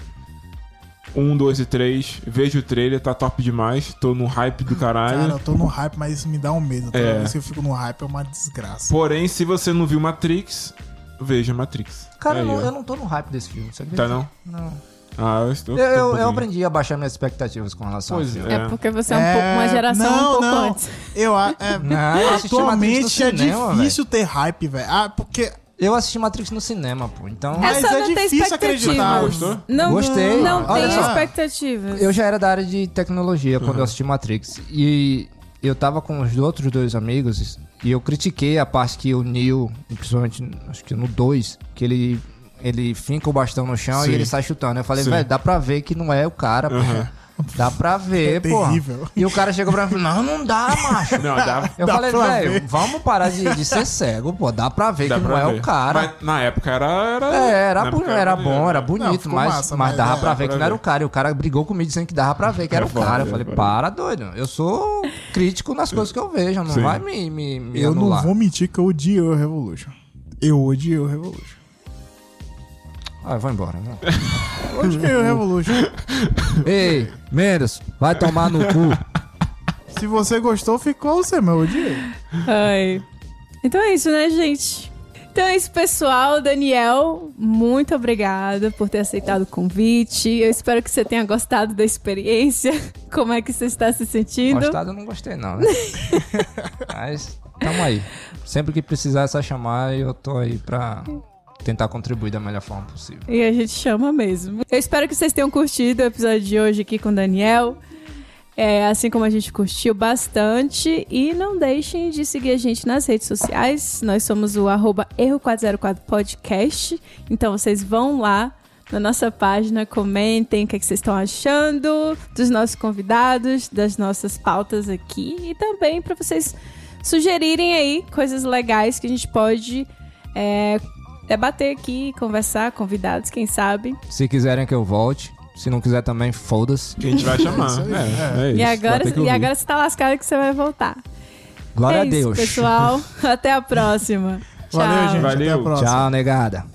Speaker 4: 1, 2 e 3, veja o trailer, tá top demais. Tô no hype do caralho.
Speaker 2: Cara, eu tô no hype, mas isso me dá um medo. Toda
Speaker 4: É.
Speaker 2: vez que eu fico no hype é uma desgraça.
Speaker 4: Porém, se você não viu Matrix, veja Matrix. Tá
Speaker 3: Cara, eu
Speaker 4: É Aí,
Speaker 3: não-
Speaker 4: ó.
Speaker 3: eu não tô no hype desse filme, sabia?
Speaker 4: Tá não?
Speaker 3: Não.
Speaker 4: Ah, eu estou.
Speaker 3: Eu, eu-
Speaker 4: tô um
Speaker 3: eu
Speaker 4: pouquinho.
Speaker 3: aprendi a baixar minhas expectativas com relação
Speaker 4: Pois
Speaker 3: ao filme.
Speaker 1: É,
Speaker 4: É.
Speaker 1: porque você é, um pouco uma geração um pouco antes.
Speaker 2: Eu, a- é,
Speaker 3: Não, eu assisti Matrix
Speaker 2: atualmente
Speaker 3: no
Speaker 2: é
Speaker 3: cinema,
Speaker 2: difícil ter hype, velho. Ah, porque
Speaker 3: Eu assisti Matrix no cinema, pô. Então.
Speaker 2: Mas
Speaker 1: é só
Speaker 2: é
Speaker 1: não ter
Speaker 2: difícil acreditar.
Speaker 1: expectativas.
Speaker 4: Gostou?
Speaker 1: Não,
Speaker 3: Gostei.
Speaker 1: Não
Speaker 3: Olha
Speaker 1: tem
Speaker 3: só.
Speaker 1: expectativas.
Speaker 3: Eu já era da área de tecnologia quando
Speaker 4: Uhum.
Speaker 3: eu assisti Matrix. E eu tava com os outros dois amigos e eu critiquei a parte que o Neo, principalmente acho que no 2, que ele, ele finca o bastão no chão
Speaker 4: Sim.
Speaker 3: e ele sai chutando. Eu falei,
Speaker 4: Sim. Uhum.
Speaker 3: velho, dá pra ver que não é o cara, pô. Dá pra ver,
Speaker 2: É
Speaker 3: pô.
Speaker 2: terrível.
Speaker 3: E o cara chegou pra mim e falou, não, não dá, macho.
Speaker 4: Não, dá,
Speaker 3: Eu
Speaker 2: Dá
Speaker 3: falei,
Speaker 2: pra
Speaker 3: velho,
Speaker 2: ver."
Speaker 3: vamos parar de, de ser cego, pô. Dá pra ver
Speaker 4: dá
Speaker 3: que
Speaker 4: pra
Speaker 3: não é
Speaker 4: ver.
Speaker 3: o cara.
Speaker 4: Mas na época era. era né?
Speaker 3: É, era,
Speaker 4: na
Speaker 3: bu-
Speaker 4: época
Speaker 3: era bom,
Speaker 4: maneiro.
Speaker 3: era bonito,
Speaker 2: ficou
Speaker 3: mas,
Speaker 2: massa,
Speaker 3: mas
Speaker 2: mas
Speaker 3: dava
Speaker 2: é,
Speaker 3: pra ver
Speaker 4: pra
Speaker 3: que não era o
Speaker 4: ver.
Speaker 3: cara. E o cara brigou comigo dizendo que dava pra ver que era
Speaker 4: É
Speaker 3: o cara.
Speaker 4: foda,
Speaker 3: Eu
Speaker 4: é
Speaker 3: falei,
Speaker 4: foda.
Speaker 3: para, doido. Eu sou crítico nas coisas que eu vejo, não
Speaker 4: Sim.
Speaker 3: vai me, me, me
Speaker 2: eu não
Speaker 3: anular.
Speaker 2: vou mentir que eu odiei o Revolution. Eu odiei o Revolution.
Speaker 3: Ah, eu vou embora. não.
Speaker 2: Eu Odiei o Revolution.
Speaker 3: Ei, Mendes, vai tomar no cu.
Speaker 2: Se você gostou, ficou você, meu. Eu odiei.
Speaker 1: Ai. Então é isso, né, gente? Então é isso, pessoal. Daniel, muito obrigada por ter aceitado o convite. Eu espero que você tenha gostado da experiência. Como é que você está se sentindo?
Speaker 3: Gostado eu não gostei, não, né? mas tamo aí. Sempre que precisar é só chamar, eu tô aí pra tentar contribuir da melhor forma possível.
Speaker 1: E a gente chama mesmo. Eu espero que vocês tenham curtido o episódio de hoje aqui com o Daniel. É, assim como a gente curtiu bastante. E não deixem de seguir a gente nas redes sociais. Nós somos o arroba erro404podcast. Então vocês vão lá, na nossa página, comentem o que, é que vocês estão achando dos nossos convidados, das nossas pautas aqui e também para vocês sugerirem aí coisas legais que a gente pode é, debater aqui, conversar, convidados, quem sabe.
Speaker 3: Se quiserem que eu volte. Se não quiser também, foda-se.
Speaker 4: Que a gente vai chamar. é, é isso.
Speaker 1: e
Speaker 4: vai
Speaker 1: agora,
Speaker 4: ter que
Speaker 1: e
Speaker 4: ouvir.
Speaker 1: agora você tá lascado que você vai voltar.
Speaker 3: Glória
Speaker 1: é
Speaker 3: a Deus.
Speaker 1: Isso, pessoal. Até a próxima.
Speaker 2: Valeu,
Speaker 1: Tchau.
Speaker 2: gente. Até a
Speaker 4: Valeu.
Speaker 2: próxima.
Speaker 3: Tchau, negada.